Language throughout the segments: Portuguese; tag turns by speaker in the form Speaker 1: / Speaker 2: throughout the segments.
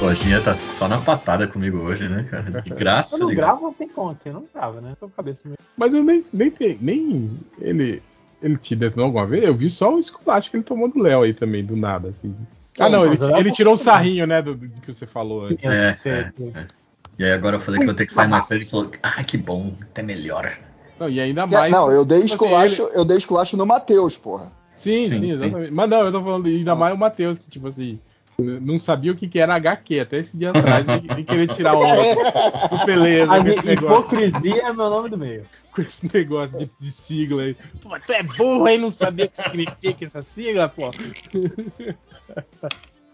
Speaker 1: Lojinha tá só na patada comigo hoje, né, cara? De graça,
Speaker 2: Eu não
Speaker 1: de
Speaker 2: gravo,
Speaker 1: graça.
Speaker 2: não tem conta. Eu não gravo, né? Tô com a cabeça meio.
Speaker 3: Mas eu nem, nem tem. Nem ele. Ele te detonou alguma vez? Eu vi só o esculacho que ele tomou do Léo aí também, do nada, assim. Ah, não, ele,
Speaker 2: mas eu-
Speaker 3: ele tirou o sarrinho, né, do, do que você falou antes.
Speaker 1: É,
Speaker 2: Assim,
Speaker 1: é,
Speaker 2: sei-
Speaker 1: E aí agora eu falei que eu vou ter que sair mais cedo e falou, ah, que bom, até melhora.
Speaker 3: Não, e ainda
Speaker 4: Que-
Speaker 3: mais.
Speaker 4: não, eu dei
Speaker 3: tipo assim,
Speaker 4: esculacho,
Speaker 3: ele-
Speaker 4: eu dei esculacho no Matheus, porra.
Speaker 3: Sim,
Speaker 1: Sim,
Speaker 3: sim,
Speaker 1: sim.
Speaker 3: exatamente. Mas não, eu tô falando ainda mais o Matheus, que tipo assim, não sabia o que, que era HQ até esse dia atrás de, de querer tirar o do Pelé
Speaker 2: A
Speaker 3: né, com
Speaker 2: minha
Speaker 3: esse negócio,
Speaker 2: hipocrisia é meu nome do meio.
Speaker 3: com esse negócio de, de sigla aí. Pô, tu é burro aí, não sabia o que significa essa sigla, pô.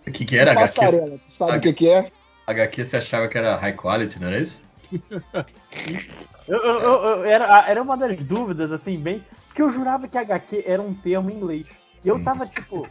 Speaker 1: O que que era? HQ,
Speaker 4: Passarela, tu sabe o que, que é?
Speaker 1: HQ você achava que era high quality, não era isso?
Speaker 2: Eu, eu- eu- eu- era, era uma das dúvidas, assim, bem. Porque eu jurava que HQ era um termo em inglês. E eu
Speaker 1: Sim.
Speaker 2: tava tipo,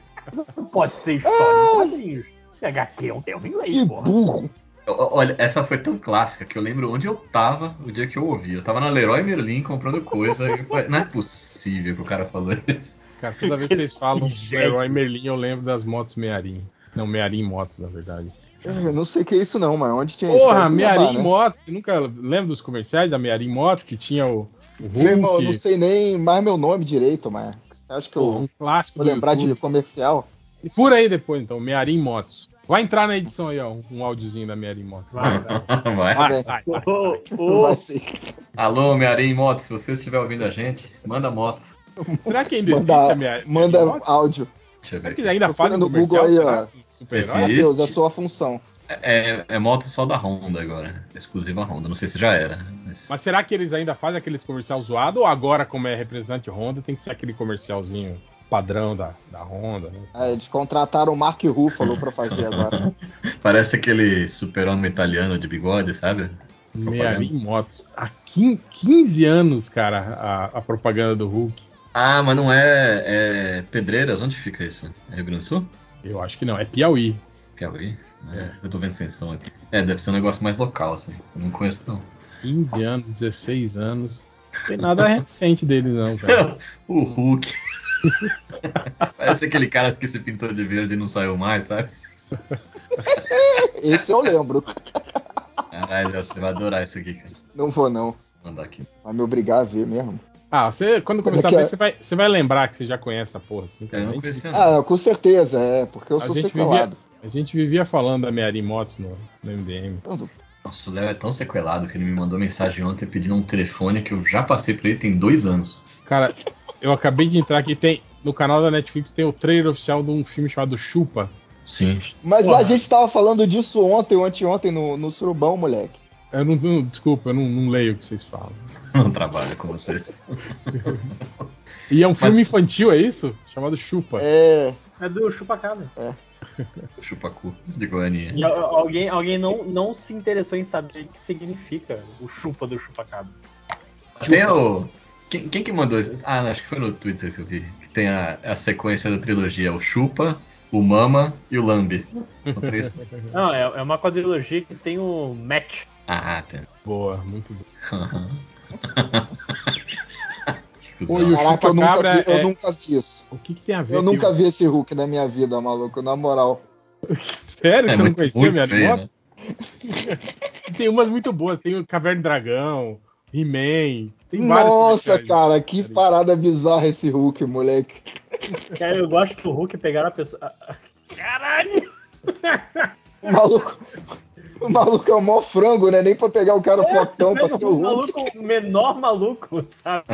Speaker 2: não pode ser história em quadrinhos. E HQ é um termo em inglês,
Speaker 4: Que
Speaker 2: porra.
Speaker 4: burro.
Speaker 1: O- o- Olha, essa foi tão clássica que eu lembro onde eu tava o dia que eu ouvi. Eu tava na Leroy Merlin comprando coisa e eu falei, não é possível que o cara falou isso.
Speaker 3: Cara, toda vez que vocês falam
Speaker 2: Esse jeito.
Speaker 3: Leroy Merlin, eu lembro das motos Mearim. Não, Mearim Motos, na verdade.
Speaker 4: Eu não sei o que é isso não, mas onde tinha isso?
Speaker 3: Porra,
Speaker 4: Era
Speaker 3: Mearim
Speaker 4: Cuiabá, né?
Speaker 3: Motos, você nunca lembra dos comerciais da Mearim Motos, que tinha o, o Hulk,
Speaker 4: Meu irmão, eu não sei nem mais meu nome direito, mas você acha que eu
Speaker 3: um clássico
Speaker 4: vou
Speaker 3: do
Speaker 4: lembrar
Speaker 3: YouTube.
Speaker 4: de comercial?
Speaker 3: E Por aí depois, então, Mearim Motos. Vai entrar na edição aí, ó, um- um áudiozinho da Mearim Motos.
Speaker 2: Vai, vai.
Speaker 1: Vai.
Speaker 3: Vai,
Speaker 4: Tá
Speaker 3: vai, vai.
Speaker 2: Ô,
Speaker 4: Não
Speaker 2: ô,
Speaker 4: vai ser.
Speaker 1: Alô, Mearim Motos, se você estiver ouvindo a gente, manda motos.
Speaker 3: Será que ainda existe a
Speaker 4: Manda,
Speaker 3: Mearim
Speaker 4: manda
Speaker 3: Motos?
Speaker 4: áudio.
Speaker 1: Deixa eu ver.
Speaker 3: Será
Speaker 1: aqui.
Speaker 3: que ainda
Speaker 4: Procura
Speaker 3: fazem
Speaker 4: no
Speaker 3: comercial,
Speaker 4: Google aí,
Speaker 3: será?
Speaker 4: ó.
Speaker 3: De super-herói?
Speaker 1: Esse-
Speaker 4: Matheus, é a
Speaker 1: Este-
Speaker 4: sua função.
Speaker 1: É, é moto só da Honda agora, exclusiva Honda. Não sei se já era. mas-
Speaker 3: Mas será que eles ainda fazem aqueles comercial zoado ou agora, como é representante Honda, tem que ser aquele comercialzinho padrão da, da Honda? Né?
Speaker 4: Ah, eles contrataram o Mark Ruffalo pra fazer agora.
Speaker 1: Parece aquele super-homem italiano de bigode, sabe?
Speaker 3: Mearim Motos. Há quin- 15 anos, cara, a, a propaganda do Hulk.
Speaker 1: Ah, mas não é, é Pedreiras? Onde fica isso? É Rio Grande do Sul?
Speaker 3: Eu acho que não, é Piauí.
Speaker 1: Piauí? É, eu tô vendo sem som aqui. É, deve ser um negócio mais local, assim. Eu não conheço, não.
Speaker 3: 15 anos, 16 anos. Não tem nada recente dele, não, cara.
Speaker 1: o Hulk. Parece aquele cara que se pintou de verde e não saiu mais, sabe?
Speaker 4: Esse eu lembro.
Speaker 1: Caralho, você vai adorar isso aqui, cara.
Speaker 4: Não vou não.
Speaker 1: Vou mandar aqui.
Speaker 4: Vai me obrigar a ver mesmo.
Speaker 3: Ah, você, quando começar a
Speaker 4: Como é
Speaker 3: ver,
Speaker 4: que é?
Speaker 3: você vai, você vai lembrar que você já conhece essa porra, assim.
Speaker 1: Eu
Speaker 3: Cara.
Speaker 1: não conhecia, não.
Speaker 4: Ah, com certeza, é, porque eu
Speaker 3: A
Speaker 4: sou
Speaker 3: gente
Speaker 4: sequelado.
Speaker 3: A gente vivia falando da Mearim Motos no, no MDM.
Speaker 4: Tanto-
Speaker 1: Nossa, o Léo é tão sequelado que ele me mandou mensagem ontem pedindo um telefone que eu já passei pra ele tem dois anos.
Speaker 3: Cara, eu acabei de entrar aqui, tem. No canal da Netflix tem o trailer oficial de um filme chamado Chupa.
Speaker 1: Sim.
Speaker 4: Mas
Speaker 3: Porra.
Speaker 4: a gente tava falando disso ontem, anteontem, no, no surubão, moleque.
Speaker 3: Eu não, não- desculpa, eu não, não leio o que vocês falam.
Speaker 1: Não trabalho com vocês.
Speaker 3: E é um filme
Speaker 1: Mas-
Speaker 3: infantil, é isso? Chamado Chupa.
Speaker 4: É.
Speaker 2: é do chupacabra.
Speaker 1: Chupacu de Goiânia.
Speaker 2: E al- Alguém, alguém não, não se interessou em saber o que significa o chupa do chupacabra.
Speaker 1: Tem o. Quem, quem que mandou isso? Ah, acho que foi no Twitter que eu vi. Que tem a, a sequência da trilogia: o Chupa, o Mama e o Lambi. São três?
Speaker 2: Não, é, é uma quadrilogia que tem o match.
Speaker 1: Ah, tem.
Speaker 3: Boa, muito bom.
Speaker 1: Aham.
Speaker 3: Oi, o
Speaker 4: Caraca, eu nunca,
Speaker 3: chupacabra
Speaker 4: vi, eu
Speaker 3: é-
Speaker 4: nunca vi isso.
Speaker 3: O que, que tem a ver
Speaker 4: Eu
Speaker 3: aqui?
Speaker 4: nunca vi esse Hulk na minha vida, maluco, na moral.
Speaker 3: Sério
Speaker 1: É
Speaker 3: que você não
Speaker 1: muito-
Speaker 3: conhecia
Speaker 1: muito
Speaker 3: Mearim
Speaker 1: feio,
Speaker 3: Motos?
Speaker 1: né?
Speaker 3: tem umas muito boas, tem o Caverna do Dragão, He-Man, tem vários.
Speaker 4: Nossa,
Speaker 3: comerciais.
Speaker 4: cara, que parada bizarra esse Hulk, moleque.
Speaker 2: Cara, eu gosto que o Hulk pegaram a pessoa. a- a- Caralho!
Speaker 4: O maluco, o maluco é o maior frango, né? Nem pra pegar o cara fotão pra ser o
Speaker 2: É, o
Speaker 4: Hulk.
Speaker 2: maluco, o menor maluco, sabe?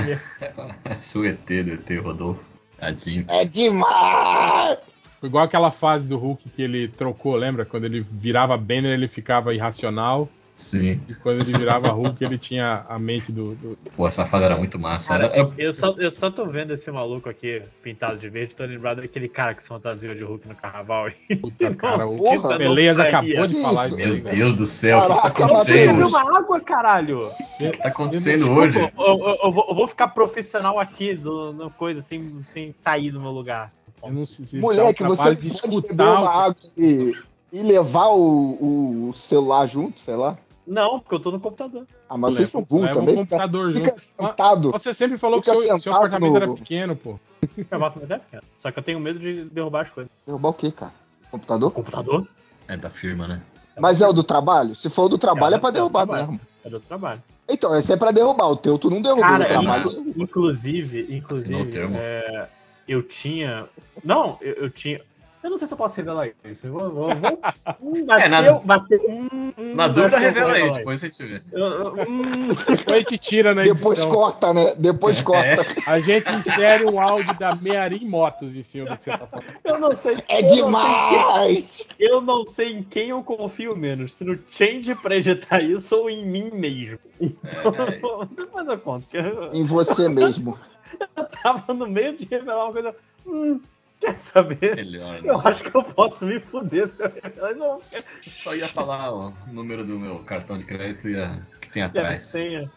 Speaker 1: É, Sou ET do ET Rodolfo. Tadinho.
Speaker 4: É demais!
Speaker 3: Foi igual aquela fase do Hulk que ele trocou, lembra? Quando ele virava Banner, ele ficava irracional.
Speaker 1: Sim.
Speaker 3: E quando ele virava Hulk, ele tinha a mente do. do-
Speaker 1: Pô, essa fase era muito massa. Era,
Speaker 3: É,
Speaker 2: Cara, eu, só, eu só tô vendo esse maluco aqui pintado de verde, tô lembrado daquele cara que se fantasiou de Hulk no carnaval. Tipo,
Speaker 3: Puta, cara, o
Speaker 4: Porra,
Speaker 3: Porra, Beleias
Speaker 2: não
Speaker 3: acabou de
Speaker 4: faria.
Speaker 3: falar
Speaker 4: Que
Speaker 3: isso,
Speaker 1: Meu
Speaker 3: aí, velho.
Speaker 1: Deus do céu, o que tá
Speaker 4: Caraca,
Speaker 2: Você
Speaker 4: eu Deus.
Speaker 1: acontecendo?
Speaker 2: bebeu
Speaker 1: O
Speaker 2: uma água, caralho! Tipo,
Speaker 1: que tá acontecendo hoje?
Speaker 2: Eu, eu- eu vou, eu vou ficar profissional aqui, do, no coisa, sem, sem sair do meu lugar.
Speaker 3: Você não se- se
Speaker 4: Moleque,
Speaker 3: dá o
Speaker 4: você
Speaker 3: Então, trabalho de
Speaker 4: pode beber
Speaker 3: escutar.
Speaker 4: uma
Speaker 3: o-
Speaker 4: água e, e levar o, o celular junto, sei lá.
Speaker 2: Não, porque eu tô no computador.
Speaker 4: Ah, mas
Speaker 3: Leva-
Speaker 4: vocês são burros
Speaker 3: leva um
Speaker 4: também. Fica,
Speaker 3: computador junto.
Speaker 4: fica assim. sentado.
Speaker 3: Você sempre falou que
Speaker 4: Fica
Speaker 3: seu, seu
Speaker 4: sentado
Speaker 3: apartamento
Speaker 4: no-
Speaker 3: era pequeno, pô.
Speaker 2: Eu mato meu cara. Só que eu tenho medo de derrubar as coisas.
Speaker 4: Derrubar o quê, cara? Computador?
Speaker 2: Computador?
Speaker 1: É da firma, né?
Speaker 4: Mas é o do trabalho? Se for o do trabalho, é, pra derrubar
Speaker 2: trabalho.
Speaker 4: mesmo.
Speaker 2: É do trabalho.
Speaker 4: Então, esse é pra derrubar. O teu tu não derrubou
Speaker 2: Cara, é
Speaker 4: o trabalho.
Speaker 2: inclu- inclusive,
Speaker 1: Assinou o
Speaker 2: inclusive,
Speaker 1: termo.
Speaker 2: é, eu tinha. Não, eu, eu tinha. Eu não sei se eu posso revelar isso. Eu vou, vou, vou... Hum, bateu,
Speaker 1: É, na-
Speaker 2: bateu. Hum, hum,
Speaker 4: é.
Speaker 1: Na dúvida,
Speaker 2: acho que eu
Speaker 1: revela
Speaker 2: vou
Speaker 1: aí, tipo,
Speaker 2: revelar
Speaker 1: depois a gente vê.
Speaker 2: isso. Eu- eu- hum.
Speaker 3: Depois te tira na
Speaker 4: Depois
Speaker 3: edição. É.
Speaker 4: corta, né? Depois corta.
Speaker 3: A gente insere um áudio da Mearim Motos em cima do que você tá falando.
Speaker 2: Eu não sei.
Speaker 4: É
Speaker 2: eu não sei
Speaker 4: demais!
Speaker 2: em quem- Eu não sei em quem eu confio menos. Se no Change pra editar isso ou em mim mesmo. Então,
Speaker 1: É.
Speaker 2: depois eu conto. que Eu,
Speaker 4: Em você mesmo.
Speaker 2: eu tava no meio de revelar uma coisa. Hum, quer saber?
Speaker 1: Melhor, né?
Speaker 2: Eu acho que eu posso me fuder se eu revelar. Eu não quero
Speaker 1: Só ia falar o número do meu cartão de crédito e a que tem
Speaker 2: que a
Speaker 1: atrás.
Speaker 2: senha.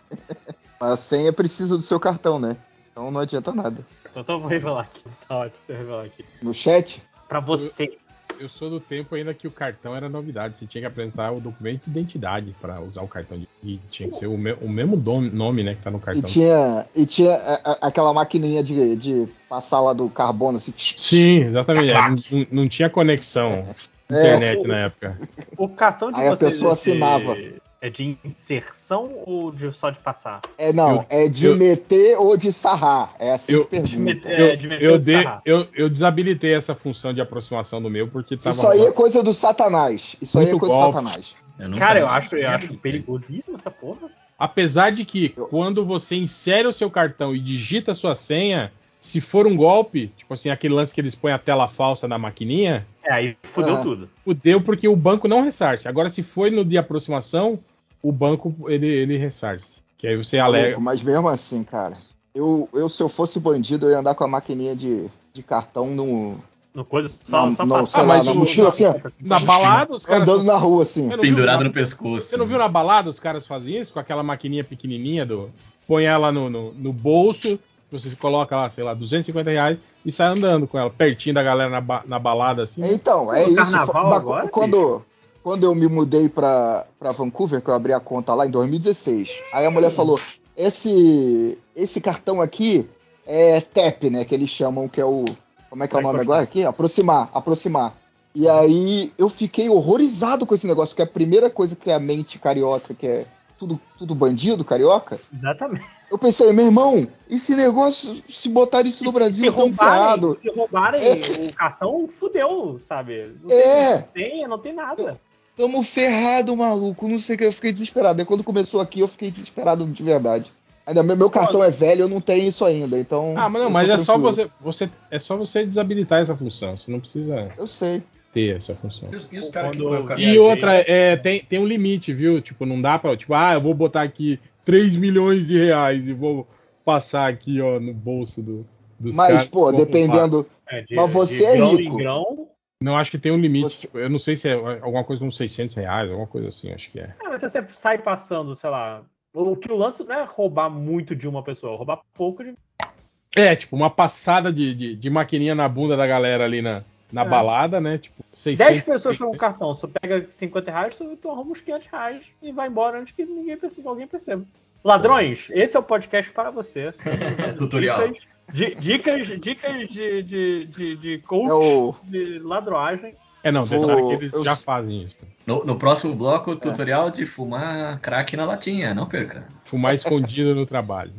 Speaker 4: A senha precisa do seu cartão, né? Então não adianta nada.
Speaker 2: Então, então eu vou revelar aqui. Tá ótimo, eu vou revelar aqui.
Speaker 4: No chat?
Speaker 2: Pra você.
Speaker 3: Eu sou do tempo ainda que o cartão era novidade. Você tinha que apresentar o documento de identidade pra usar o cartão. De... E tinha que ser o, me- o mesmo dom- nome, né, que tá no
Speaker 4: E
Speaker 3: cartão.
Speaker 4: tinha, e tinha a- a- aquela maquininha de, de passar lá do carbono assim. tch, tch.
Speaker 3: Sim, exatamente. é, não, não- não tinha conexão
Speaker 4: É,
Speaker 3: internet na época.
Speaker 2: O cartão de
Speaker 4: Aí a
Speaker 2: vocês
Speaker 4: pessoa
Speaker 2: é de-
Speaker 4: assinava.
Speaker 2: É de inserção ou de só de passar?
Speaker 4: É não,
Speaker 3: Eu-
Speaker 4: é de
Speaker 3: eu-
Speaker 4: meter ou de sarrar. É assim
Speaker 3: Eu-
Speaker 4: que pergunta.
Speaker 2: É, de
Speaker 3: eu,
Speaker 2: meter
Speaker 3: eu,
Speaker 2: o
Speaker 3: de-
Speaker 2: sarrafo.
Speaker 3: eu, eu desabilitei essa função de aproximação do meu porque tava.
Speaker 4: Isso aí é
Speaker 3: rolando-
Speaker 4: coisa do satanás. Isso aí é
Speaker 3: Muito
Speaker 4: coisa do
Speaker 3: golpe.
Speaker 4: satanás.
Speaker 1: nunca-
Speaker 2: Cara, eu acho, eu acho perigosíssimo essa porra.
Speaker 3: Apesar de que
Speaker 4: Eu-
Speaker 3: quando você insere o seu cartão e digita a sua senha, se for um golpe, tipo assim, aquele lance que eles põem a tela falsa na maquininha,
Speaker 2: É, aí fudeu
Speaker 4: Ah.
Speaker 2: tudo.
Speaker 3: fudeu porque o banco não ressarte. Agora, se foi no de aproximação, o banco ele, ele ressarte. Que aí você alega.
Speaker 4: Louco, mas mesmo assim, cara. Eu, eu, se eu fosse bandido, eu ia andar com a maquininha de, de cartão no.
Speaker 2: No coisa só,
Speaker 4: Não,
Speaker 2: só
Speaker 4: não,
Speaker 2: passar.
Speaker 3: sei lá, na
Speaker 4: mochila, assim, ó.
Speaker 3: Na balada, os caras.
Speaker 4: andando na rua, assim.
Speaker 3: Você não viu
Speaker 1: Pendurado
Speaker 3: na-
Speaker 1: no pescoço.
Speaker 3: Você não viu na balada os caras faziam isso com aquela maquininha pequenininha do. Põe ela no, no, no bolso, você coloca lá, sei lá, 250 reais e sai andando com ela, pertinho da galera na, ba- na balada assim.
Speaker 4: Então, é
Speaker 2: No
Speaker 4: isso.
Speaker 2: carnaval
Speaker 4: Fa-
Speaker 2: agora,
Speaker 4: quando, quando eu me mudei pra, pra Vancouver, que eu abri a conta lá em 2016, aí a
Speaker 2: Hum.
Speaker 4: mulher falou: esse, esse cartão aqui é TEP, né? Que eles chamam, que é o. Como é que é o nome agora aqui? Aproximar, aproximar. E aí eu fiquei horrorizado com esse negócio, que a primeira coisa que é a mente carioca, que é tudo, tudo bandido carioca,
Speaker 2: Exatamente.
Speaker 4: eu pensei, meu irmão, esse negócio, se botar isso no Brasil,
Speaker 2: se
Speaker 4: tá um
Speaker 2: roubarem,
Speaker 4: fiado.
Speaker 2: se roubarem o cartão, fudeu, sabe? Não tem
Speaker 4: É.
Speaker 2: senha, não tem nada.
Speaker 4: Tamo ferrado, maluco. Não sei o que. Eu fiquei desesperado. Aí quando começou aqui, eu fiquei desesperado de verdade. Ainda meu, meu cartão é velho, eu não tenho isso ainda. Então.
Speaker 3: Ah, mas não,
Speaker 4: eu
Speaker 3: mas
Speaker 4: tô
Speaker 3: é só
Speaker 4: tranquilo.
Speaker 3: você, você. É só você desabilitar essa função. Você não precisa
Speaker 4: Eu sei.
Speaker 3: ter essa função.
Speaker 1: E os, e os caras que
Speaker 2: Quando-
Speaker 1: põem o cara-
Speaker 3: E outra, é, tem, tem um limite, viu? Tipo, não dá pra. Tipo, ah, eu vou botar aqui 3 milhões de reais e vou passar aqui, ó, no bolso do, dos
Speaker 4: Mas,
Speaker 3: caras
Speaker 4: pô,
Speaker 3: que vão roubar.
Speaker 4: dependendo.
Speaker 2: É, de-
Speaker 4: Mas você
Speaker 2: de
Speaker 4: é
Speaker 2: grão
Speaker 4: rico.
Speaker 2: Em grão.
Speaker 3: Não, acho que tem um limite.
Speaker 4: Você-
Speaker 3: tipo, eu não sei se é alguma coisa como 600 reais, alguma coisa assim, acho que é.
Speaker 2: É, mas se você sai passando, sei lá. O que o lance não é roubar muito de uma pessoa, é roubar pouco de.
Speaker 3: É, tipo, uma passada de, de, de maquininha na bunda da galera ali na, na
Speaker 2: É.
Speaker 3: balada, né? Tipo, 600.
Speaker 2: 10 pessoas com um
Speaker 3: 600.
Speaker 2: cartão, você pega 50 reais, tu, tu arruma uns 500 reais e vai embora antes que ninguém perceba, alguém perceba. Ladrões, esse é o podcast para você.
Speaker 1: É Tutorial.
Speaker 2: Dicas, di- dicas, dicas de, de, de, de coach
Speaker 4: É o.
Speaker 2: de ladroagem.
Speaker 3: É, não,
Speaker 4: Vou-
Speaker 3: detalhe que eles
Speaker 4: eu-
Speaker 3: já fazem isso.
Speaker 1: No, no próximo bloco, tutorial de fumar crack na latinha, não perca.
Speaker 3: Fumar escondido no trabalho.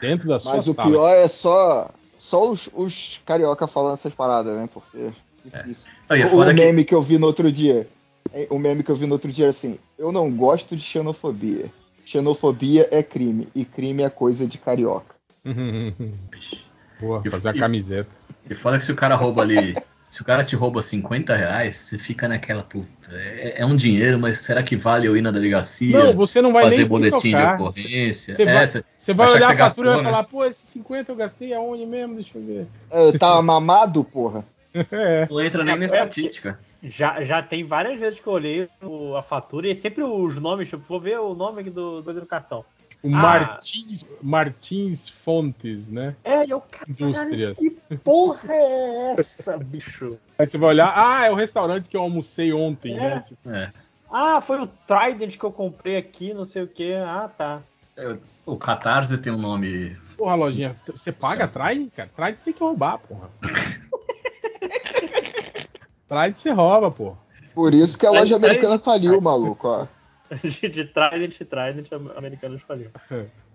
Speaker 3: Dentro da sua
Speaker 4: Mas o
Speaker 3: sala.
Speaker 4: pior é só. Só os, os carioca falando essas paradas, né? Porque. Difícil.
Speaker 1: Aí, é
Speaker 4: O,
Speaker 1: foda que-
Speaker 4: meme que... eu vi no outro dia. é, O meme que eu vi no outro dia era assim: Eu não gosto de xenofobia. Xenofobia é crime. E crime é coisa de carioca.
Speaker 3: Boa,
Speaker 1: E-
Speaker 3: fazer a
Speaker 1: e-
Speaker 3: camiseta.
Speaker 1: E fala que se o cara rouba ali. Se o cara te rouba 50 reais, você fica naquela puta. É, é um dinheiro, mas será que vale eu ir na delegacia?
Speaker 3: Não, você não vai
Speaker 1: fazer
Speaker 3: nem
Speaker 1: boletim
Speaker 3: se
Speaker 1: de
Speaker 3: tocar.
Speaker 1: ocorrência?
Speaker 3: Você
Speaker 1: É,
Speaker 3: vai-
Speaker 1: você-
Speaker 3: Você vai
Speaker 1: achar que
Speaker 3: olhar a
Speaker 1: você
Speaker 3: fatura e vai
Speaker 1: gastou, né?
Speaker 3: falar, pô, esses 50 eu gastei aonde mesmo? Deixa eu ver.
Speaker 4: É, Eu tava mamado, porra.
Speaker 3: É.
Speaker 1: não entra nem na estatística.
Speaker 2: Já, já tem várias vezes que eu olhei o- a fatura e é sempre os nomes, tipo, vou ver o nome aqui do, do, do cartão.
Speaker 3: O
Speaker 2: Ah.
Speaker 3: Martins, Martins Fontes, né?
Speaker 2: É, e eu, caralho,
Speaker 3: Indústrias.
Speaker 2: que porra é essa, bicho?
Speaker 3: Aí você vai olhar, ah, é o restaurante que eu almocei ontem,
Speaker 2: É.
Speaker 3: né? Tipo,
Speaker 1: É.
Speaker 2: Ah, foi o Trident que eu comprei aqui, não sei o que. Ah, tá.
Speaker 1: É, O Catarse tem um nome.
Speaker 3: porra, lojinha, você paga Trident, cara? Trident tem que roubar, porra. Trident você rouba, porra.
Speaker 4: Por isso que a
Speaker 2: Mas
Speaker 1: tá
Speaker 4: loja
Speaker 2: peraí.
Speaker 4: americana faliu, maluco, ó.
Speaker 2: de Trident, Trident, americanos faliu.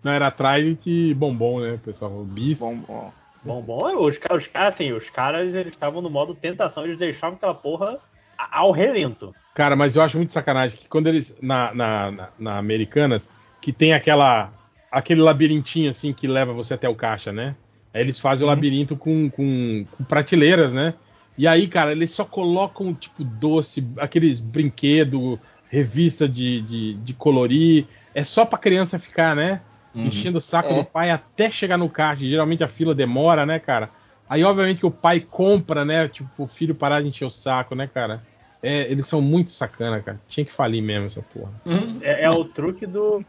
Speaker 3: Não, era Trident e bombom, né, pessoal? O bis.
Speaker 4: Bom, bom.
Speaker 2: Bom, bom, é, os caras, os caras, assim, os caras, eles estavam no modo tentação, eles deixavam aquela porra a- ao relento.
Speaker 3: Cara, mas eu acho muito sacanagem que quando eles. Na, na, na, na Americanas, que tem aquela. aquele labirintinho assim que leva você até o caixa, né? Aí eles fazem o labirinto com, com, com prateleiras, né? E aí, cara, eles só colocam, tipo, doce, aqueles brinquedos, revista de, de, de colorir. É só pra criança ficar, né?
Speaker 1: Uhum.
Speaker 3: enchendo o saco
Speaker 4: É.
Speaker 3: do pai até chegar no caixa. Geralmente a fila demora, né, cara? Aí, obviamente, que o pai compra, né? Tipo, o filho parar de encher o saco, né, cara? É, eles são muito sacana, cara. Tinha que falir mesmo essa porra.
Speaker 1: Uhum.
Speaker 2: É, é o truque do,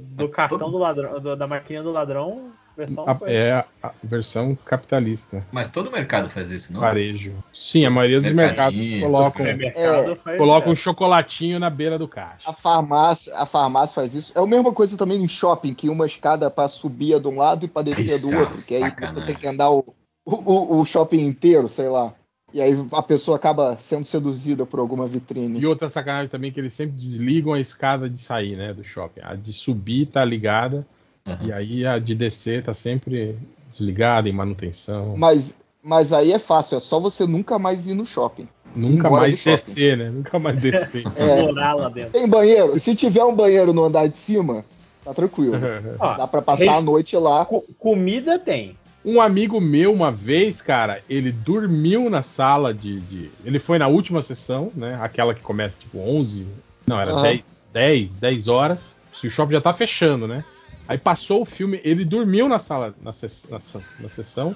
Speaker 2: do cartão do ladrão, do- da maquininha do ladrão, versão
Speaker 3: A- é a, a versão capitalista,
Speaker 1: Mas todo mercado faz isso, não?
Speaker 3: varejo. Sim, a maioria dos mercados
Speaker 1: Mercadinho,
Speaker 3: colocam,
Speaker 2: supermercado,
Speaker 4: É,
Speaker 2: faz-
Speaker 3: colocam um chocolatinho na beira do caixa.
Speaker 4: A farmácia, a farmácia faz isso. É a mesma coisa também no shopping, que uma escada pra subir é de um lado e pra descer é
Speaker 1: Isso
Speaker 4: do
Speaker 1: é
Speaker 4: outro. Que aí você
Speaker 1: sacanagem.
Speaker 4: tem que andar o, o, o shopping inteiro, sei lá. E aí a pessoa acaba sendo seduzida por alguma vitrine.
Speaker 3: E outra sacanagem também é que eles sempre desligam a escada de sair, né, do shopping. A de subir tá ligada
Speaker 1: Uhum.
Speaker 3: e aí a de descer tá sempre desligada em manutenção.
Speaker 4: Mas, mas aí é fácil, é só você nunca mais ir no shopping.
Speaker 3: Nunca
Speaker 4: Embora do
Speaker 3: mais
Speaker 4: shopping.
Speaker 3: descer, né? Nunca mais descer.
Speaker 4: É,
Speaker 2: morar lá dentro.
Speaker 4: tem banheiro? Se tiver um banheiro no andar de cima, tá
Speaker 3: Uhum.
Speaker 4: tranquilo.
Speaker 2: Ó,
Speaker 4: Dá pra passar a noite lá.
Speaker 2: co- comida tem.
Speaker 3: um amigo meu, uma vez, cara, ele dormiu na sala de. de- Ele foi na última sessão, né? Aquela que começa tipo 11. Não, era
Speaker 4: Aham.
Speaker 3: 10, 10, 10 horas. Se o shopping já tá fechando, né? Aí passou o filme, ele dormiu na sala, na, ses- na sa- na sessão.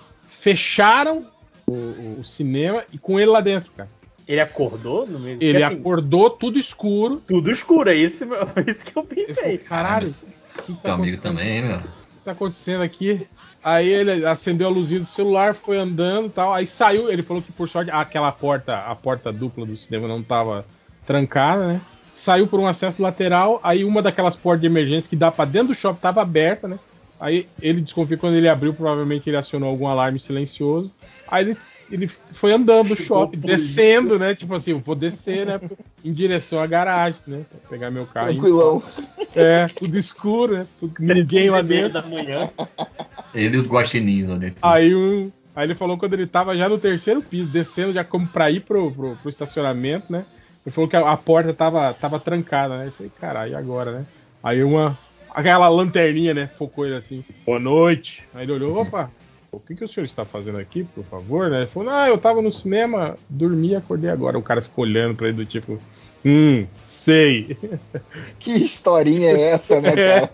Speaker 3: Fecharam o, o- o cinema e com ele lá dentro, cara.
Speaker 2: Ele acordou no meio
Speaker 3: Ele
Speaker 2: assim,
Speaker 3: acordou tudo escuro.
Speaker 2: Tudo escuro, é isso, é isso que eu
Speaker 3: Eu falei,
Speaker 2: pensei.
Speaker 3: caralho, o que que
Speaker 1: Ah, Teu
Speaker 3: tá
Speaker 1: amigo
Speaker 3: acontecendo?
Speaker 1: também, hein, meu?
Speaker 3: que tá acontecendo aqui? Aí ele acendeu a luzinha do celular, foi andando e tal. Aí saiu, ele falou que por sorte aquela porta, a porta dupla do cinema não tava trancada, né? Saiu por um acesso lateral, aí uma daquelas portas de emergência que dá pra dentro do shopping tava aberta, né? Aí ele desconfia quando ele abriu, provavelmente ele acionou algum alarme silencioso. Aí ele, ele foi andando do
Speaker 2: Chegou
Speaker 3: shopping,
Speaker 2: a polícia.
Speaker 3: descendo, né? Tipo assim, eu vou descer, né? Em direção à garagem, né? Pra pegar meu carro. e ir
Speaker 4: Tranquilão.
Speaker 3: é, tudo escuro, né? Tudo- Ninguém lá dentro.
Speaker 2: da manhã.
Speaker 1: Ele e os guaxinins lá dentro.
Speaker 3: Aí, um, aí ele falou quando ele tava já no terceiro piso, descendo já como pra ir pro, pro, pro estacionamento, né? Ele falou que a, a porta tava, tava trancada, né? Eu falei, caralho, e agora, né? Aí uma. Aquela lanterninha, né? Focou ele assim. Boa noite. Aí ele olhou, opa, o que, que o senhor está fazendo aqui, por favor? né? Ele falou, ah, eu tava no cinema, dormi e acordei agora. O cara ficou olhando pra ele do tipo, hum, sei.
Speaker 4: Que historinha é essa, né,
Speaker 3: É.
Speaker 4: cara?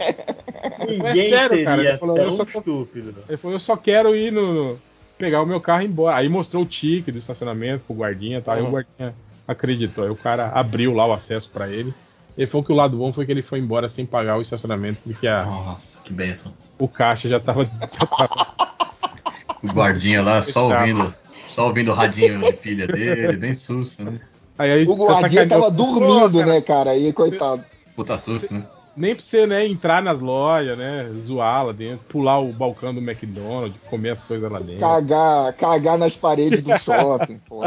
Speaker 2: Ninguém
Speaker 3: sério,
Speaker 2: seria
Speaker 3: cara, ele falou,
Speaker 2: tão
Speaker 3: eu só tô-
Speaker 2: estúpido.
Speaker 3: Ele falou, eu só quero ir no, no- pegar o meu carro e ir embora. Aí mostrou o tique do estacionamento pro guardinha, tá? Aí o
Speaker 4: Uhum.
Speaker 3: guardinha acreditou. Aí o cara abriu lá o acesso pra ele. Ele falou que o lado bom foi que ele foi embora sem pagar o estacionamento, porque a-
Speaker 1: Nossa, que benção.
Speaker 3: o caixa já tava, já tava-
Speaker 1: O guardinha lá só
Speaker 3: Fechado.
Speaker 1: ouvindo, só ouvindo o radinho de pilha dele, bem susto, né?
Speaker 3: Aí ele
Speaker 4: O guardinha
Speaker 3: sacaneou.
Speaker 4: tava
Speaker 3: Pô,
Speaker 4: dormindo,
Speaker 3: cara,
Speaker 4: né, cara? Aí, coitado.
Speaker 1: Puta susto, né?
Speaker 3: Nem pra você, né, entrar nas lojas, né? Zoar lá dentro, pular o balcão do McDonald's, comer as coisas lá dentro.
Speaker 4: Cagar, cagar nas paredes do shopping, pô.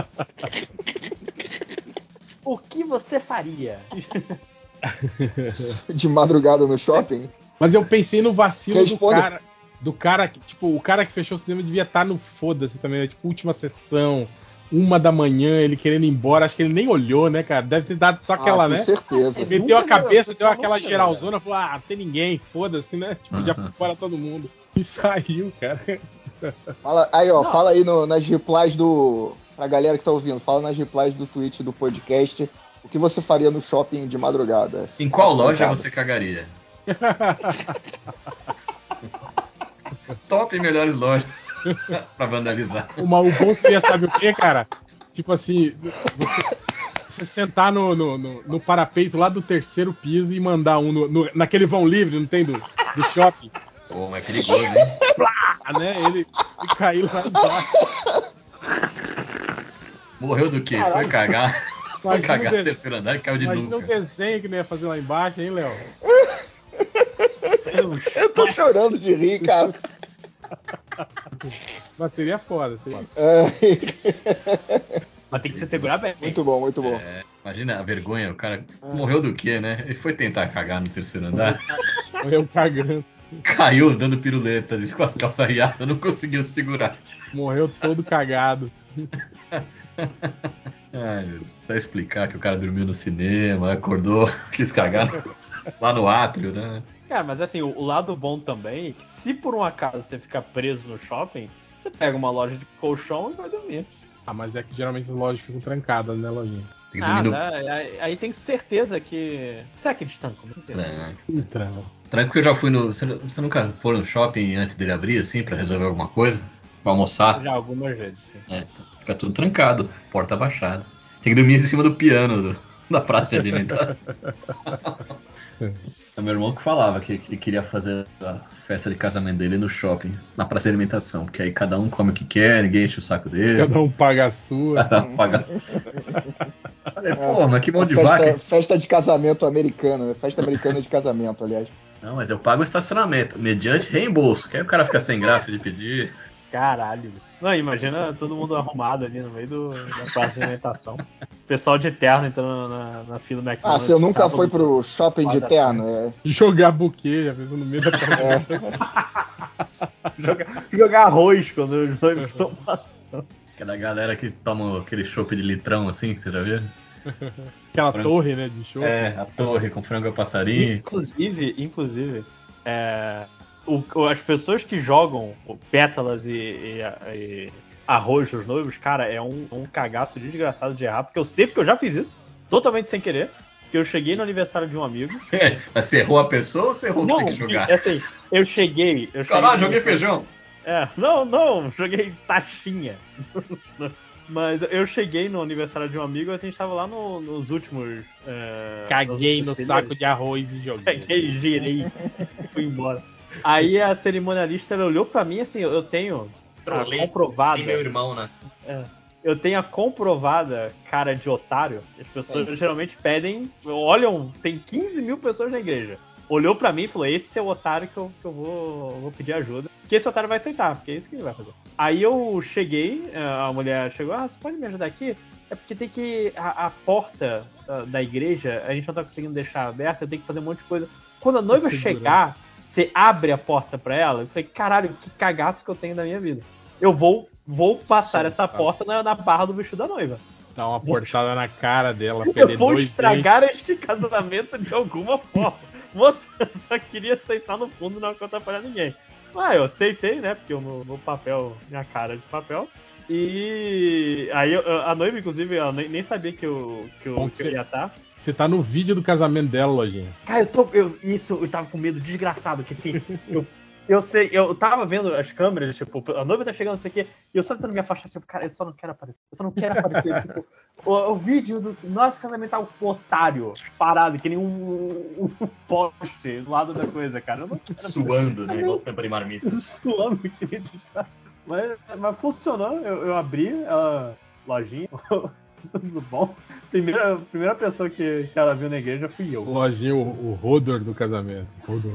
Speaker 2: O que você faria?
Speaker 4: De madrugada no shopping.
Speaker 3: Mas eu pensei no vacilo
Speaker 4: Responda.
Speaker 3: do cara. Do cara que, tipo, o cara que fechou o cinema devia estar no foda-se também, né? Tipo, última sessão, uma da manhã, ele querendo ir embora. Acho que ele nem olhou, né, cara? Deve ter dado só aquela,
Speaker 4: Ah, com
Speaker 3: né?
Speaker 4: certeza.
Speaker 2: É,
Speaker 3: Meteu a
Speaker 2: Nunca,
Speaker 3: cabeça,
Speaker 2: nunca,
Speaker 3: deu aquela
Speaker 2: nunca,
Speaker 3: geralzona, falou, ah, tem ninguém, foda-se, né? Tipo, já foi fora todo mundo. E saiu, cara.
Speaker 4: Fala, aí, ó,
Speaker 2: Não.
Speaker 4: fala aí no- nas replies do. Pra galera que tá ouvindo, fala nas replies do tweet do podcast o que você faria no shopping de madrugada.
Speaker 1: Em qual
Speaker 4: Nossa,
Speaker 1: loja
Speaker 4: cara.
Speaker 1: você cagaria? Top melhores lojas pra vandalizar.
Speaker 3: O mal- o bom seria, sabe o quê, cara? Tipo assim, você, você sentar no, no, no- no parapeito lá do terceiro piso e mandar um no- no- naquele vão livre, não tem do, do shopping?
Speaker 1: Pô, mas é perigoso, hein?
Speaker 3: Ah, né? Ele ele caiu lá embaixo.
Speaker 1: Morreu do quê? Foi cagar. Foi
Speaker 3: Imagina
Speaker 1: cagar
Speaker 3: o
Speaker 1: no
Speaker 3: desenho,
Speaker 1: terceiro andar e caiu de
Speaker 3: imagina o
Speaker 1: nuca.
Speaker 3: desenho que não ia fazer lá embaixo, hein, Léo?
Speaker 4: Eu tô chorando de rir, cara.
Speaker 3: Mas seria foda. Seria...
Speaker 4: É.
Speaker 2: Mas tem que se segurar bem.
Speaker 4: Muito bom, muito bom.
Speaker 1: É, imagina a vergonha, o cara morreu do quê, né? Ele foi tentar cagar no terceiro andar,
Speaker 3: Morreu cagando.
Speaker 1: caiu dando piruletas, com as calças riadas, não conseguiu se segurar.
Speaker 3: Morreu todo cagado.
Speaker 1: Ai, meu Deus. Pra explicar que o cara dormiu no cinema, acordou, quis cagar lá no átrio, né?
Speaker 2: Cara, mas assim, o, o lado bom também é que se por um acaso você ficar preso no shopping, você pega uma loja de colchão e vai dormir.
Speaker 3: Ah, mas é que geralmente as lojas ficam trancadas, né, lojinha?
Speaker 1: Tem que
Speaker 2: Ah,
Speaker 1: dormir no...
Speaker 2: né? aí, aí tem certeza que. é Será que eles tancam? Não
Speaker 4: É.
Speaker 2: entendo.
Speaker 1: Né?
Speaker 3: Então.
Speaker 1: Tranquilo que eu já fui no. Você, você nunca foi no shopping antes dele abrir, assim, pra resolver alguma coisa? Pra almoçar?
Speaker 2: Já algumas vezes, sim.
Speaker 1: É, fica tudo trancado, porta abaixada. Tem que dormir em cima do piano do- da praça de alimentação. é meu irmão que falava que, que ele queria fazer a festa de casamento dele no shopping, na praça de alimentação, porque aí cada um come o que quer, ninguém enche o saco dele.
Speaker 3: Cada um paga a sua.
Speaker 1: Cada um paga. Falei, pô, mas que mão de
Speaker 4: festa,
Speaker 1: vaca.
Speaker 4: festa de casamento americana, né? festa americana de casamento, aliás.
Speaker 1: Não, mas eu pago o estacionamento, mediante reembolso. Que aí o cara fica sem graça de pedir.
Speaker 2: Caralho. Não, imagina todo mundo arrumado ali no meio do, da praça de alimentação. Pessoal de terno entrando na, na fila do
Speaker 4: Ah,
Speaker 2: McDonald's.
Speaker 4: você nunca
Speaker 2: sábado.
Speaker 4: foi pro shopping de terno? É,
Speaker 3: Jogar buquê, já fez no meio da
Speaker 4: é.
Speaker 2: Jogar, jogar arroz quando os noivos estão passando.
Speaker 1: Aquela galera que toma aquele chopp de litrão assim, que você já viu?
Speaker 3: Aquela
Speaker 1: Frango.
Speaker 3: torre, né, de show.
Speaker 1: É, a torre com frango a passarinho.
Speaker 2: Inclusive, inclusive, é, o- o- as pessoas que jogam o pétalas e, e- e arroz nos noivos, cara, é um, um cagaço desgraçado de errar, porque eu sei porque eu já fiz isso, totalmente sem querer. Que eu cheguei no aniversário de um amigo.
Speaker 1: É, mas você errou a pessoa ou você errou o que
Speaker 2: Não,
Speaker 1: tinha que jogar?
Speaker 2: é assim, eu cheguei. Eu cheguei
Speaker 1: Caralho, joguei feijão.
Speaker 2: É, não, não, joguei taxinha. Mas eu cheguei no aniversário de um amigo e a gente tava lá no- nos últimos. é,
Speaker 3: Caguei no
Speaker 2: nos últimos
Speaker 3: saco de arroz e joguei.
Speaker 2: Peguei, girei e fui embora. Aí a cerimonialista ela olhou pra mim assim, eu tenho a
Speaker 1: Trolei.
Speaker 2: comprovada,
Speaker 1: irmão, né?
Speaker 2: eu tenho a comprovada cara de otário. As pessoas geralmente pedem, olham, tem 15 mil pessoas na igreja. Olhou pra mim e falou, esse é o otário que eu, que eu vou, vou pedir ajuda. Que esse otário vai aceitar, porque é isso que ele vai fazer. Aí eu cheguei, eh, a mulher chegou, ah, você pode me ajudar aqui? É porque tem que. A, a porta ah, da igreja, a gente não tá conseguindo deixar aberta, eu tenho que fazer um monte de coisa. Quando a noiva
Speaker 3: Segurar.
Speaker 2: chegar, você abre a porta pra ela, eu falei, caralho, que cagaço que eu tenho na minha vida. Eu vou, vou passar
Speaker 3: Sim,
Speaker 2: essa
Speaker 3: tá.
Speaker 2: porta na, na barra do vestido da noiva.
Speaker 3: Dá uma portada na cara dela,
Speaker 2: Eu
Speaker 3: perder
Speaker 2: vou
Speaker 3: dois
Speaker 2: estragar este casamento de alguma forma. Você eu só queria aceitar no fundo não atrapalhar ninguém. Ah, eu aceitei, né? Porque o meu, meu papel, minha cara de papel. E aí eu- a noiva, inclusive, ela nem, nem sabia que eu, que eu,
Speaker 3: Bom,
Speaker 2: que eu ia estar.
Speaker 3: dentes. Você tá no vídeo do casamento dela, lojinha.
Speaker 2: Cara, eu tô. eu- isso, eu tava com medo desgraçado, que assim. Eu, eu sei, eu tava vendo as câmeras, tipo, a noiva tá chegando, não sei o quê, e eu só tentando me afastar, tipo, cara, eu só não quero aparecer. Eu só não quero aparecer. tipo, o, o vídeo do nosso casamento tá um otário, parado, que nem um, um poste do lado da coisa, cara. Eu não quero
Speaker 1: Suando, né? Igual tampa de marmita.
Speaker 2: suando que nem desgraçado. Mas, mas funcionou, eu, eu abri a lojinha, tudo bom. Primeira, primeira pessoa que, que ela viu na igreja fui eu.
Speaker 3: Lojinha, o, o Rodor do casamento. Rodor.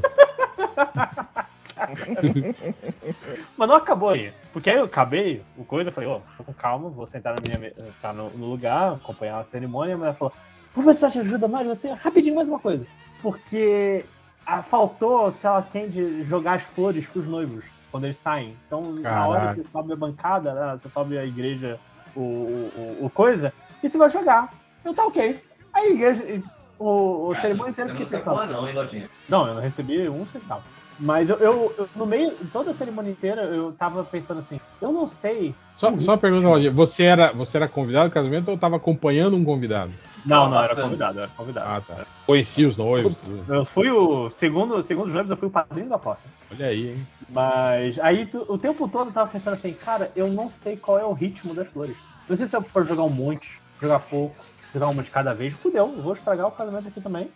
Speaker 2: Mas não acabou aí. Porque aí eu acabei o coisa, eu falei, ô, tô com calma, vou sentar na minha me- tá no, no lugar, acompanhar a cerimônia, mas ela falou, vou precisar de ajuda mais, você, rapidinho, mais uma coisa. Porque ah, faltou, sei lá quem, de jogar as flores pros noivos, quando eles saem. Então, na hora
Speaker 3: Caraca.
Speaker 2: você sobe a bancada, né, você sobe a igreja, o, o, o- o coisa, e você vai jogar. Eu tá ok. Aí a igreja, o, o cerimônia inteira que
Speaker 1: não, hein, Lojinha?
Speaker 2: não, eu não recebi um centavo. Mas eu, eu- eu- no meio, toda a cerimônia inteira, eu tava pensando assim, eu não sei.
Speaker 3: Só, só uma pergunta, lojinha. Você era, você era convidado ao casamento ou tava acompanhando um convidado?
Speaker 2: Não, não, era
Speaker 1: passando.
Speaker 2: convidado, era convidado.
Speaker 3: Ah, tá. Conhecia os noivos. tudo.
Speaker 2: Ah. Eu fui o. Segundo, segundo os noivos, eu fui o padrinho da aposta.
Speaker 3: Olha aí, hein?
Speaker 2: Mas aí tu- o tempo todo eu tava pensando assim, cara, eu não sei qual é o ritmo das flores. Não sei se eu for jogar um monte, jogar pouco, jogar uma de cada vez, fudeu, eu vou estragar o casamento aqui também.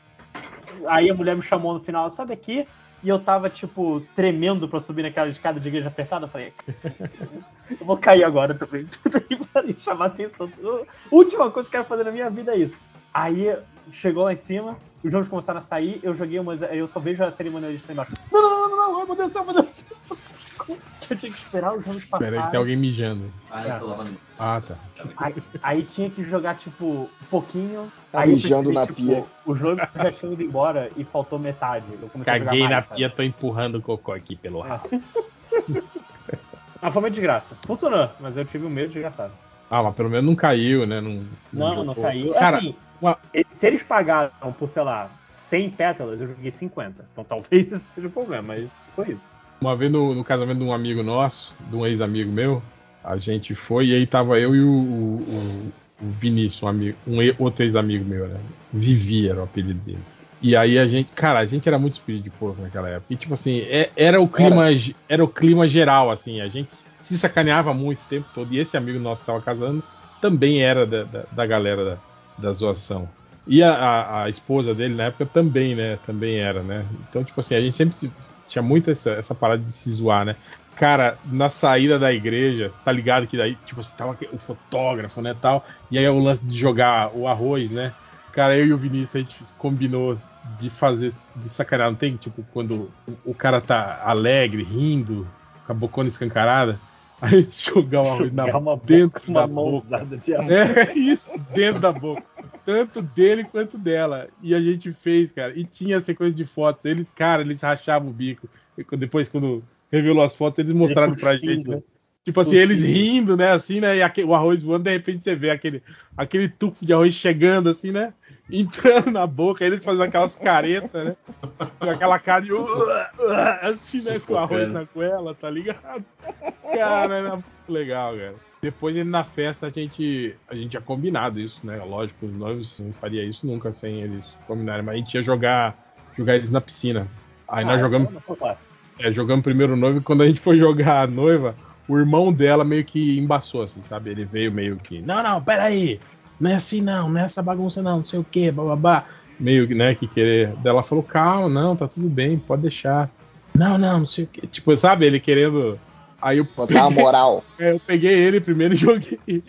Speaker 2: Aí a mulher me chamou no final, sobe aqui, e eu tava, tipo, tremendo pra subir naquela escada de igreja apertada, eu falei, eu vou cair agora também, pra chamar atenção. Última coisa que eu quero fazer na minha vida é isso. Aí chegou lá em cima, os jogos começaram a sair, eu joguei umas. Eu só vejo a cerimonialista lá embaixo. Não, não, não, não, não, ai, meu Deus do céu, meu Deus do céu. que eu tinha que esperar os jogos
Speaker 3: Pera aí,
Speaker 2: passarem.
Speaker 3: tem alguém mijando.
Speaker 1: Ah, eu tô lavando.
Speaker 3: Ah, tá.
Speaker 2: Aí, aí tinha que jogar, tipo, um pouquinho.
Speaker 4: Tá
Speaker 2: aí eu
Speaker 4: mijando
Speaker 2: percebi,
Speaker 4: na
Speaker 2: tipo,
Speaker 4: pia.
Speaker 2: O jogo já tinha ido embora e faltou metade. Eu comecei a
Speaker 3: Caguei
Speaker 2: jogar
Speaker 3: na
Speaker 2: mais, sabe? É.
Speaker 3: pia, tô empurrando o cocô aqui pelo rabo.
Speaker 2: Mas foi uma desgraça. Funcionou, mas eu tive um medo desgraçado.
Speaker 3: Ah, mas pelo menos não caiu, né? Não,
Speaker 2: Não, não
Speaker 3: jogou.
Speaker 2: caiu.
Speaker 3: Cara,
Speaker 2: assim,
Speaker 3: uma-
Speaker 2: ele- se eles pagaram por, sei lá, 100 pétalas, eu joguei 50. Então talvez isso seja o problema, mas foi isso.
Speaker 3: Uma vez no, no casamento de um amigo nosso, de um ex-amigo meu, a gente foi e aí tava eu e o, o- o- o Vinícius, um, amigo, um e- outro ex-amigo meu, né? Vivi era o apelido dele. E aí a gente, cara, a gente era muito espírito de porco naquela época. E tipo assim, é- era o clima, ge- era. o clima geral, assim, a gente se sacaneava muito o tempo todo. E esse amigo nosso que tava casando também era da, da, da galera da, da zoação. E a, a- a esposa dele na época também, né? Também era, né? Então, tipo assim, a gente sempre se- tinha muito essa, essa parada de se zoar, né? Cara, na saída da igreja, você tá ligado que daí, tipo, você tava aqui- o fotógrafo, né, tal, e aí é o lance de jogar o arroz, né? Cara, eu e o Vinícius, a gente combinou de fazer, de sacanear, não tem? Tipo, quando o, o cara tá alegre, rindo, com a bocona escancarada, a gente jogar o arroz na,
Speaker 2: Jogar É uma boca-
Speaker 3: dentro da
Speaker 2: uma
Speaker 3: boca.
Speaker 2: mãozada de arroz.
Speaker 3: É isso, dentro da boca. Tanto dele quanto dela. E a gente fez, cara. E tinha sequência de fotos. Eles, cara, eles rachavam o bico. E quando- Depois, quando revelou as fotos, eles mostraram
Speaker 2: Ele
Speaker 3: pra
Speaker 2: cuspindo.
Speaker 3: gente, né? Tipo assim, eles rindo, né? Assim, né? E aque- o arroz voando, de repente você vê aquele, aquele tufo de arroz chegando, assim, né? Entrando na boca, eles fazendo aquelas caretas, né? Com aquela cara de. assim, né? Com o arroz na goela, tá ligado? Cara, era muito legal, cara. Depois ele na festa a gente a gente tinha combinado isso, né? Lógico, os noivos não faria isso nunca sem eles combinarem, mas a gente ia jogar jogar eles na piscina. Aí
Speaker 2: Ah,
Speaker 3: nós jogamos,
Speaker 2: essa é uma clássica.
Speaker 3: é, jogamos primeiro o noivo e quando a gente foi jogar a noiva, o irmão dela meio que embaçou assim, sabe? Ele veio meio que, não, não, peraí. Não é assim não, não é essa bagunça não, não sei o que, bababá. Meio que, né, que querer. Daí ela falou, calma, não, tá tudo bem, pode deixar. Não, não, não sei o que. Tipo, sabe, ele querendo. Aí eu
Speaker 4: Botar a moral.
Speaker 3: é, eu peguei ele primeiro e joguei.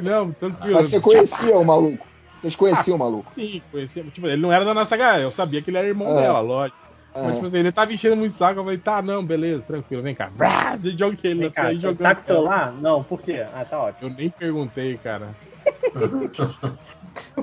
Speaker 3: não, tranquilo.
Speaker 4: Mas você conhecia o maluco. Vocês conheciam o maluco.
Speaker 3: Sim, conhecia. Tipo, ele não era da nossa galera, eu sabia que ele era irmão
Speaker 4: É.
Speaker 3: dela, lógico. Mas,
Speaker 4: Aham.
Speaker 3: tipo assim, ele tava enchendo muito saco, eu falei, tá, não, beleza, tranquilo, vem cá. Brá, eu joguei ele
Speaker 2: Vem
Speaker 3: na
Speaker 2: cá,
Speaker 3: frente,
Speaker 2: você
Speaker 3: jogando,
Speaker 2: tá com o
Speaker 3: cara.
Speaker 2: celular? Não, por quê? Ah, tá ótimo.
Speaker 3: Eu nem perguntei, cara.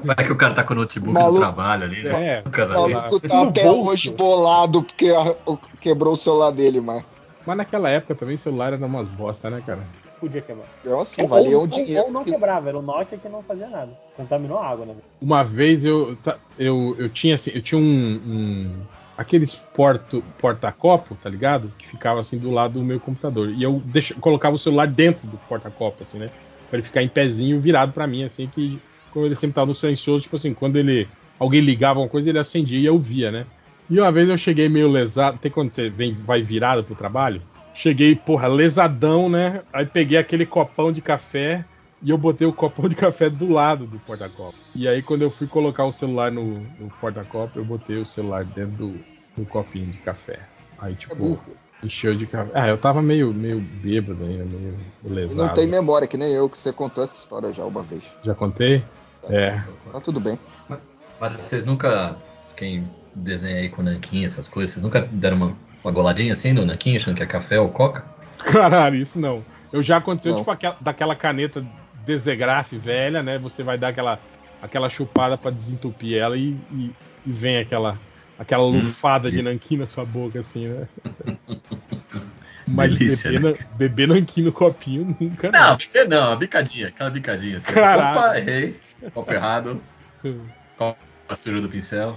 Speaker 1: Vai que o cara tá com o notebook
Speaker 4: Maluco.
Speaker 1: do trabalho ali, né?
Speaker 3: É,
Speaker 1: No
Speaker 4: O
Speaker 1: casamento.
Speaker 4: maluco tá
Speaker 3: No
Speaker 4: até
Speaker 3: bolso.
Speaker 4: hoje bolado porque a- o- quebrou o celular dele, mas.
Speaker 3: mas naquela época também o celular era umas bosta, né, cara?
Speaker 2: Podia quebrar.
Speaker 4: Nossa, valia
Speaker 2: ou,
Speaker 4: um dinheiro.
Speaker 2: ou- ou não quebrava, era o Nokia que não fazia nada. Contaminou a água, né?
Speaker 3: Uma vez eu, ta- eu, eu tinha assim, eu tinha um. um- aqueles porto, porta-copo, tá ligado? Que ficava assim do lado do meu computador. E eu deixa- colocava o celular dentro do porta-copo, assim, né? Pra ele ficar em pezinho virado pra mim, assim, que como ele sempre tava no silencioso, tipo assim, quando ele. Alguém ligava uma coisa, ele acendia e eu via, né? E uma vez eu cheguei meio lesado, tem quando você vem, vai virado pro trabalho? Cheguei, porra, lesadão, né? Aí peguei aquele copão de café e eu botei o copão de café do lado do porta-copo. E aí, quando eu fui colocar o celular no, no porta-copo, eu botei o celular dentro do, do copinho de café. Aí,
Speaker 4: É
Speaker 3: tipo,
Speaker 4: burro.
Speaker 3: encheu de café. Ah, eu tava meio, meio bêbado ainda, meio
Speaker 4: Ele
Speaker 3: lesado. né?
Speaker 4: Não tem memória, que nem eu, que você contou essa história já uma vez.
Speaker 3: Já contei? É.
Speaker 4: Tá tudo bem.
Speaker 1: Mas vocês nunca, quem desenha aí com nanquim, essas coisas, vocês nunca deram uma, uma goladinha assim no nanquim, achando que é café ou coca?
Speaker 3: Caralho, isso não. Eu já aconteceu,
Speaker 4: Não.
Speaker 3: tipo, aquela, daquela caneta desegrafe velha, né? Você vai dar aquela, aquela chupada pra desentupir ela e, e- e vem aquela, aquela
Speaker 1: Hum,
Speaker 3: lufada de
Speaker 1: isso.
Speaker 3: nanquim na sua boca, assim, né? Mas
Speaker 1: Delícia, né?
Speaker 3: beber, nan- beber nanquim no copinho nunca
Speaker 1: Não, bica- não, a bicadinha, aquela bicadinha. Assim.
Speaker 3: Caraca.
Speaker 1: Opa, errei. Copo errado,
Speaker 3: não.
Speaker 1: a suja do pincel.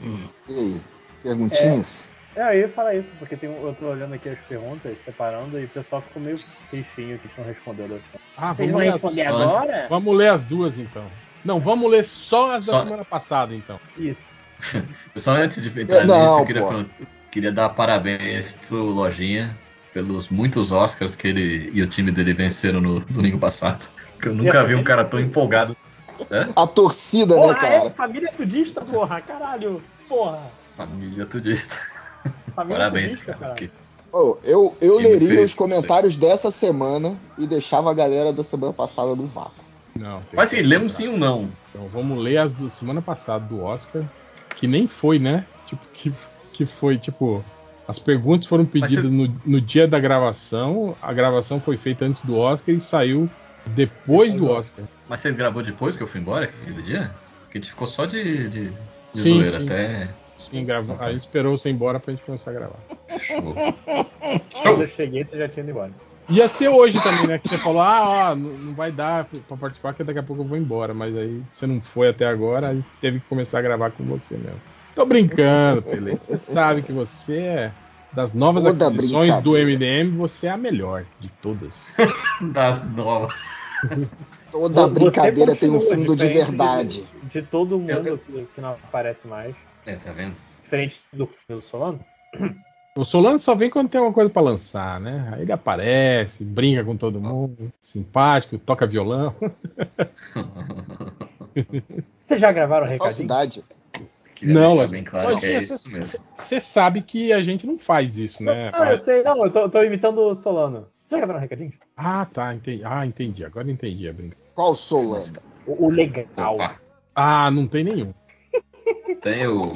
Speaker 4: E aí? Perguntinhas?
Speaker 2: É, eu ia falar isso, porque tem, um- eu tô olhando aqui as perguntas, separando, e o pessoal ficou meio tristinho que eles não responderam.
Speaker 3: Ah,
Speaker 2: Vocês
Speaker 3: vamos
Speaker 2: vão
Speaker 3: ler,
Speaker 2: responder
Speaker 3: as,
Speaker 1: só antes-
Speaker 2: agora?
Speaker 3: vamos ler as duas, então. Não, vamos ler só as da
Speaker 1: Só-
Speaker 3: semana passada, então.
Speaker 2: Isso.
Speaker 1: Só antes de entrar
Speaker 4: Não,
Speaker 1: nisso, eu queria,
Speaker 4: pô.
Speaker 1: perguntar- queria dar parabéns pro Lojinha pelos muitos Oscars que ele e o time dele venceram no domingo passado. Eu nunca vi um cara tão empolgado.
Speaker 4: A torcida, né,
Speaker 2: Porra, é
Speaker 4: cara?
Speaker 2: família tudista, porra, caralho. Porra.
Speaker 1: Família tudista.
Speaker 2: Família
Speaker 1: Parabéns,
Speaker 2: tudista,
Speaker 1: cara.
Speaker 2: caralho.
Speaker 1: porque-
Speaker 4: Ô, eu eu
Speaker 1: Quem me
Speaker 4: leria
Speaker 1: fez,
Speaker 4: os comentários dessa semana e deixava a galera da semana passada no vácuo.
Speaker 3: Não, tem
Speaker 1: Mas
Speaker 3: que
Speaker 1: assim, lê um sim ou um não.
Speaker 3: Então vamos ler as do semana passada do Oscar, que nem foi, né? Tipo, que, que foi, tipo, As perguntas foram pedidas
Speaker 1: você-
Speaker 3: no, no dia da gravação. A gravação foi feita antes do Oscar e saiu depois do Oscar.
Speaker 1: Mas você gravou depois que eu fui embora aquele dia? Porque a gente ficou só de, de, de
Speaker 3: Sim,
Speaker 1: zoeira
Speaker 3: sim.
Speaker 1: até.
Speaker 3: Sim, gravou. Aí esperou você ir embora pra gente começar a gravar.
Speaker 1: Show.
Speaker 2: Quando eu cheguei, você já tinha ido embora.
Speaker 3: Ia ser hoje também, né? Que você falou, ah, ó, n- não vai dar pra pra participar, que daqui a pouco eu vou embora. Mas aí você não foi até agora, aí teve que começar a gravar com você mesmo. Tô brincando, Pele. Você sabe que você é. Das novas
Speaker 4: Toda
Speaker 3: aquisições do
Speaker 4: brincadeira.
Speaker 3: MDM, você é a melhor de todas.
Speaker 1: Das novas.
Speaker 4: Toda
Speaker 2: Você
Speaker 4: brincadeira tem um
Speaker 2: continua
Speaker 4: fundo de
Speaker 2: diferente
Speaker 4: verdade.
Speaker 2: De, de todo mundo
Speaker 1: Eu- eu-
Speaker 2: Que, que não aparece mais.
Speaker 1: É, tá vendo?
Speaker 2: Diferente do do Solano.
Speaker 3: O Solano só vem quando tem alguma coisa pra lançar, né? Aí ele aparece, brinca com todo mundo, simpático, toca violão.
Speaker 2: Vocês já gravaram o recadinho?
Speaker 4: Falsidade.
Speaker 1: Queria
Speaker 3: Não,
Speaker 1: deixar
Speaker 3: mas-
Speaker 1: bem claro
Speaker 3: mas
Speaker 1: que é
Speaker 3: você-
Speaker 1: isso mesmo.
Speaker 3: Você sabe que a gente não faz isso, né?
Speaker 2: Não, Ah, eu sei, não, eu tô, eu tô imitando o Solano. Vocês já gravaram o recadinho?
Speaker 3: Ah, tá, entendi. Ah, entendi. Agora entendi a brincadeira.
Speaker 4: Qual Solano?
Speaker 2: O, o legal.
Speaker 1: Opa,
Speaker 3: Ah, não tem nenhum.
Speaker 1: tem o.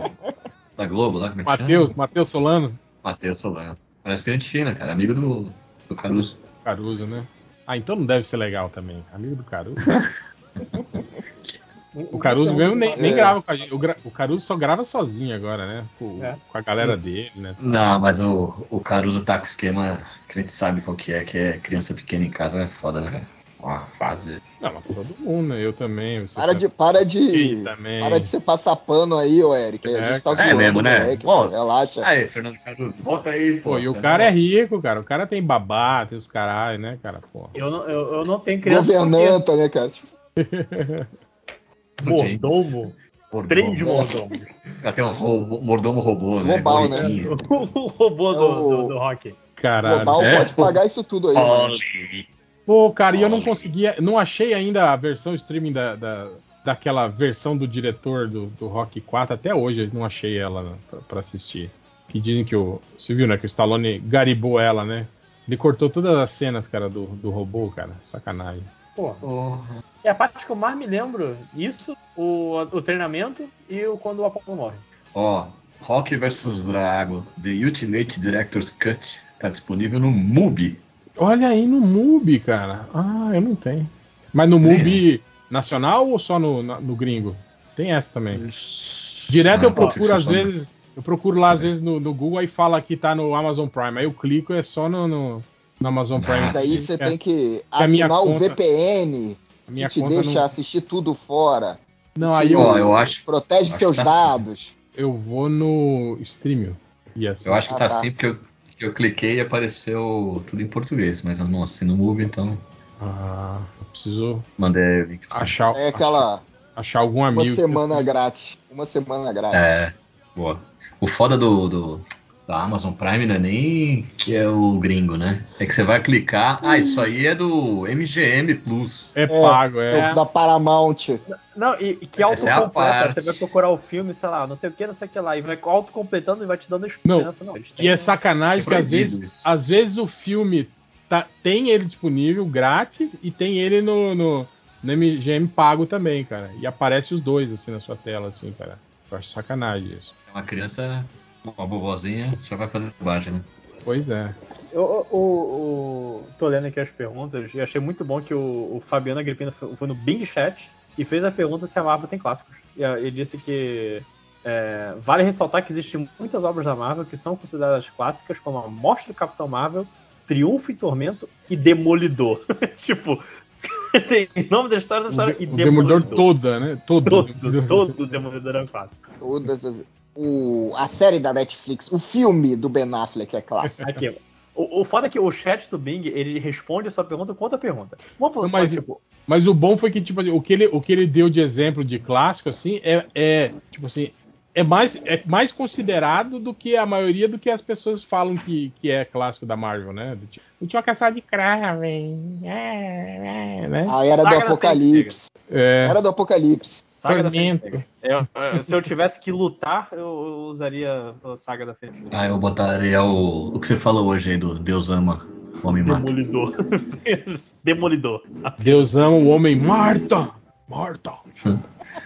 Speaker 1: Da Globo lá, como é que
Speaker 3: Matheus, Matheus Solano,
Speaker 1: chama? Matheus Solano. Parece que é China, cara. Amigo do, do Caruso.
Speaker 3: Caruso, né? Ah, então não deve ser legal também. Amigo do Caruso. O Caruso mesmo nem, nem
Speaker 4: É.
Speaker 3: grava com a gente. O, gra- o Caruso só grava sozinho agora, né? Com,
Speaker 2: É.
Speaker 3: com a galera dele, né?
Speaker 1: Não, mas o, o Caruso tá com o esquema que a gente sabe qual que é, que é criança pequena em casa é foda, né, velho? Uma fase.
Speaker 3: Não, mas todo mundo, né? Eu também. Você
Speaker 4: Para
Speaker 3: tá-
Speaker 4: de, para de,
Speaker 3: Ih, também.
Speaker 4: para de ser passar pano aí, ô Eric. A
Speaker 3: É,
Speaker 4: gente tá
Speaker 1: cara. É
Speaker 4: zoando
Speaker 1: mesmo,
Speaker 4: o
Speaker 1: né?
Speaker 4: moleque,
Speaker 1: Bom,
Speaker 4: pô, relaxa.
Speaker 1: Aí, Fernando Caruso, volta aí,
Speaker 3: Pô, e o cara é rico, cara. O cara tem babá, tem os caralho, né, cara? Pô.
Speaker 2: Eu não, eu, eu não tenho
Speaker 3: tá
Speaker 2: criança.
Speaker 4: Governanta, né, cara?
Speaker 2: porque Mordomo. Três mordomos.
Speaker 1: Até um robô, mordomo robô, né?
Speaker 4: Global, né?
Speaker 1: Gordinho.
Speaker 2: O robô do, do, do rock.
Speaker 3: Caralho.
Speaker 4: Global
Speaker 1: é?
Speaker 4: pode pagar isso tudo aí. né? mano.
Speaker 1: Olhe.
Speaker 3: Pô, cara, e eu não conseguia. Não achei ainda a versão streaming da, da, daquela versão do diretor do, do Rock 4. Até hoje eu não achei ela né, pra, pra assistir. Que dizem que o. Você viu, né? Que o Stallone garibou ela, né? Ele cortou todas as cenas, cara, do, do robô, cara. Sacanagem.
Speaker 2: Pô,
Speaker 1: Porra.
Speaker 2: é a parte que eu mais me lembro. Isso, o, o treinamento e o quando o Apollo morre.
Speaker 1: Ó, Rock vs Drago, The Ultimate Director's Cut, tá disponível no MUBI.
Speaker 3: Olha aí no Mubi, cara. Ah, eu não tenho. Mas no Mubi nacional ou só no, na- no gringo? Tem essa também. Direto
Speaker 1: Ah,
Speaker 3: eu
Speaker 1: pode ser que
Speaker 3: procuro,
Speaker 1: você
Speaker 3: às
Speaker 1: fale.
Speaker 3: vezes, eu procuro lá, às vezes, no, no Google, aí fala que tá no Amazon Prime. Aí eu clico, é só no, no, no Amazon Prime.
Speaker 4: Ah, Mas aí você
Speaker 3: É,
Speaker 4: tem que
Speaker 3: a minha
Speaker 4: assinar o
Speaker 3: conta-
Speaker 4: VPN
Speaker 3: a
Speaker 4: que
Speaker 3: minha
Speaker 4: te
Speaker 3: conta
Speaker 4: deixa
Speaker 3: não-
Speaker 4: assistir tudo fora.
Speaker 3: Não, aí
Speaker 1: Ó,
Speaker 3: eu,
Speaker 1: eu acho,
Speaker 4: Protege
Speaker 1: Acho
Speaker 4: seus
Speaker 1: que tá
Speaker 4: dados.
Speaker 3: eu vou no Streamio. E assim,
Speaker 1: eu acho que
Speaker 4: Ah,
Speaker 1: tá
Speaker 4: tá.
Speaker 1: assim porque eu, que eu cliquei e apareceu tudo em português, mas eu não assino o MUBI, então
Speaker 3: ah, eu preciso
Speaker 1: mandei o link pra você.
Speaker 3: achar,
Speaker 4: É aquela
Speaker 3: achar algum
Speaker 4: uma
Speaker 3: amigo. que eu-
Speaker 4: semana grátis. Uma semana grátis.
Speaker 1: É, boa. O foda do, do- da Amazon Prime não é nem que é o gringo, né? É que você vai clicar, ah, isso aí é do MGM Plus.
Speaker 3: É pago, é.
Speaker 4: Do- Da Paramount.
Speaker 2: Não, e, e que
Speaker 1: Essa é a
Speaker 2: autocompleta.
Speaker 1: parte.
Speaker 2: Você vai procurar o filme, sei lá, não sei o que, não sei o que lá. E vai autocompletando e vai te dando esperança. Não, eles têm-
Speaker 3: E é sacanagem, porque às
Speaker 1: Proibido
Speaker 3: vezes,
Speaker 1: isso.
Speaker 3: às vezes o filme tá, tem ele disponível grátis e tem ele no, no, no MGM pago também, cara. E aparece os dois, assim, na sua tela, assim, cara. Eu acho sacanagem isso.
Speaker 1: É Uma criança, uma bobozinha, já vai fazer bobagem, né?
Speaker 3: Pois é.
Speaker 2: Eu, eu- eu- eu tô lendo aqui as perguntas e achei muito bom que o, o Fabiano Agripino foi foi no Bing Chat e fez a pergunta se a Marvel tem clássicos. E a- ele disse que é, vale ressaltar que existem muitas obras da Marvel que são consideradas clássicas, como a Mostra do Capitão Marvel, Triunfo e Tormento e Demolidor. tipo, tem nome da história da
Speaker 3: O,
Speaker 2: história
Speaker 3: de-
Speaker 2: e
Speaker 3: o Demolidor
Speaker 2: Demolidor.
Speaker 3: toda, né? Todo.
Speaker 2: Todo, todo Demolidor é um clássico.
Speaker 4: Todas as- o, a série da Netflix. O filme do Ben Affleck é clássico.
Speaker 2: Aqui. O, o foda é que o chat do Bing, ele responde a sua pergunta com outra pergunta. Uma pergunta,
Speaker 3: mas-
Speaker 2: tipo,
Speaker 3: Mas o bom foi que, tipo assim, o que ele, o que ele deu de exemplo de clássico, assim, é, é, tipo assim, é mais, é mais considerado do que a maioria do que as pessoas falam que, que é clássico da Marvel, né? Do tipo, o Tio Caçado de Kraven, é, é, né?
Speaker 4: A Era
Speaker 2: Saga
Speaker 4: do
Speaker 2: da
Speaker 4: Apocalipse.
Speaker 3: É,
Speaker 4: Era do Apocalipse.
Speaker 2: Saga da
Speaker 3: Tormento.
Speaker 2: Fênix. Eu- eu- se eu tivesse que lutar, eu eu usaria a Saga da Fênix.
Speaker 1: Ah, eu botaria o, o que você falou hoje aí do Deus ama, homem mata.
Speaker 2: Demolidor. Demolidor.
Speaker 3: Deus ama o homem Marta! Marta!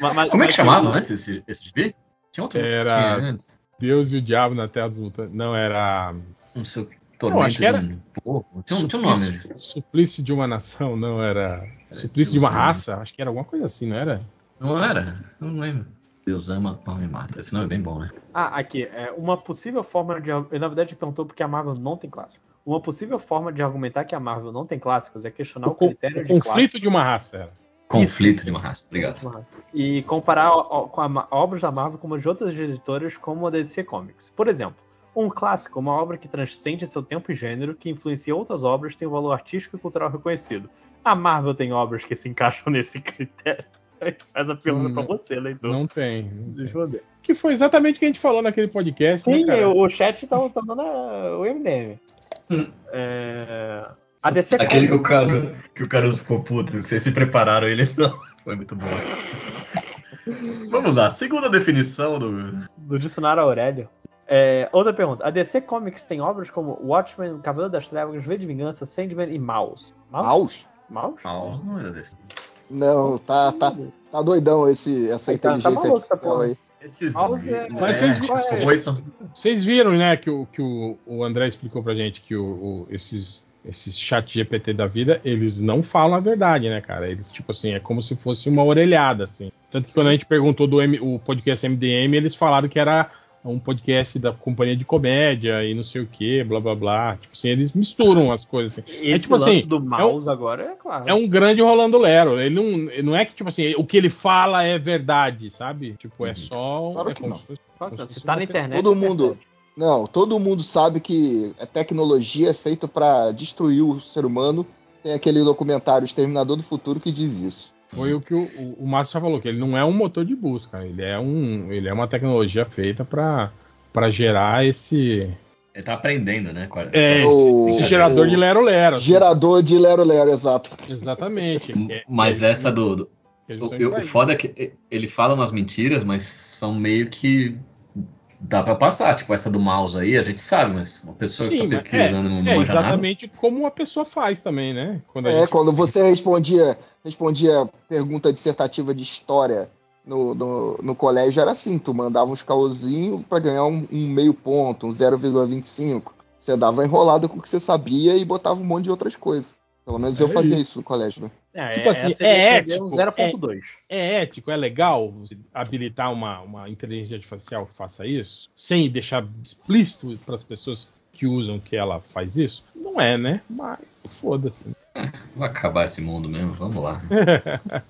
Speaker 2: Ma- ma-
Speaker 1: Como é que
Speaker 2: mas-
Speaker 1: chamava antes esse, esse gibi? Tinha outro
Speaker 3: Era-
Speaker 1: que tinha antes.
Speaker 3: Deus e o Diabo na Terra dos Mutantes. Não, era.
Speaker 1: Um seu
Speaker 3: Não,
Speaker 1: tormento
Speaker 3: acho que era-
Speaker 1: de um povo. Tem um, tem um nome.
Speaker 3: Suplício- Suplício de uma nação, não era. Suplício de uma raça, acho que era alguma coisa assim, não era?
Speaker 1: Não era? Eu não lembro. Deus ama, não me mata. Esse nome é bem bom, né?
Speaker 2: Ah, aqui. É, uma possível forma de. ele, Na verdade, perguntou porque a Marvel não tem clássico. Uma possível forma de argumentar que a Marvel não tem clássicos é questionar o
Speaker 3: con-
Speaker 2: critério
Speaker 3: o
Speaker 2: de
Speaker 3: conflito de uma raça. Era.
Speaker 1: Conflito de uma raça. Obrigado.
Speaker 2: Marvel. E comparar o- o- com a ma- obras da Marvel como de outras editoras como a DC Comics. Por exemplo, um clássico, uma obra que transcende seu tempo e gênero, que influencia outras obras, tem um valor artístico e cultural reconhecido. A Marvel tem obras que se encaixam nesse critério. Faz a pergunta
Speaker 3: Não-
Speaker 2: pra você, leitor.
Speaker 3: Não tem. não tem.
Speaker 2: Deixa eu ver.
Speaker 3: Que foi exatamente o que a gente falou naquele podcast. né,
Speaker 2: Sim,
Speaker 3: cara?
Speaker 2: o chat tá tá dando a- o MDM. É, A DC
Speaker 1: Aquele que o cara, que o cara ficou puto, que vocês se prepararam ele não. Foi muito bom. Vamos lá, segunda definição do.
Speaker 2: do Dicionário Aurélio. É, outra pergunta. A DC Comics tem obras como Watchmen, Cavaleiro das Trevas, V de Vingança, Sandman e Mouse.
Speaker 3: Ah.
Speaker 2: Mouse?
Speaker 4: Maus?
Speaker 2: Mouse?
Speaker 1: Não, não era desse.
Speaker 4: Não, tá, tá, tá doidão esse, essa
Speaker 2: Tá- tá
Speaker 4: inteligência
Speaker 2: maluco essa
Speaker 4: artificial
Speaker 2: porra.
Speaker 4: aí.
Speaker 1: Esses.
Speaker 2: Mouse é-
Speaker 3: Mas vocês vi-
Speaker 1: esses dois são-
Speaker 3: Vocês viram, né, que, o, que o, o André explicou pra gente que o, o- esses, esses chat GPT da vida, eles não falam a verdade, né, cara? Eles, tipo assim, é como se fosse uma orelhada, assim. Tanto que quando a gente perguntou do M- o podcast MDM, eles falaram que era um podcast da companhia de comédia e não sei o que, blá blá blá. Tipo assim, eles misturam as coisas. Assim.
Speaker 2: Esse
Speaker 3: tipo
Speaker 2: lance
Speaker 3: assim,
Speaker 2: do mouse agora é claro.
Speaker 3: É um grande Rolando Lero. Ele não, ele não é que, tipo assim, o que ele fala é verdade, sabe? Tipo, é
Speaker 1: Uhum.
Speaker 3: só.
Speaker 4: Claro
Speaker 3: é
Speaker 4: que
Speaker 3: como
Speaker 4: não.
Speaker 3: se fosse-
Speaker 2: Claro que não,
Speaker 3: como
Speaker 2: Se
Speaker 3: se
Speaker 2: tá na
Speaker 3: fosse uma
Speaker 2: internet.
Speaker 4: Todo
Speaker 2: é
Speaker 4: mundo-
Speaker 2: verdade.
Speaker 4: Não, todo mundo sabe que a tecnologia é feita pra destruir o ser humano. Tem aquele documentário Exterminador do Futuro que diz isso.
Speaker 3: Foi o que o, o- o Márcio já falou, que ele não é um motor de busca, ele é, um, ele é uma tecnologia feita pra pra gerar esse,
Speaker 1: Ele tá aprendendo, né? com a-
Speaker 3: É, esse-
Speaker 4: O-
Speaker 3: esse gerador
Speaker 4: o-
Speaker 3: de lero-lero. assim.
Speaker 4: Gerador de Lero Lero, exato.
Speaker 3: Exatamente. É-
Speaker 1: Mas
Speaker 3: é-
Speaker 1: essa do, do-
Speaker 3: é
Speaker 1: O,
Speaker 3: justamente
Speaker 1: eu- o
Speaker 3: pra isso.
Speaker 1: foda é que ele fala umas mentiras, mas são meio que. Dá pra passar, tipo, essa do mouse aí, a gente sabe, mas uma pessoa
Speaker 3: Sim,
Speaker 1: que tá
Speaker 3: mas
Speaker 1: pesquisando não
Speaker 3: É
Speaker 1: manja nada.
Speaker 3: exatamente como a pessoa faz também, né? Quando a
Speaker 4: É,
Speaker 3: gente-
Speaker 4: quando você respondia, respondia pergunta dissertativa de história no, no, no colégio, era assim, tu mandava uns caosinhos pra ganhar um, um meio ponto, um 0,25. Você dava enrolada com o que você sabia e botava um monte de outras coisas. Pelo menos eu
Speaker 3: É
Speaker 4: fazia
Speaker 3: isso.
Speaker 4: isso no colégio, né?
Speaker 2: É,
Speaker 3: Tipo assim,
Speaker 2: essa
Speaker 3: é
Speaker 2: defender um
Speaker 3: ético,
Speaker 2: 0.2.
Speaker 3: É ético, é legal você habilitar uma, uma inteligência artificial que faça isso, sem deixar explícito para as pessoas que usam que ela faz isso? Não é, né? Mas foda-se. né?
Speaker 1: Vai acabar esse mundo mesmo, vamos lá.
Speaker 3: É.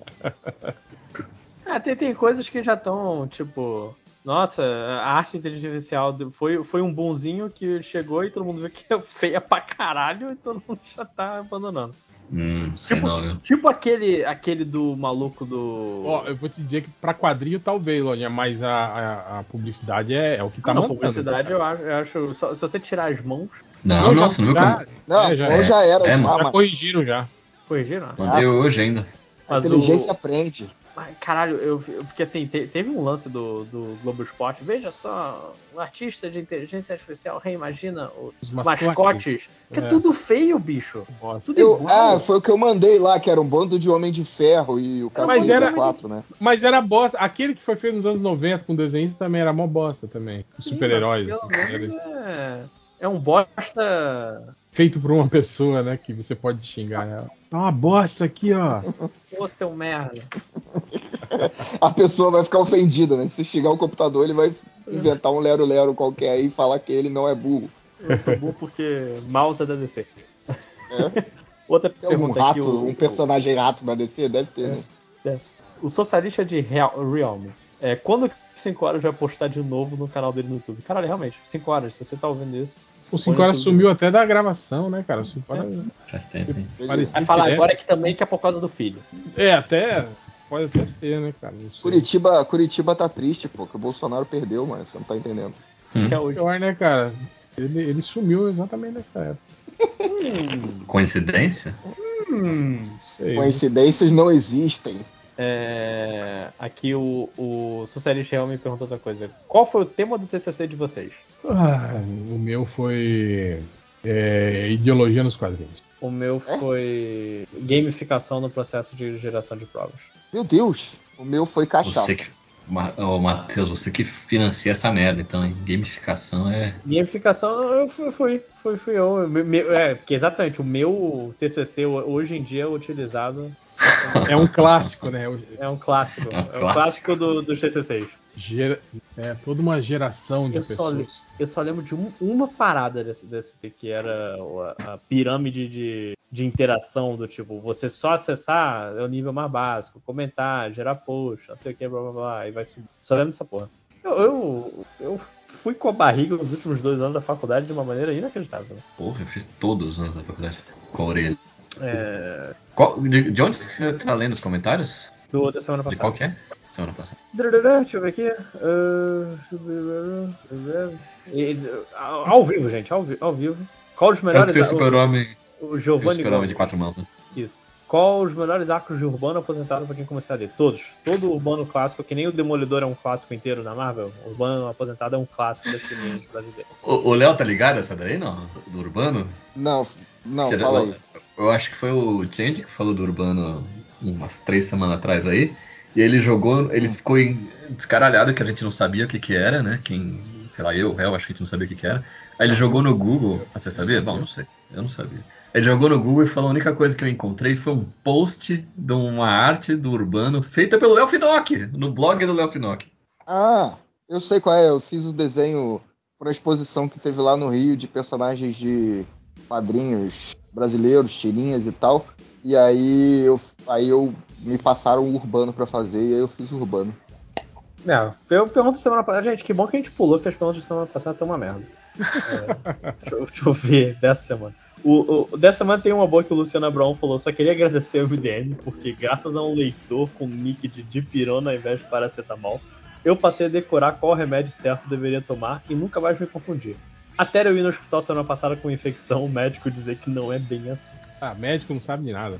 Speaker 2: Ah, tem, tem coisas que já estão, tipo. Nossa, a arte de inteligência artificial do- foi, foi um bonzinho que chegou e todo mundo viu que é feia pra caralho e todo mundo já tá abandonando.
Speaker 1: Hum, sei
Speaker 2: Tipo-
Speaker 1: não, viu?
Speaker 2: Tipo aquele, aquele do maluco do.
Speaker 3: Ó, eu vou te dizer que pra quadrinho talvez, Lojinha, mas a, a- a publicidade é, é o que tá
Speaker 2: Ah, não,
Speaker 3: mandando.
Speaker 2: publicidade eu acho. eu acho- só- se você tirar as mãos,
Speaker 1: Não,
Speaker 3: já-
Speaker 1: Ah, nossa, não viu
Speaker 3: já,
Speaker 1: como.
Speaker 4: Não,
Speaker 3: É, já
Speaker 4: eu
Speaker 1: é.
Speaker 4: já era, assim,
Speaker 1: É,
Speaker 4: ah, já,
Speaker 1: mano.
Speaker 4: mano.
Speaker 3: já corrigiram já.
Speaker 2: corrigiram. né?
Speaker 1: Mandei hoje ainda.
Speaker 4: A
Speaker 2: Mas o-
Speaker 4: inteligência aprende.
Speaker 2: Ai, Caralho, eu, eu- porque assim, te- teve um lance do, do Globo Esporte. Veja só, um artista de inteligência artificial reimagina os
Speaker 3: Os
Speaker 2: mascotes. Que é,
Speaker 3: É.
Speaker 2: tudo feio, bicho.
Speaker 3: Nossa.
Speaker 2: Tudo
Speaker 4: Eu,
Speaker 2: igual.
Speaker 4: ah, foi o que eu mandei lá, que era um bando de Homem de Ferro e o
Speaker 2: Mas
Speaker 4: Cacete
Speaker 3: era-
Speaker 4: era... 4, né?
Speaker 3: Mas era bosta. Aquele que foi feito nos anos 90 com desenhista também era mó bosta também. Os
Speaker 2: Sim,
Speaker 3: super-heróis.
Speaker 2: mas
Speaker 3: assim,
Speaker 2: pelo
Speaker 3: era
Speaker 2: menos É, é um bosta.
Speaker 3: Feito por uma pessoa, né? Que você pode xingar ela. Tá uma bosta aqui, ó.
Speaker 2: Ô, seu merda.
Speaker 4: A pessoa vai ficar ofendida, né? Se chegar o computador, ele vai inventar um Lero Lero qualquer aí e falar que ele não é burro.
Speaker 2: Eu sou burro porque mouse é da DC. Outra
Speaker 4: Tem algum
Speaker 2: pergunta aqui.
Speaker 4: rato,
Speaker 2: o-
Speaker 4: É? um personagem rato na DC? Deve ter, né?
Speaker 2: O socialista é de Real, Realme. É, quando que o 5 horas vai postar de novo no canal dele no YouTube? Caralho, realmente, 5 horas, se você tá ouvindo isso.
Speaker 3: O 5 horas
Speaker 2: tudo. É.
Speaker 3: sumiu até da gravação, né, cara? O 5 horas.
Speaker 1: Faz tempo, hein?
Speaker 4: Ele-
Speaker 3: Parecia
Speaker 2: Vai falar
Speaker 3: que é.
Speaker 2: agora que também que é por causa do filho.
Speaker 3: É, até. Pode até ser, né, cara? Não sei.
Speaker 4: Curitiba, Curitiba tá triste, pô, que o Bolsonaro perdeu, mano. Você não tá entendendo.
Speaker 1: Hum,
Speaker 2: Que é hoje.
Speaker 3: Pior, né, cara? Ele, ele sumiu exatamente nessa época.
Speaker 1: Coincidência?
Speaker 3: Não
Speaker 4: É.
Speaker 3: sei.
Speaker 4: Coincidências não existem.
Speaker 2: É, aqui o, o socialista Realme perguntou outra coisa. Qual foi o tema do TCC de vocês?
Speaker 3: Ah, o meu foi é, ideologia nos quadrinhos.
Speaker 2: O meu
Speaker 4: É?
Speaker 2: foi gamificação no processo de geração de provas.
Speaker 4: Meu Deus, o meu foi cachaça.
Speaker 1: Você que, Ma- Ô, Matheus, você que financia essa merda, então, hein? Gamificação é.
Speaker 2: Gamificação, eu fui, fui, fui, fui eu. Me- me- é, porque exatamente, o meu TCC hoje em dia é utilizado,
Speaker 3: É um clássico, né?
Speaker 2: é um clássico. É
Speaker 1: É um
Speaker 2: um clássico, do, dos TCCs.
Speaker 3: Gera- É toda uma geração de
Speaker 2: Eu só li.
Speaker 3: pessoas.
Speaker 2: Eu só lembro de um- uma parada desse, desse que era o- a, a pirâmide de, de interação, do tipo, você só acessar é o nível mais básico, comentar, gerar post, não sei o que, blá blá blá, e vai subir. Só lembro dessa porra. Eu, eu, eu fui com a barriga nos últimos dois anos da faculdade de uma maneira inacreditável.
Speaker 1: Porra, eu fiz todos os anos da faculdade com a orelha.
Speaker 2: É,
Speaker 1: Qual- de, de onde que você tá lendo os comentários?
Speaker 2: do, da semana
Speaker 1: De qual
Speaker 2: passada.
Speaker 1: que é? Semana passada.
Speaker 2: Drarará, Deixa eu ver aqui. Ah, deixa eu ver, ah, eles- Ao ao vivo, gente, ao, vi- ao vivo. Qual os
Speaker 1: É o que
Speaker 2: melhores.
Speaker 1: tem o super-homem
Speaker 2: tá? o, o
Speaker 1: tem o
Speaker 2: Giovanni
Speaker 1: super-homem
Speaker 2: Gomes.
Speaker 1: de quatro mãos, né?
Speaker 2: Isso. Qual os melhores arcos de urbano aposentado pra quem começar a ler? Todos. Todo urbano clássico, que nem o Demolidor é um clássico inteiro na Marvel, o urbano aposentado é um clássico das filmes brasileiras.
Speaker 1: O o Léo tá ligado essa daí, não? Do Urbano?
Speaker 4: Não, não,
Speaker 1: Quer dizer,
Speaker 4: fala
Speaker 1: eu-
Speaker 4: aí.
Speaker 1: Eu acho que foi o Change que falou do Urbano umas três semanas atrás aí. E ele jogou, ele ficou em- descaralhado que a gente não sabia o que que era, né? Quem, sei lá, eu, o réu, acho que a gente não sabia o que que era. Aí ele jogou no Google. Ah, você sabia? Bom, não sei. Eu não sabia. Ele jogou no Google e falou: a única coisa que eu encontrei foi um post de uma arte do Urbano feita pelo Léo Finocchi, no blog do Léo Finocchi.
Speaker 4: Ah, eu sei qual é. Eu fiz o desenho para a exposição que teve lá no Rio de personagens de padrinhos brasileiros, tirinhas e tal. E aí eu, aí eu me passaram o urbano para fazer e aí eu fiz o urbano.
Speaker 2: É, eu pergunto semana passada. Gente, que bom que a gente pulou, que as perguntas de semana passada estão uma merda. É, deixa, eu- deixa eu ver dessa semana. O, o- dessa semana tem uma boa que o Luciano Abraão falou. Só queria agradecer ao MDM, porque graças a um leitor com nick de dipirona ao invés de paracetamol, eu passei a decorar qual remédio certo deveria tomar e nunca mais me confundir. Até eu ir no hospital semana passada com infecção, o médico dizer que não é bem assim.
Speaker 3: Ah, médico não sabe de nada.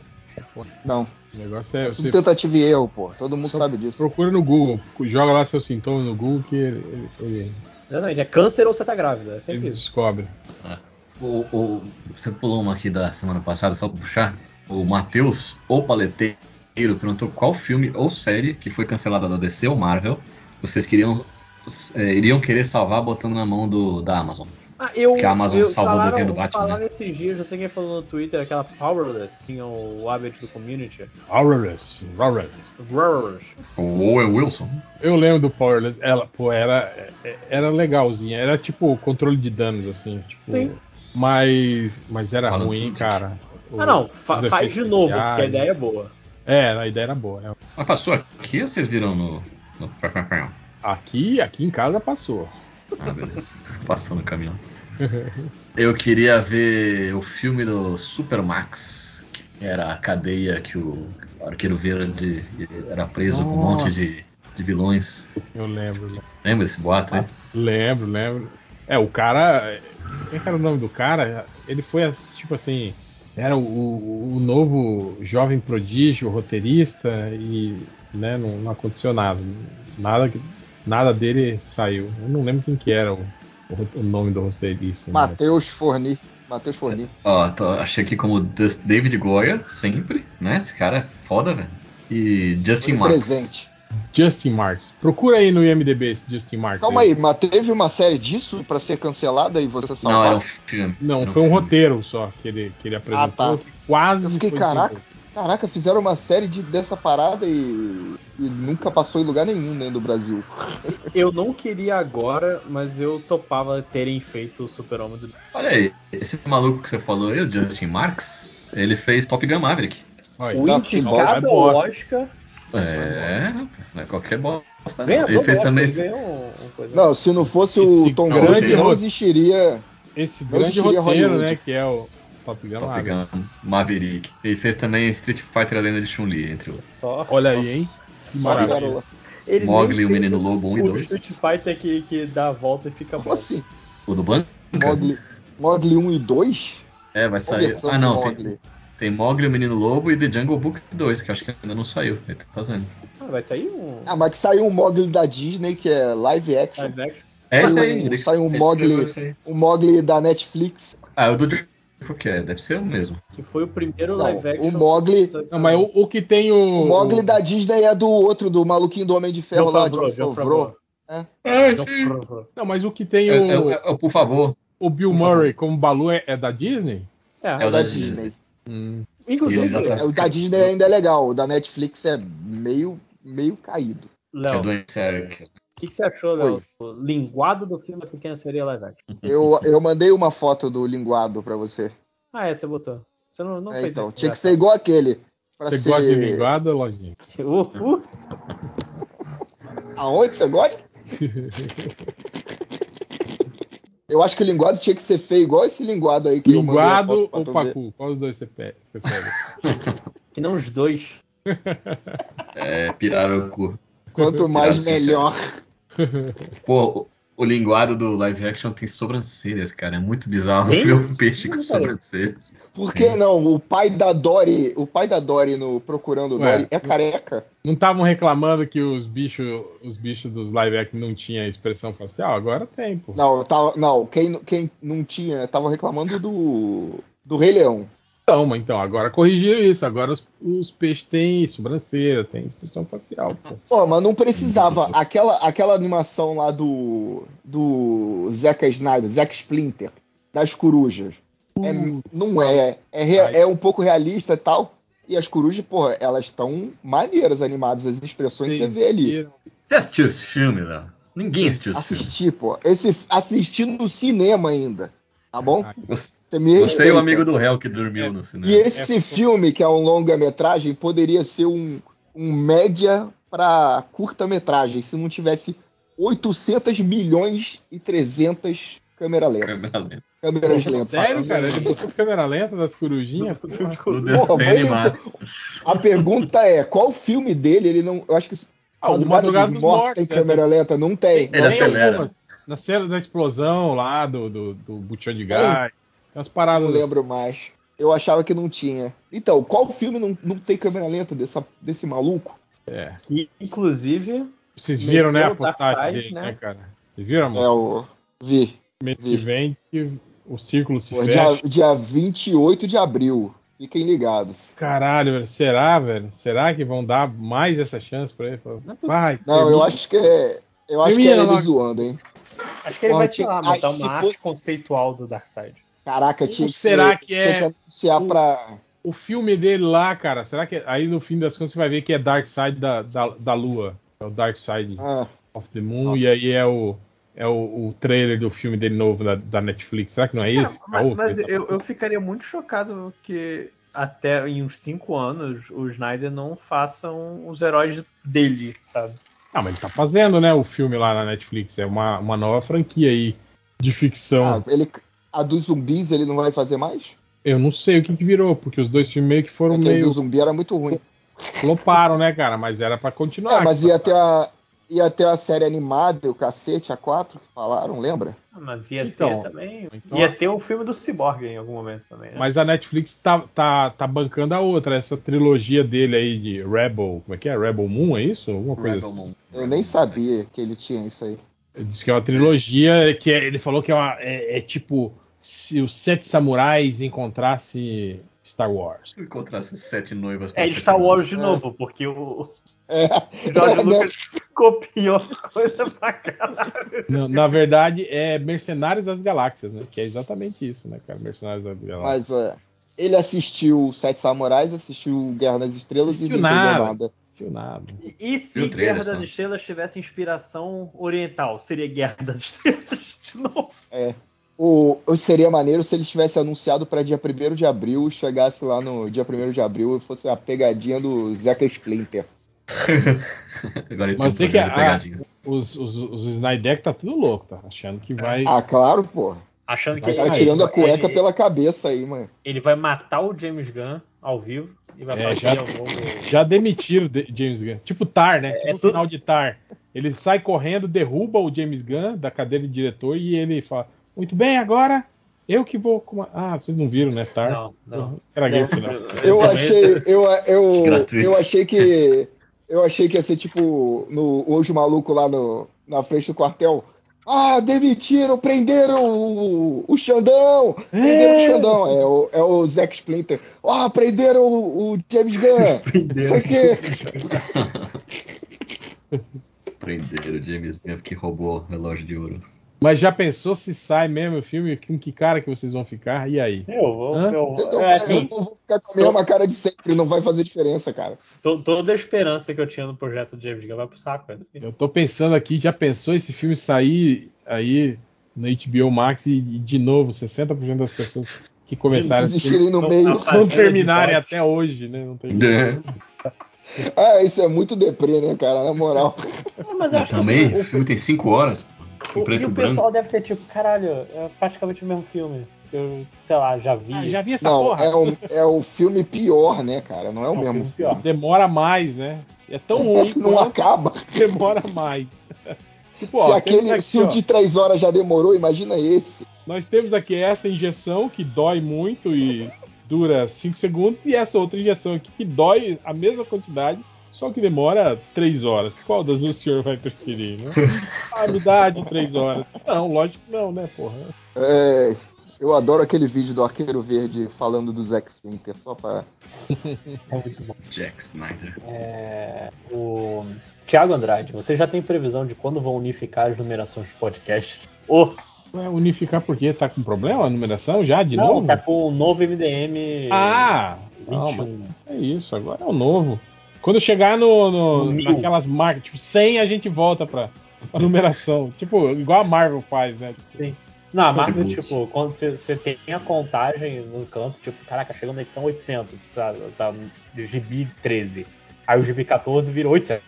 Speaker 4: Não,
Speaker 3: O negócio é. Você
Speaker 4: tudo tentativa e erro, pô. Todo mundo
Speaker 3: Só-
Speaker 4: sabe disso.
Speaker 3: procura no Google, joga lá seus sintomas no Google que ele, ele- ele-
Speaker 2: Exatamente, é câncer ou você tá grávida, é sempre
Speaker 3: ele
Speaker 2: isso.
Speaker 3: descobre.
Speaker 1: O- o- você pulou uma aqui da semana passada, só pra puxar. O Matheus, o paleteiro, perguntou qual filme ou série que foi cancelada da DC ou Marvel vocês queriam, eh, iriam querer salvar botando na mão do, da Amazon.
Speaker 2: Ah, eu,
Speaker 1: Que a Amazon
Speaker 2: eu,
Speaker 1: salvou o
Speaker 2: falaram-
Speaker 1: desenho do Batman,
Speaker 2: Falaram esses dias, não sei quem falou no Twitter, aquela Powerless, tinha o hábito do community.
Speaker 3: Aurorus, Aurorus.
Speaker 2: Powerless.
Speaker 1: O Owen Wilson.
Speaker 3: Eu lembro do Powerless. Ela, pô, era, é- era legalzinha. Era tipo controle de danos, assim. Tipo,
Speaker 2: Sim.
Speaker 3: Mas, mas era
Speaker 1: Falando
Speaker 3: ruim,
Speaker 1: tudo.
Speaker 3: cara.
Speaker 2: Ah, não,
Speaker 3: Os
Speaker 2: fa-
Speaker 3: efeitos
Speaker 2: faz de novo, porque a
Speaker 3: especiais.
Speaker 2: ideia é boa.
Speaker 3: É, a ideia era boa. né?
Speaker 1: Mas passou aqui ou vocês viram no. no...
Speaker 3: Aqui, aqui em casa passou.
Speaker 1: Ah, beleza. Passou no caminhão. Eu queria ver o filme do Supermax, que era a cadeia que o Arqueiro Verde era preso com um monte de, de vilões.
Speaker 3: Eu lembro. né?
Speaker 1: Lembra desse boato aí?
Speaker 3: Lembro, lembro. É, o cara. Quem que era o nome do cara? Ele foi as- tipo assim. Era o, o- o novo jovem prodígio, roteirista, e né, não, não aconteceu nada. Nada, que- nada dele saiu. Eu não lembro quem que era o, o ro- o nome do roteirista. né?
Speaker 4: Matheus Forni. Matheus Forni.
Speaker 1: Ó, tô- achei aqui como Dus- David Goyer, sempre, né? Esse cara é foda, velho. E Justin
Speaker 4: Foi
Speaker 1: Marks.
Speaker 4: é presente.
Speaker 3: Justin Marks. Procura aí no IMDB esse Justin Marks.
Speaker 4: Calma aí, mas teve uma série disso para ser cancelada e você
Speaker 1: Não,
Speaker 4: salvar?
Speaker 1: era um filme.
Speaker 3: Não,
Speaker 1: Era
Speaker 3: foi um
Speaker 1: filme.
Speaker 3: roteiro só que ele, que ele apresentou.
Speaker 4: Ah, tá.
Speaker 3: que Quase.
Speaker 4: Eu fiquei,
Speaker 3: foi
Speaker 4: caraca,
Speaker 3: desenvolvido.
Speaker 4: caraca, fizeram uma série de, dessa parada e, e nunca passou em lugar nenhum, né, do Brasil.
Speaker 2: Eu não queria agora, mas eu topava terem feito o super-homem do...
Speaker 1: Olha aí, esse maluco que você falou aí, o Justin Marks, ele fez Top Gun Maverick.
Speaker 3: Olha aí.
Speaker 2: O
Speaker 4: Não,
Speaker 2: indicado
Speaker 3: futebol é
Speaker 2: ao
Speaker 3: bosta.
Speaker 2: Oscar
Speaker 1: É, não é qualquer bosta. Não.
Speaker 2: ganhador
Speaker 1: Ele fez
Speaker 2: do
Speaker 1: também.
Speaker 2: Oscar, ganhou um- um coisa.
Speaker 4: Não, se não fosse
Speaker 3: Esse
Speaker 4: o Tom
Speaker 1: cara
Speaker 4: Grande,
Speaker 1: tem
Speaker 4: não
Speaker 3: outro.
Speaker 4: existiria.
Speaker 3: Esse
Speaker 4: Eu
Speaker 3: grande
Speaker 4: diria
Speaker 3: roteiro,
Speaker 4: Hollywood.
Speaker 3: né? Que é o Top Gun.
Speaker 1: Top
Speaker 3: Maverick.
Speaker 1: Gun Maverick. Ele fez também Street Fighter A Lenda de Chun-Li, entre os
Speaker 2: Só...
Speaker 3: Olha aí, hein? Que
Speaker 4: Sabe,
Speaker 3: maravilha.
Speaker 4: garola?
Speaker 2: Ele nem
Speaker 1: Mogli, o
Speaker 2: fez
Speaker 1: Menino Lobo 1 e
Speaker 2: O
Speaker 1: 2.
Speaker 2: Street Fighter que, que dá a volta e fica bom.
Speaker 4: Como assim?
Speaker 1: O do banco?
Speaker 4: Mogli, Mogli 1 e 2?
Speaker 1: É, vai sair.
Speaker 4: Versão
Speaker 1: Ah, não, tem,
Speaker 4: Mogli.
Speaker 1: tem Mogli, o Menino Lobo e The Jungle Book 2, que eu acho que ainda não saiu. Ele tá fazendo.
Speaker 2: Ah, vai sair um...
Speaker 4: Ah, mas que saiu um Mogli da Disney, que é live action.
Speaker 2: live action.
Speaker 1: É esse aí,
Speaker 4: Saiu um-
Speaker 1: ele-
Speaker 4: saiu um
Speaker 1: ele
Speaker 4: Mogli.
Speaker 1: escreveu esse aí.
Speaker 4: O Mogli da Netflix.
Speaker 1: Ah, o do Qual que é? Deve ser o mesmo.
Speaker 2: Que foi o primeiro
Speaker 4: Não,
Speaker 2: live action.
Speaker 4: o Mogli-
Speaker 2: sobre-
Speaker 3: Não, mas o, o que tem o.
Speaker 4: O Um Mogli da Disney é do outro, do maluquinho do Homem de Ferro
Speaker 2: John
Speaker 4: lá,
Speaker 2: Favreau,
Speaker 4: John
Speaker 2: John
Speaker 4: Favreau.
Speaker 2: Favreau.
Speaker 4: É.
Speaker 3: Ah,
Speaker 2: John
Speaker 3: sim.
Speaker 2: Favreau.
Speaker 3: Não, mas o que tem
Speaker 1: É,
Speaker 3: o,
Speaker 1: é- é- é- por favor.
Speaker 3: o Bill
Speaker 1: Por
Speaker 3: Murray como Balu é, é da Disney? Hum,
Speaker 1: É
Speaker 4: É
Speaker 1: o
Speaker 4: o
Speaker 1: da
Speaker 2: É.
Speaker 4: da Disney.
Speaker 1: Ele já
Speaker 2: Inclusive,
Speaker 1: tá-
Speaker 4: É, o da Disney ainda é legal, o da Netflix é meio, meio caído.
Speaker 1: Que é
Speaker 2: Léo,
Speaker 1: do
Speaker 2: o
Speaker 1: Inseric.
Speaker 2: que, que você achou, Léo? O Linguado do filme da pequena sereia live action.
Speaker 4: Eu, eu mandei uma foto do linguado pra você.
Speaker 2: Ah, é, você botou. Você não, não
Speaker 4: É,
Speaker 2: fez
Speaker 4: então,
Speaker 2: isso,
Speaker 4: tinha que
Speaker 2: já. tá.
Speaker 4: ser igual aquele. Pra
Speaker 3: Você
Speaker 4: ser...
Speaker 3: gosta de linguada, lojinha?
Speaker 2: Uh, uh.
Speaker 4: Aonde você gosta? eu acho que o linguado tinha que ser feio igual esse linguado aí que eu mandei
Speaker 3: Linguado
Speaker 4: é a foto pra
Speaker 3: ou
Speaker 4: tu ver.
Speaker 3: Pacu? Qual dos dois você pe- prefere?
Speaker 2: Que não os dois.
Speaker 1: É, pirarucu.
Speaker 4: Quanto mais
Speaker 1: Graças a Deus.
Speaker 4: melhor.
Speaker 1: Pô, o, o linguado do live action tem sobrancelhas, cara. É muito bizarro
Speaker 2: Tem?
Speaker 1: ver um peixe com
Speaker 2: Não, cara.
Speaker 1: sobrancelhas.
Speaker 4: Por
Speaker 1: É.
Speaker 4: que não? O pai da Dory, o pai da Dory no Procurando
Speaker 3: Ué.
Speaker 4: Dory é careca.
Speaker 3: Não estavam reclamando que os bichos os bichos dos live action não tinham expressão facial? Agora tem, pô.
Speaker 4: Não, tá, não quem, quem não tinha, tava reclamando do, do Rei Leão.
Speaker 3: Então, mas então, agora corrigiram isso. Agora os, os peixes têm sobrancelha, têm expressão facial, pô.
Speaker 4: Pô, mas não precisava. Aquela, aquela animação lá do. do Zeca Snyder, Zack Splinter, das corujas. É- não é. É, rea- é um pouco realista e tal. E as corujas, porra, elas estão maneiras animadas. As expressões
Speaker 3: Sim.
Speaker 4: você vê ali.
Speaker 1: Você assistiu esse filme, Léo? Ninguém assistiu esse filme.
Speaker 4: Assistir, pô. Esse, assistir no cinema ainda. Tá bom?
Speaker 1: Você,
Speaker 4: Você me
Speaker 1: você e o
Speaker 4: respeita.
Speaker 1: amigo do réu que dormiu no
Speaker 4: E
Speaker 1: cinema.
Speaker 4: esse filme, que é um longa-metragem, poderia ser um, um média para curta-metragem, se não tivesse 800 milhões e 300 câmera lenta,
Speaker 1: Câmera lenta.
Speaker 4: câmeras lentas.
Speaker 3: Sério, cara? Ele botou câmera lenta das corujinhas?
Speaker 4: Ah,
Speaker 3: porra.
Speaker 1: No desenho
Speaker 4: Porra, mas-
Speaker 1: animado.
Speaker 4: A pergunta é, qual filme dele ele não... Eu acho que
Speaker 3: Ah, o Madrugada dos Mortos.
Speaker 4: tem
Speaker 3: né?
Speaker 4: câmera lenta, não tem.
Speaker 1: Ele
Speaker 4: Não
Speaker 3: Tem
Speaker 4: tem.
Speaker 1: acelera.
Speaker 3: algumas. Na cena da explosão lá, do, do, do botão de gás. Tem umas paradas.
Speaker 4: Não lembro mais. Eu achava que não tinha. Então, qual filme não, não tem câmera lenta dessa, desse maluco?
Speaker 2: E, inclusive,
Speaker 3: é. Vocês viram, né, a
Speaker 2: Meteu o
Speaker 3: postagem
Speaker 2: Darkseid,
Speaker 3: dele, né?
Speaker 2: né?
Speaker 3: cara? Vocês viram,
Speaker 4: É
Speaker 3: amor?
Speaker 4: o... Vi.
Speaker 3: Mês que
Speaker 4: vi.
Speaker 3: vem se o círculo se
Speaker 4: Pô,
Speaker 3: fecha.
Speaker 4: dia, dia 28 de abril. Fiquem ligados.
Speaker 3: Caralho, velho. Será, velho? Será que vão dar mais essa chance pra ele? Fala,
Speaker 2: Não é possível.
Speaker 3: Vai,
Speaker 4: Não, eu
Speaker 3: termina.
Speaker 4: acho que é. Eu acho que
Speaker 3: Termina
Speaker 4: é ele
Speaker 3: logo.
Speaker 4: zoando, hein?
Speaker 2: acho que ele vai, sei lá,
Speaker 4: Ai,
Speaker 2: montar
Speaker 4: se
Speaker 2: uma arte
Speaker 4: fosse-
Speaker 2: conceitual do Darkseid.
Speaker 4: Caraca, tinha
Speaker 3: Ou
Speaker 4: que
Speaker 3: será que
Speaker 4: tinha
Speaker 3: é
Speaker 4: que anunciar
Speaker 3: o-
Speaker 4: pra.
Speaker 3: o filme dele lá, cara? Será que aí no fim das contas você vai ver que é Dark Side da, da, da Lua? É o Dark Side
Speaker 4: Ah,
Speaker 3: of the Moon.
Speaker 4: Nossa.
Speaker 3: E aí é o. É o, o trailer do filme dele novo da, da Netflix. Será que não é isso? É
Speaker 2: mas
Speaker 3: outro,
Speaker 2: mas
Speaker 3: ele tá-
Speaker 2: eu, eu ficaria muito chocado que até em uns 5 anos o Snyder não façam os heróis dele, sabe?
Speaker 3: Ah, mas ele tá fazendo, né? O filme lá na Netflix. É uma, uma nova franquia aí de ficção.
Speaker 4: ah, ele... A dos zumbis ele não vai fazer mais?
Speaker 3: Eu não sei o que, que virou, porque os dois filmes meio que foram
Speaker 4: Aquele
Speaker 3: um meio.
Speaker 4: do zumbi era muito ruim.
Speaker 3: floparam, né, cara? Mas era pra continuar.
Speaker 4: É, mas ia ter, a... ia ter a série animada, o cacete, a 4 que falaram, lembra?
Speaker 2: Ah, Mas ia
Speaker 3: Então,
Speaker 2: ter também.
Speaker 3: então-
Speaker 2: Ia ter o filme do Cyborg em algum momento também. Né?
Speaker 3: Mas a Netflix tá, tá, tá bancando a outra, essa trilogia dele aí de Rebel. Como é que é? Rebel Moon, é isso? Alguma coisa
Speaker 1: Rebel
Speaker 3: assim.
Speaker 1: Moon.
Speaker 4: Eu nem sabia que ele tinha isso aí.
Speaker 3: Ele disse que é uma trilogia que é- ele falou que é, uma- é- é tipo se os sete samurais encontrasse Star Wars.
Speaker 1: Se encontrasse sete noivas com
Speaker 2: É
Speaker 1: sete
Speaker 2: Star Wars de
Speaker 4: É.
Speaker 2: novo, porque o
Speaker 4: É.
Speaker 2: George
Speaker 4: É,
Speaker 2: Lucas copiou coisa pra caralho.
Speaker 3: Na, na verdade, é Mercenários das Galáxias, né? Que é exatamente isso, né, cara? Mercenários das Galáxias.
Speaker 4: Mas é, ele assistiu Sete Samurais, assistiu Guerra nas Estrelas
Speaker 3: Assistiu
Speaker 4: e não entendeu
Speaker 3: nada.
Speaker 4: nada.
Speaker 3: Não nada.
Speaker 2: E, e se
Speaker 1: Viu o trailer,
Speaker 2: Guerra das
Speaker 1: só?
Speaker 2: Estrelas tivesse inspiração oriental? Seria Guerra das Estrelas de novo?
Speaker 4: O, o- seria maneiro se ele tivesse anunciado para dia 1 de abril, chegasse lá no dia 1 de abril e fosse a pegadinha do Zeca Splinter.
Speaker 1: Agora ele tem um
Speaker 3: Mas sei que
Speaker 1: programa de
Speaker 3: a-
Speaker 1: pegadinha.
Speaker 3: Os, os, os Snyder tá tudo louco, tá? Achando que vai.
Speaker 4: Ah, claro, pô.
Speaker 2: Achando que
Speaker 4: Tá
Speaker 3: Vai
Speaker 2: ele,
Speaker 3: sair.
Speaker 4: tirando a cueca
Speaker 2: ele-
Speaker 4: pela cabeça aí, mano.
Speaker 2: ele vai matar o James Gunn ao vivo e vai
Speaker 3: É,
Speaker 2: fazer
Speaker 3: já-
Speaker 2: o novo.
Speaker 3: Já demitiram o de- James Gunn. Tipo Tar, né? Tipo
Speaker 2: é
Speaker 3: no
Speaker 2: tudo-
Speaker 3: final de Tar. Ele sai correndo, derruba o James Gunn da cadeira de diretor e ele fala: Muito bem, agora eu que vou. com- Ah, vocês não viram, né? Tar.
Speaker 2: Não, não.
Speaker 3: Eu Estraguei o
Speaker 4: Não.
Speaker 3: final.
Speaker 4: Eu
Speaker 2: Também-
Speaker 4: achei, eu, eu,
Speaker 1: Gratuito.
Speaker 4: eu achei que eu achei que ia ser tipo no hoje o maluco lá no, na frente do quartel Ah, demitiram, prenderam o, o Xandão! Prenderam o Xandão, é o, é o Zack Splinter. Ah, prenderam o, o James Gunn! Isso aqui.
Speaker 1: Prenderam o James Gunn que roubou o relógio de ouro.
Speaker 3: Mas já pensou se sai mesmo o filme? Com que cara que vocês vão ficar? E aí?
Speaker 2: Eu vou.
Speaker 3: Hã?
Speaker 2: Eu,
Speaker 4: Eu,
Speaker 2: é,
Speaker 4: não- Então, eu
Speaker 2: assim,
Speaker 4: não vou ficar com a mesma cara de sempre, não vai fazer diferença, cara.
Speaker 2: to- toda a esperança que eu tinha no projeto do James Gunn vai pro saco. é assim.
Speaker 3: Eu tô pensando aqui, já pensou esse filme sair aí no HBO Max e, e de novo 60% das pessoas que começaram esse filme
Speaker 4: Desistirem no
Speaker 2: Não,
Speaker 4: meio.
Speaker 2: a
Speaker 3: não
Speaker 2: Fazenda de
Speaker 3: terminarem
Speaker 2: Dodge.
Speaker 3: até hoje, né? Não tem
Speaker 1: É.
Speaker 4: Ah, isso é muito deprê, né, cara? Na moral.
Speaker 2: Não, É, mas eu acho que
Speaker 1: Ah, também,
Speaker 2: assim,
Speaker 1: o filme tem 5 horas,
Speaker 2: o,
Speaker 1: em
Speaker 2: o,
Speaker 1: preto
Speaker 2: e
Speaker 1: e
Speaker 2: o
Speaker 1: branco.
Speaker 2: pessoal deve ter tipo, caralho, é praticamente o mesmo filme. que Eu, sei lá, já vi.
Speaker 3: Ah, já vi essa
Speaker 4: Não,
Speaker 3: porra.
Speaker 4: é o, é o filme pior, né, cara? Não é o
Speaker 2: Não,
Speaker 4: mesmo
Speaker 2: filme
Speaker 4: filme.
Speaker 2: pior.
Speaker 3: Demora mais, né? É tão ruim que
Speaker 4: Não acaba.
Speaker 3: demora mais. Tipo,
Speaker 4: se
Speaker 3: ó, temos
Speaker 4: aquele,
Speaker 3: aqui,
Speaker 4: se o
Speaker 3: ó,
Speaker 4: de três horas já demorou, imagina esse.
Speaker 3: nós temos aqui essa injeção que dói muito e dura 5 segundos, e essa outra injeção aqui que dói a mesma quantidade, só que demora 3 horas. Qual das duas o senhor vai preferir, né? Ah, me dá de 3 horas. Não, lógico que não, né, porra?
Speaker 4: É, eu adoro aquele vídeo do Arqueiro Verde falando do Zack Splinter, só pra.
Speaker 2: É muito bom.
Speaker 1: Jack Snyder.
Speaker 2: É, o Tiago Andrade, você já tem previsão de quando vão unificar as numerações de podcast? Oh,
Speaker 3: Ué, é unificar porque tá com problema a numeração já, de
Speaker 2: não,
Speaker 3: novo?
Speaker 2: tá com o novo MDM
Speaker 3: Ah! Não, mas
Speaker 2: 21.
Speaker 3: é isso, agora é o novo. Quando chegar no, no-
Speaker 2: No mil.
Speaker 3: naquelas marcas, tipo, 100 a gente volta pra, pra numeração. tipo, igual a Marvel faz, né?
Speaker 2: Não, a Marvel,
Speaker 1: Tributos.
Speaker 2: tipo, quando você- você tem a contagem no canto, tipo, caraca, chegou na edição 800, sabe? Tá no GB 13. Aí o GB 14 virou 800.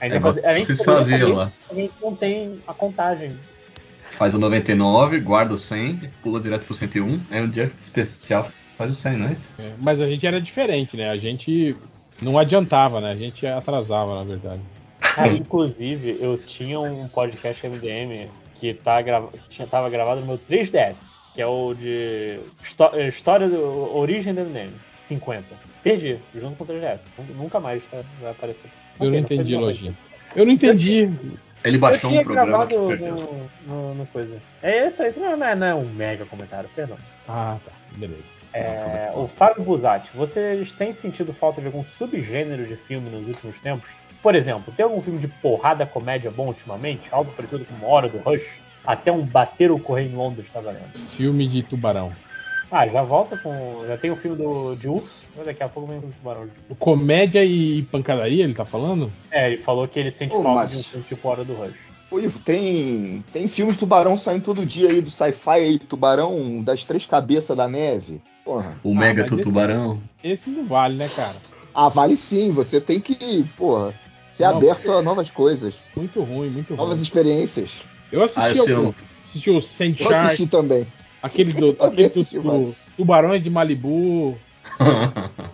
Speaker 2: Ainda
Speaker 1: É, mas
Speaker 2: fazer- além de
Speaker 1: vocês
Speaker 2: poder fazer
Speaker 1: faziam
Speaker 2: isso,
Speaker 1: lá.
Speaker 2: A gente não tem a contagem.
Speaker 1: Faz o 99, guarda o 100, e pula direto pro 101. Aí um dia especial faz o 100, não é isso?
Speaker 3: É, Mas a gente era diferente, né? A gente não adiantava, né? A gente atrasava, na verdade.
Speaker 2: Cara, Ah, inclusive, eu tinha um podcast MDM que tá grava... que tinha, tava gravado no meu 3DS, que é o de histó- eh, História do Origem do MDM, 50. Perdi, junto com o 3DS. Nun- Nunca mais tá- vai aparecer. Ok,
Speaker 3: Eu não
Speaker 2: foi
Speaker 3: entendi,
Speaker 2: de novo.
Speaker 3: Lojinha. Eu não entendi.
Speaker 1: Ele
Speaker 2: Eu
Speaker 1: baixou
Speaker 2: tinha
Speaker 1: um programa
Speaker 2: gravado
Speaker 1: que perdeu.
Speaker 2: no, no- no coisa. É isso, é isso. Não, não, é, não é um mega comentário, perdão.
Speaker 3: Ah, tá. Beleza.
Speaker 2: É, o Fábio Buzatti, vocês têm sentido falta de algum subgênero de filme nos últimos tempos? Por exemplo, tem algum filme de porrada comédia bom ultimamente? Algo parecido com uma hora do Rush? Até um bater o correio no ombro está tá valendo.
Speaker 3: Filme de tubarão.
Speaker 2: Ah, já volta com. Já tem o filme do, de urso, mas daqui a pouco vem o tubarão.
Speaker 3: Comédia e pancadaria, ele tá falando?
Speaker 2: É, ele falou que ele sente
Speaker 4: Ô,
Speaker 2: falta
Speaker 4: mas-
Speaker 2: de um filme tipo hora do Rush.
Speaker 4: Ô, Ivo, tem, tem filmes tubarão saindo todo dia aí do sci-fi aí, tubarão das três cabeças da neve. Porra.
Speaker 1: O
Speaker 2: Ah,
Speaker 1: Mega
Speaker 3: mas esse-
Speaker 1: Tubarão.
Speaker 3: Esse não vale, né, cara?
Speaker 4: Ah, vale sim, você tem que, porra, ser
Speaker 3: Não. Uhum.
Speaker 4: aberto a novas coisas,
Speaker 3: Muito ruim, muito ruim.
Speaker 4: novas experiências.
Speaker 3: Eu assisti,
Speaker 1: Ah, eu sei
Speaker 3: algum-
Speaker 1: um.
Speaker 3: assisti o Saint
Speaker 4: Vou
Speaker 3: Shark,
Speaker 4: assistir também.
Speaker 3: aquele do,
Speaker 4: Também
Speaker 3: aquele do,
Speaker 4: assisti
Speaker 3: do-
Speaker 4: vários.
Speaker 3: Tubarões de Malibu,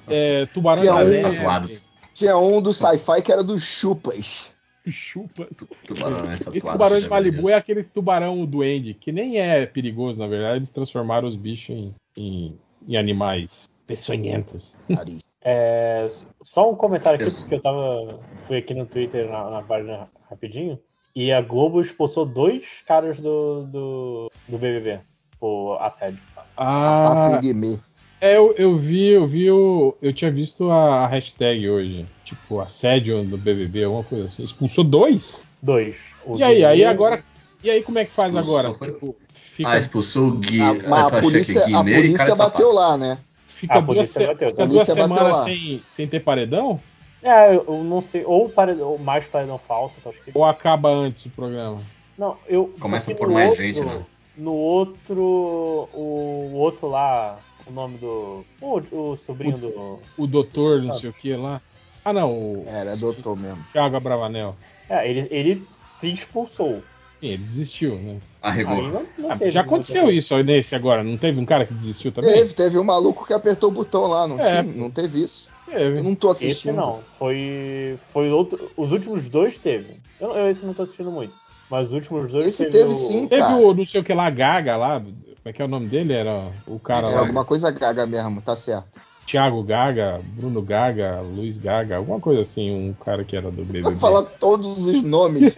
Speaker 3: é, Tubarão
Speaker 4: Que é
Speaker 3: da
Speaker 4: um-
Speaker 1: tá
Speaker 3: Neve,
Speaker 1: tatuados.
Speaker 4: Tinha um do sci-fi que era dos chupas.
Speaker 3: Chupa.
Speaker 1: Tubarões tatuados.
Speaker 3: Esse tubarão de
Speaker 1: né,
Speaker 3: Malibu
Speaker 1: meu
Speaker 3: é aqueles tubarão duende, que nem é perigoso, na verdade. Eles transformaram os bichos em, em- em animais peçonhentos.
Speaker 4: Nariz.
Speaker 2: É, só um comentário aqui,
Speaker 1: Eu-
Speaker 2: porque eu tava. Fui aqui no Twitter na, na página rapidinho. E a Globo expulsou dois caras do, do, do BBB por assédio.
Speaker 4: Pato
Speaker 3: Ah,
Speaker 4: e Guimê.
Speaker 3: é, eu, eu vi, eu vi, o, eu tinha visto a, a hashtag hoje, tipo, assédio do BBB, alguma coisa assim. Expulsou dois?
Speaker 2: Dois. O
Speaker 3: E aí,
Speaker 2: Guimê-
Speaker 3: aí agora, e aí como é que faz
Speaker 1: Expulsou,
Speaker 3: agora?
Speaker 1: foi-
Speaker 3: Tipo,
Speaker 1: Ah,
Speaker 3: fica,
Speaker 1: expulsou o Gui.
Speaker 4: A,
Speaker 1: Ah, tu
Speaker 4: mas a
Speaker 1: achei
Speaker 4: polícia,
Speaker 1: que
Speaker 4: a
Speaker 1: Guimê e cara
Speaker 4: polícia
Speaker 1: de sapato.
Speaker 4: bateu lá, né?
Speaker 3: fica
Speaker 2: a
Speaker 3: duas,
Speaker 2: polícia
Speaker 3: se-
Speaker 2: bateu,
Speaker 3: fica
Speaker 4: a
Speaker 3: duas
Speaker 4: polícia bateu
Speaker 3: semanas
Speaker 4: lá.
Speaker 3: sem, sem ter paredão?
Speaker 2: É, eu não sei. Ou, pared- ou mais paredão falso, tá escrito.
Speaker 3: Ou acaba antes o programa?
Speaker 2: Não, eu.
Speaker 1: Começa a
Speaker 2: porque
Speaker 1: pôr
Speaker 2: no
Speaker 1: mais
Speaker 2: outro-
Speaker 1: gente, né?
Speaker 2: No outro. O outro lá. O nome do. O, o sobrinho do.
Speaker 3: O doutor, não
Speaker 2: Sabe.
Speaker 3: sei o que lá. Ah, não, o
Speaker 4: Era doutor mesmo.
Speaker 3: Thiago Abravanel.
Speaker 2: É, ele, ele se expulsou.
Speaker 3: Sim, ele desistiu, né?
Speaker 1: Arregou.
Speaker 2: Aí não, não
Speaker 3: Ah,
Speaker 2: teve muita
Speaker 3: já aconteceu isso aí nesse agora, não teve um cara que desistiu também?
Speaker 4: Teve, teve um maluco que apertou o botão lá, não,
Speaker 3: É.
Speaker 4: tinha, não teve isso. Eu
Speaker 3: Teve.
Speaker 4: não tô
Speaker 2: Esse
Speaker 4: assistindo.
Speaker 2: não, foi foi outro, os últimos dois teve. Eu, eu esse não tô assistindo muito, mas os últimos dois
Speaker 4: Esse teve
Speaker 2: o-
Speaker 4: sim.
Speaker 3: Teve
Speaker 4: cara.
Speaker 3: o não sei o que lá, Gaga lá, como é que é o nome dele? Era o cara
Speaker 4: Era
Speaker 3: lá.
Speaker 4: alguma coisa gaga mesmo, tá certo.
Speaker 3: Thiago Gaga, Bruno Gaga, Luiz Gaga, alguma coisa assim, um cara que era do BBB.
Speaker 4: Vou falar todos os nomes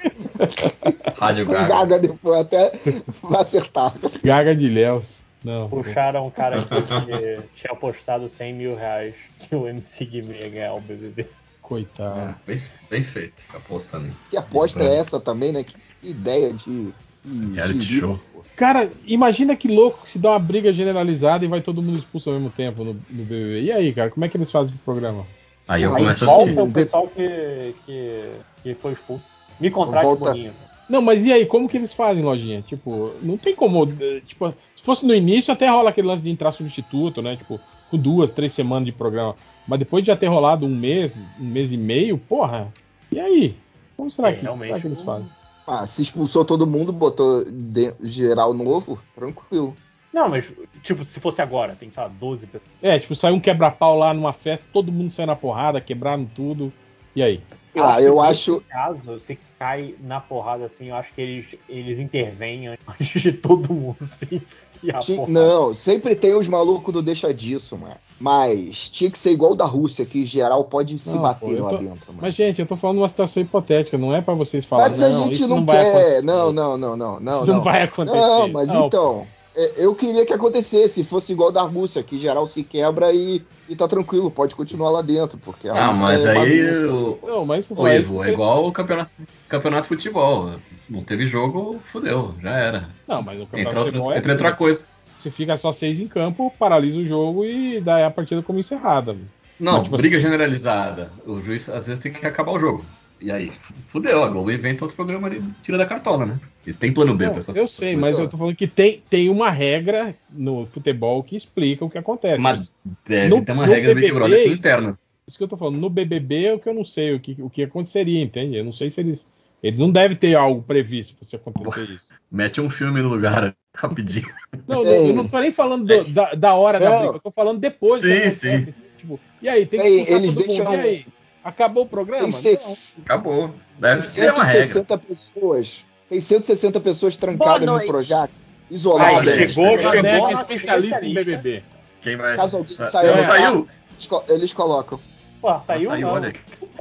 Speaker 1: Rádio
Speaker 4: com Gaga.
Speaker 1: Gaga.
Speaker 4: depois, até acertar.
Speaker 3: Gaga de Léus. Não.
Speaker 2: Puxaram um cara que tinha apostado 100 mil reais que o MC Guimê ia ganhar o BBB.
Speaker 1: É,
Speaker 3: Coitado.
Speaker 1: bem, bem feito, apostando.
Speaker 4: Que aposta é essa também, né? Que ideia de. de-
Speaker 1: Reality
Speaker 4: de-
Speaker 1: show.
Speaker 3: Cara, imagina que louco que se dá uma briga generalizada e vai todo mundo expulso ao mesmo tempo no, no BBB. E aí, cara, como é que eles fazem o programa?
Speaker 1: Aí eu
Speaker 4: Aí
Speaker 1: começo a
Speaker 4: volta
Speaker 1: assistir.
Speaker 2: Volta o pessoal que, que, que foi expulso. Me contrate,
Speaker 4: Volta.
Speaker 2: Boninho.
Speaker 3: Não, mas e aí, como que eles fazem, lojinha? Tipo, não tem como. eh, Tipo, se fosse no início, até rola aquele lance de entrar substituto, né? Tipo, com duas, três semanas de programa. Mas depois de já ter rolado um mês, um mês e meio, porra. E aí? Como será
Speaker 2: É,
Speaker 3: que,
Speaker 2: realmente,
Speaker 3: será que eles
Speaker 2: não-
Speaker 3: fazem?
Speaker 4: Ah, se expulsou todo mundo, botou de- geral novo, tranquilo.
Speaker 2: Não, mas, tipo, se fosse agora, tem, sei lá, 12 pessoas.
Speaker 3: É, tipo, saiu um quebra-pau lá numa festa, todo mundo saiu na porrada, quebraram tudo. E aí?
Speaker 4: Ah, eu acho.
Speaker 2: Nesse caso, se cai na porrada assim, eu acho que eles, eles intervêm antes de todo mundo se enfiar a
Speaker 4: ti-
Speaker 2: porrada.
Speaker 4: Não, sempre tem os malucos do deixa disso, mano. Mas tinha que ser igual o da Rússia, que geral pode se
Speaker 3: Não, pô,
Speaker 4: bater
Speaker 3: eu
Speaker 4: lá
Speaker 3: tô-
Speaker 4: dentro, mano.
Speaker 3: Mas, gente, eu tô falando uma situação hipotética, não é pra vocês falarem.
Speaker 4: Mas a gente
Speaker 3: isso
Speaker 4: não,
Speaker 3: vai
Speaker 4: quer.
Speaker 3: acontecer.
Speaker 4: Não, não, não, não, não.
Speaker 3: isso não, vai acontecer.
Speaker 4: Não, mas
Speaker 3: Não,
Speaker 4: então. é, Eu queria que acontecesse, fosse igual da Rússia, que geral se quebra e, e tá tranquilo, pode continuar lá dentro, porque a
Speaker 1: Ah,
Speaker 4: Rússia
Speaker 1: mas
Speaker 4: é
Speaker 1: aí.
Speaker 4: bagunça.
Speaker 1: o-
Speaker 3: Não, mas isso
Speaker 1: Ô,
Speaker 3: vai-
Speaker 1: Ivo, é igual o campeonato, campeonato de futebol. Não teve jogo, fudeu, já era.
Speaker 3: Não, mas o
Speaker 1: Entra
Speaker 3: campeonato
Speaker 1: outra,
Speaker 3: futebol é
Speaker 1: entra
Speaker 3: assim,
Speaker 1: outra coisa.
Speaker 3: Se fica só seis em campo, paralisa o jogo e dá a partida como encerrada.
Speaker 1: Não,
Speaker 3: Mas, tipo,
Speaker 1: briga generalizada. O juiz às vezes tem que acabar o jogo. E aí, fudeu, a Globo inventa outro programa ali, tira da cartola, né? Eles têm plano B,
Speaker 3: Não,
Speaker 1: pessoal.
Speaker 3: eu sei, mas eu tô falando que tem, tem uma regra no futebol que explica o que acontece.
Speaker 1: Mas É, deve
Speaker 3: No-
Speaker 1: ter uma
Speaker 3: no
Speaker 1: regra do Big
Speaker 3: BBB,
Speaker 1: Brother que é
Speaker 3: isso-
Speaker 1: interna.
Speaker 3: Isso que eu tô falando, no BBB é o que eu não sei o que, o que aconteceria, entende? Eu não sei se eles. Eles não devem ter algo previsto pra se acontecer isso.
Speaker 1: Mete um filme no lugar rapidinho.
Speaker 3: Não,
Speaker 4: É.
Speaker 3: eu não tô nem falando do- da, da hora da
Speaker 4: Não.
Speaker 3: briga, eu tô falando depois.
Speaker 1: Sim,
Speaker 3: que acontece. Tipo, e aí, tem que
Speaker 4: É,
Speaker 3: expulsar
Speaker 4: eles
Speaker 3: todo
Speaker 4: deixam-
Speaker 3: mundo. E aí? Acabou o programa?
Speaker 4: Tem,
Speaker 3: É, Não.
Speaker 4: ses-
Speaker 1: Acabou. Deve ser é uma regra.
Speaker 4: 160 pessoas. Tem 160 pessoas trancadas
Speaker 5: Boa
Speaker 4: no
Speaker 5: noite.
Speaker 4: Projac,
Speaker 1: Ah,
Speaker 2: Aí,
Speaker 4: isoladas.
Speaker 1: Olha,
Speaker 2: chegou,
Speaker 1: isso é
Speaker 2: chegou,
Speaker 3: Boneca
Speaker 2: nosso
Speaker 3: especialista em BBB.
Speaker 1: Quem vai.
Speaker 4: Caso alguém
Speaker 1: sa-
Speaker 4: saiu-
Speaker 1: Não saiu?
Speaker 4: Eles co- Eles colocam.
Speaker 2: Pô,
Speaker 1: Ela
Speaker 2: saiu, não.
Speaker 1: olha.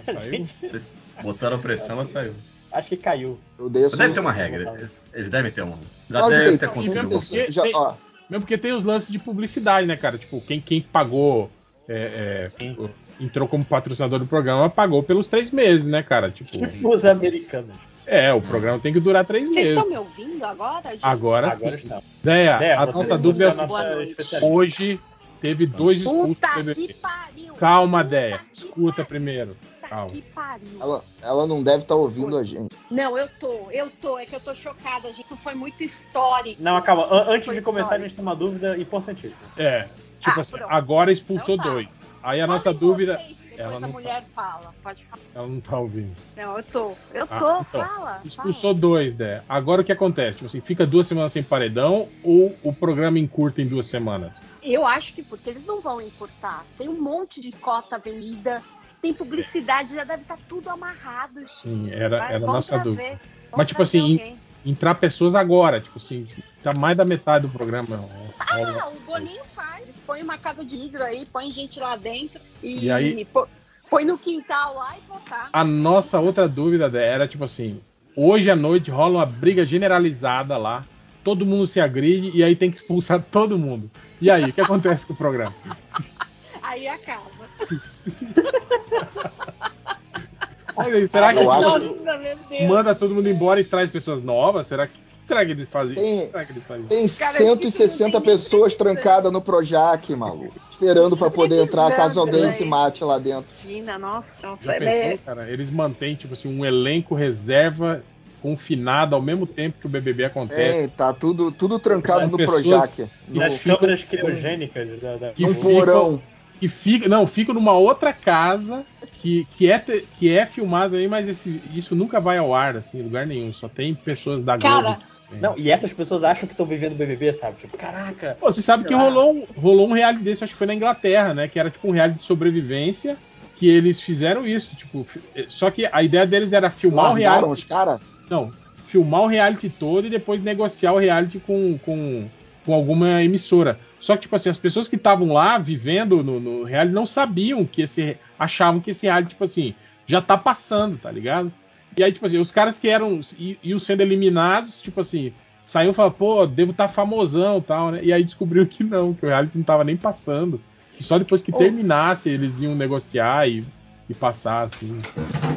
Speaker 3: Saiu?
Speaker 1: Eles botaram pressão, ela saiu.
Speaker 2: Acho que caiu.
Speaker 4: Eu odeio
Speaker 1: Mas
Speaker 4: essa
Speaker 1: deve ter
Speaker 4: solução.
Speaker 1: uma regra. Eles devem ter uma. Já
Speaker 4: Claro que tá
Speaker 1: deve
Speaker 4: tem,
Speaker 1: ter
Speaker 4: tem
Speaker 1: conseguido uma.
Speaker 4: 160,
Speaker 3: uma.
Speaker 4: já- ó,
Speaker 3: Mesmo porque tem os lances de publicidade, né, cara? Tipo, quem, quem pagou, é, é, o- entrou como patrocinador do programa, pagou pelos três meses, né, cara? Tipo,
Speaker 2: Tipo os americanos.
Speaker 3: é, o programa tem que durar três
Speaker 5: Vocês
Speaker 3: meses.
Speaker 5: estão me ouvindo agora? gente?
Speaker 3: Agora,
Speaker 2: Agora
Speaker 3: sim.
Speaker 2: está.
Speaker 3: Deia,
Speaker 2: É,
Speaker 3: a
Speaker 2: você-
Speaker 3: nossa
Speaker 2: você
Speaker 3: dúvida
Speaker 2: é a
Speaker 3: é a seguinte,
Speaker 2: nossa
Speaker 5: Boa noite.
Speaker 2: especialista.
Speaker 3: hoje teve dois expulsos do
Speaker 5: Puta que
Speaker 3: BBB.
Speaker 5: pariu!
Speaker 3: Calma,
Speaker 5: Puta
Speaker 3: Deia,
Speaker 5: que
Speaker 3: escuta
Speaker 5: pariu,
Speaker 3: primeiro.
Speaker 5: puta
Speaker 3: calma.
Speaker 5: que pariu.
Speaker 4: ela, ela não deve estar ouvindo a gente.
Speaker 5: Não, eu tô, eu tô, é que eu tô chocada, gente. Isso foi muito histórico.
Speaker 2: Não, calma. An- antes de
Speaker 5: Foi
Speaker 2: começar, a
Speaker 5: histórico.
Speaker 2: gente tem uma dúvida importantíssima.
Speaker 3: É, tipo
Speaker 5: Ah,
Speaker 3: assim,
Speaker 5: pronto.
Speaker 3: agora expulsou
Speaker 5: Então tá.
Speaker 3: dois. Aí É a
Speaker 5: Falem
Speaker 3: nossa dúvida,
Speaker 5: vocês, depois
Speaker 3: ela
Speaker 5: a
Speaker 3: não tá.
Speaker 5: mulher fala. Pode falar.
Speaker 3: ela não tá ouvindo.
Speaker 5: Não, eu tô, eu
Speaker 3: Ah,
Speaker 5: tô,
Speaker 3: então.
Speaker 5: fala.
Speaker 3: Expulsou dois, né? Agora o que acontece? Tipo assim, fica duas semanas sem paredão ou o programa encurta em duas semanas?
Speaker 5: fala. Eu acho que porque eles não vão encurtar. Tem um monte de cota vendida, tem publicidade, já deve estar tudo amarrado. gente.
Speaker 3: Sim, era,
Speaker 5: Vai,
Speaker 3: era a
Speaker 5: vão
Speaker 3: nossa
Speaker 5: trazer,
Speaker 3: dúvida.
Speaker 5: vão
Speaker 3: Mas, tipo
Speaker 5: trazer
Speaker 3: assim,
Speaker 5: alguém.
Speaker 3: Entrar pessoas agora, tipo assim, tá mais da metade do programa.
Speaker 4: né?
Speaker 3: rola.
Speaker 5: Ah, o Boninho faz, põe uma casa de vidro aí, põe gente lá dentro e,
Speaker 3: E aí-
Speaker 5: pô- põe no quintal lá e botar.
Speaker 3: A nossa outra dúvida né, era, tipo assim, hoje à noite rola uma briga generalizada lá, todo mundo se agride e aí tem que expulsar todo mundo. E aí, o que acontece com o programa?
Speaker 5: Aí acaba.
Speaker 3: Mas aí, será que
Speaker 4: Ah, Eu
Speaker 3: a gente
Speaker 4: acho-
Speaker 5: Nossa, meu Deus.
Speaker 3: manda todo mundo embora e traz pessoas novas? Será que, será que eles fazem?
Speaker 4: Tem-
Speaker 3: Será que eles fazem?
Speaker 4: Tem
Speaker 5: Cara, isso não
Speaker 4: 160
Speaker 5: tem
Speaker 4: pessoas
Speaker 5: nem preço.
Speaker 4: trancadas no Projac, maluco. Esperando pra poder entrar caso alguém se mate lá dentro.
Speaker 5: Imagina, nossa,
Speaker 3: Já
Speaker 5: é-
Speaker 3: pensou, cara? Eles mantêm, tipo assim, um elenco reserva confinado ao mesmo tempo que o BBB
Speaker 1: É.
Speaker 3: acontece.
Speaker 4: Tem, tá tudo, tudo trancado
Speaker 3: As
Speaker 4: no
Speaker 3: pessoas-
Speaker 4: Projac.
Speaker 2: E
Speaker 4: No,
Speaker 2: as
Speaker 3: fica-
Speaker 2: câmeras criogênicas da. da-
Speaker 3: que
Speaker 4: num
Speaker 3: ficam-
Speaker 4: porão.
Speaker 3: E fica, não, fica numa outra casa que, que, é, te- que é filmado aí, mas esse- isso nunca vai ao ar, assim, em lugar nenhum. Só tem pessoas da
Speaker 5: Cara,
Speaker 3: Globo.
Speaker 2: Não, e essas pessoas acham que estão vivendo o BBB, sabe? Tipo, caraca.
Speaker 3: Pô, você sabe que
Speaker 2: Claro.
Speaker 3: rolou um, rolou um reality desse, acho que foi na Inglaterra, né? Que era tipo um reality de sobrevivência, que eles fizeram isso, tipo... fi- Só que a ideia deles era filmar o
Speaker 4: Largaram
Speaker 3: reality...
Speaker 4: os caras.
Speaker 3: Não, filmar o reality todo e depois negociar o reality com, com, com alguma emissora. Só que, tipo assim, as pessoas que estavam lá vivendo no, no reality não sabiam que esse. achavam que esse reality, tipo assim, já tá passando, tá ligado? E aí, tipo assim, os caras que eram. i- iam sendo eliminados, tipo assim, saiu e falaram, pô, devo estar famosão e tal, né? E aí descobriu que não, que o reality não tava nem passando. Que só depois que
Speaker 5: Ô.
Speaker 3: terminasse eles iam negociar e, e passar, assim.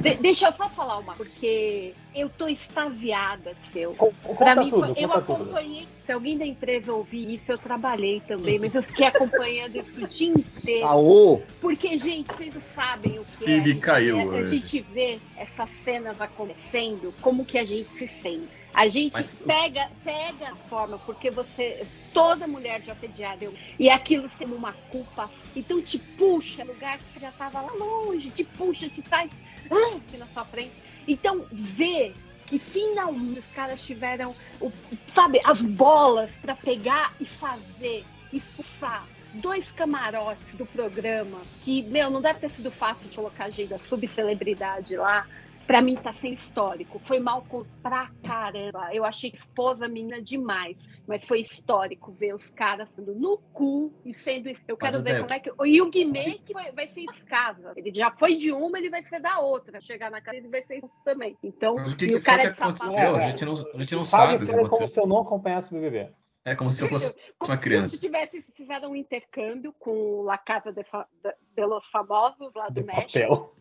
Speaker 5: De- deixa eu só falar uma, porque eu tô extasiada, seu.
Speaker 2: Co-
Speaker 5: Pra
Speaker 2: Conta
Speaker 5: mim,
Speaker 2: tudo,
Speaker 5: eu
Speaker 2: conta tudo.
Speaker 5: acompanhei. Se alguém da empresa ouvir isso, eu trabalhei também, mas eu fiquei acompanhando isso o dia inteiro.
Speaker 4: Aô!
Speaker 5: Porque, gente, vocês não sabem o que
Speaker 1: Ele
Speaker 5: é.
Speaker 1: caiu
Speaker 5: a,
Speaker 1: hoje.
Speaker 5: gente vê essas cenas acontecendo, como que a gente se sente. A gente
Speaker 1: Mas o-
Speaker 5: pega, pega a forma, porque você. Toda mulher já pediada eu, e aquilo sendo uma culpa. Então te puxa, lugar que você já estava lá longe, te puxa, te traz ah, aqui na sua frente. Então, ver que finalmente os caras tiveram, o- sabe, as bolas para pegar e fazer, e fuçar. Dois camarotes do programa, que, meu, não deve ter sido fácil de colocar gente da subcelebridade lá. Pra mim tá sem histórico. Foi mal co- pra caramba. Eu achei que esposa mina demais. Mas foi histórico ver os caras sendo no cu e sendo. Eu quero
Speaker 1: o
Speaker 5: ver
Speaker 1: Deco-
Speaker 5: como é que. E o Guimê que vai, vai ser de casa. Ele já foi de uma, ele vai ser da outra. Chegar na casa, ele vai ser isso também. Então,
Speaker 1: Mas o que,
Speaker 5: e
Speaker 1: que
Speaker 5: o cara
Speaker 1: foi que
Speaker 5: de sapato-
Speaker 1: aconteceu?
Speaker 2: é,
Speaker 1: A gente não, a gente não
Speaker 2: Fala
Speaker 1: sabe o
Speaker 2: de
Speaker 1: que
Speaker 2: Fred como
Speaker 1: aconteceu.
Speaker 2: se eu não acompanhasse o BBB.
Speaker 1: É como se eu fosse
Speaker 5: Como
Speaker 1: uma criança.
Speaker 5: Se tivesse fizeram um intercâmbio com La Casa de, Fa- de- de los Famosos lá do
Speaker 2: De
Speaker 5: México.
Speaker 2: papel.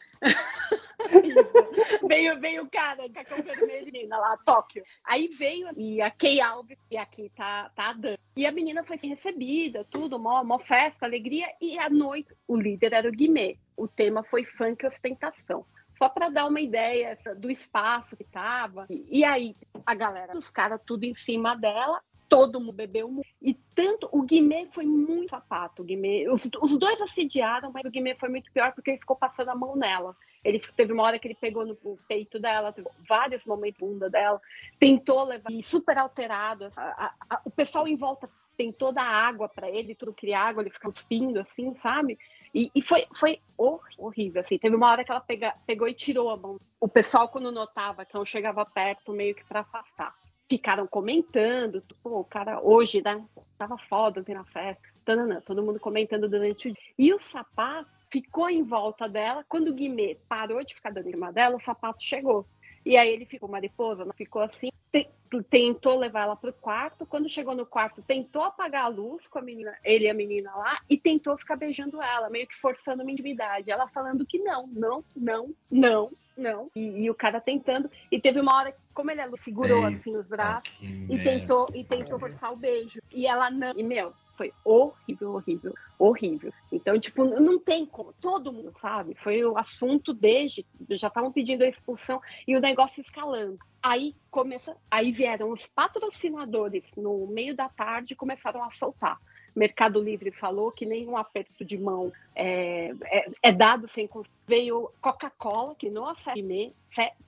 Speaker 5: Isso. veio, veio o cara, de cacão vermelho, menina lá, Tóquio. Aí veio e a Kay Alves, e aqui tá, tá a Dan. E a menina foi assim, recebida, tudo, mó, mó festa, alegria. E à noite, o líder era o Guimê. O tema foi funk e ostentação. Só pra dar uma ideia essa- do espaço que tava. E, e aí, a galera, os caras tudo em cima dela. Todo mundo bebeu muito. E tanto o Guimê foi muito sapato. O Guimê, os, os dois assediaram, mas o Guimê foi muito pior porque ele ficou passando a mão nela. Ele teve uma hora que ele pegou no peito dela, teve vários momentos bunda dela, tentou levar e super alterado. a- a- a- o pessoal em volta tentou dar água pra ele, tudo que água, ele ficava cuspindo assim, sabe? E, e foi, foi hor- horrível, assim. Teve uma hora que ela pega- pegou e tirou a mão. O pessoal, quando notava que não chegava perto, meio que pra afastar. Ficaram comentando, pô, o cara hoje, né? Tava foda ontem na festa. Tananã, todo mundo comentando durante o dia. E o sapato ficou em volta dela. Quando o Guimê parou de ficar dando em cima dela, o sapato chegou. E aí ele ficou mariposa, não ficou assim. te- Tentou levar ela pro quarto. Quando chegou no quarto, tentou apagar a luz com a menina, ele e a menina lá, e tentou ficar beijando ela, meio que forçando uma intimidade. Ela falando que não, não, não, não, não. E, e o cara tentando. E teve uma hora, que, como ele é segurou
Speaker 1: Eita.
Speaker 5: assim os braços,
Speaker 1: Que
Speaker 5: e
Speaker 1: merda.
Speaker 5: tentou e tentou forçar o beijo e ela não e meu foi horrível horrível horrível então tipo n- não tem como todo mundo sabe foi o assunto desde já estavam pedindo a expulsão e o negócio escalando aí começa aí vieram os patrocinadores no meio da tarde e começaram a soltar Mercado Livre falou que nenhum aperto de mão é, é- é dado sem cons- veio Coca-Cola que não afirme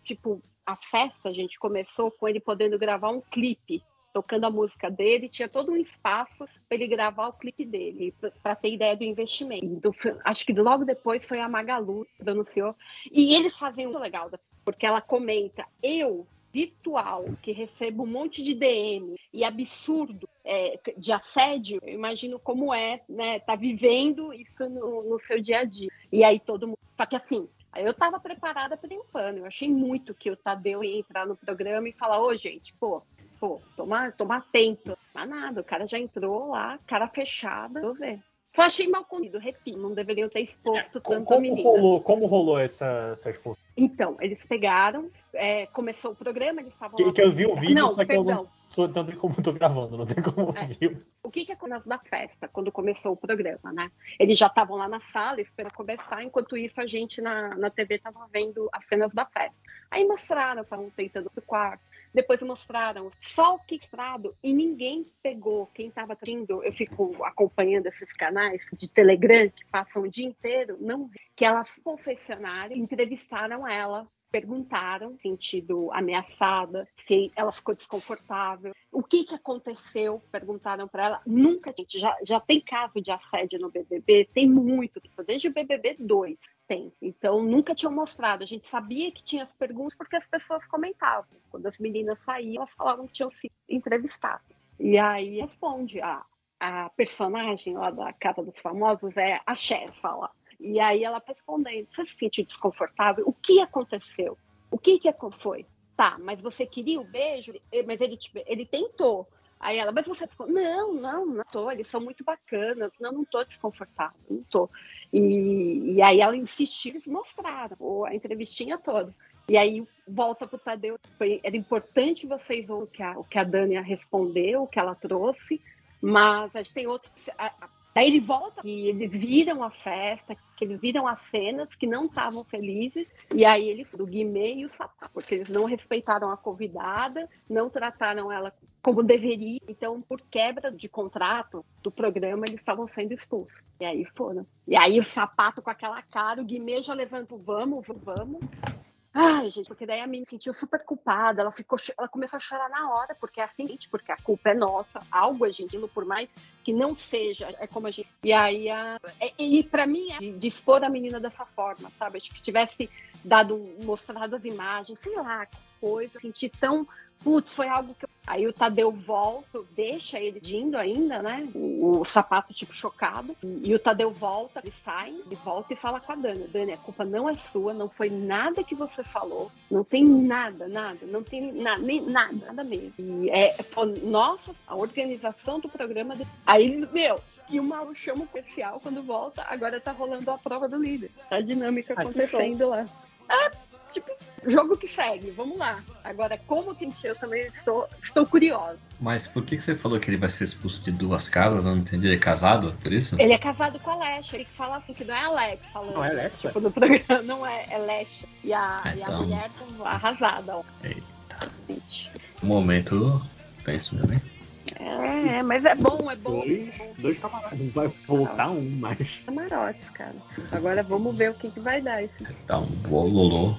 Speaker 5: tipo a festa, a gente começou com ele podendo gravar um clipe, tocando a música dele, tinha todo um espaço para ele gravar o clipe dele, para ter ideia do investimento. Do fi- acho que logo depois foi a Magalu que pronunciou. E eles fazem muito legal, né? porque ela comenta, eu virtual, que recebo um monte de DM e absurdo é, de assédio, eu imagino como é, né, tá vivendo isso no, no seu dia a dia. E aí todo mundo, só que assim, Aí eu tava preparada para um pano. Eu achei muito que o Tadeu ia entrar no programa e falar, ô gente, pô, pô, toma, toma atento. Mas nada, o cara já entrou lá, cara fechada, vou ver. Só achei mal comido, repito, não deveriam ter exposto
Speaker 2: Como,
Speaker 5: tanto a
Speaker 2: como
Speaker 5: menina.
Speaker 2: rolou, como rolou essa, essa expulsão?
Speaker 5: Então, eles pegaram, é, começou o programa, eles estavam
Speaker 2: Que,
Speaker 5: lá-
Speaker 2: que eu vi o vídeo,
Speaker 5: Não,
Speaker 2: só que eu
Speaker 5: perdão.
Speaker 2: não tô, não tem como eu tô gravando, não tem como
Speaker 5: É.
Speaker 2: ouvir.
Speaker 5: O que que aconteceu da festa, quando começou o programa, né? Eles já estavam lá na sala esperando começar, enquanto isso a gente na, na TV estava vendo as cenas da festa. Aí mostraram, estavam tentando pro quarto, depois mostraram só o que estrado e ninguém pegou. Quem estava tendo, eu fico acompanhando esses canais de Telegram que passam o dia inteiro, não vi. Que elas confessionaram, entrevistaram ela. Perguntaram, sentido ameaçada, se ela ficou desconfortável, o que, que aconteceu? Perguntaram para ela. Nunca, gente, já, já tem caso de assédio no BBB, tem muito, desde o BBB 2 tem. Então, nunca tinham mostrado. A gente sabia que tinha as perguntas porque as pessoas comentavam. Quando as meninas saíam, elas falavam que tinham se entrevistado. E aí responde a, a personagem lá da Casa dos Famosos, é a chefa lá. E aí ela tá respondendo, você se sente desconfortável? O que aconteceu? O que que foi? Tá, mas você queria o beijo? Eh, Mas ele, te- ele tentou. Aí ela, mas você... ficou, Não, não, não tô, eles são muito bacanas. Não, não tô desconfortável, não tô. E, e aí ela insistiu, eles mostraram né, o- a entrevistinha toda. E aí volta pro Tadeu. Foi, era importante vocês ouvirem o que a, o que a Dânia respondeu, o que ela trouxe, mas a gente tem outro. a- a- Daí ele volta e eles viram a festa, que eles viram as cenas que não estavam felizes, e aí ele do Guimê e o Sapá, porque eles não respeitaram a convidada, não trataram ela como deveria, então por quebra de contrato do programa eles estavam sendo expulsos. E aí foram. E aí o sapato com aquela cara, o Guimê já levanta o vamos, vamos, vamos. Ai, gente, porque daí a menina se sentiu super culpada, ela ficou, cho- ela começou a chorar na hora, porque é assim, gente, porque a culpa é nossa, algo a gente, por mais que não seja, é como a gente. E aí, a, é- e para mim, é de- de expor a menina dessa forma, sabe? Acho que se tivesse dado, mostrado as imagens, sei lá, coisa, senti tão, putz, foi algo que. eu- Aí o Tadeu volta, deixa ele indo ainda, né? O, o sapato, tipo, chocado. E, e o Tadeu volta, ele sai, ele volta e fala com a Dani. Dani, a culpa não é sua, não foi nada que você falou. Não tem nada, nada, não tem nada, nem nada, nada mesmo. E é, foi nossa, a organização do programa. de- Aí, meu, e o Mauro chama o comercial quando volta, agora tá rolando a prova do líder. Tá a dinâmica
Speaker 2: Ah, que
Speaker 5: acontecendo lá. É, tipo, jogo que segue, vamos lá. Agora, como que eu também estou, estou curiosa.
Speaker 1: Mas por que, que você falou que ele vai ser expulso de duas casas? Eu não entendi. Ele é casado? Por isso?
Speaker 5: Ele é casado com a Lesha, ele que fala assim, que não é a Lex falando.
Speaker 2: Não é Alexa?
Speaker 5: Tipo, no programa não é, é Lesha. E a,
Speaker 1: Ah,
Speaker 5: e a
Speaker 1: então.
Speaker 5: mulher tá arrasada, ó.
Speaker 1: Eita.
Speaker 5: Gente.
Speaker 1: um Momento. Penso mesmo, hein?
Speaker 5: É, é, mas é bom, é bom. É
Speaker 2: Dois,
Speaker 5: bom.
Speaker 2: dois camaradas. Não vai voltar um, mas.
Speaker 5: Camarotes, cara. Agora vamos ver o que, que vai dar. Esse...
Speaker 1: Dá um bololô.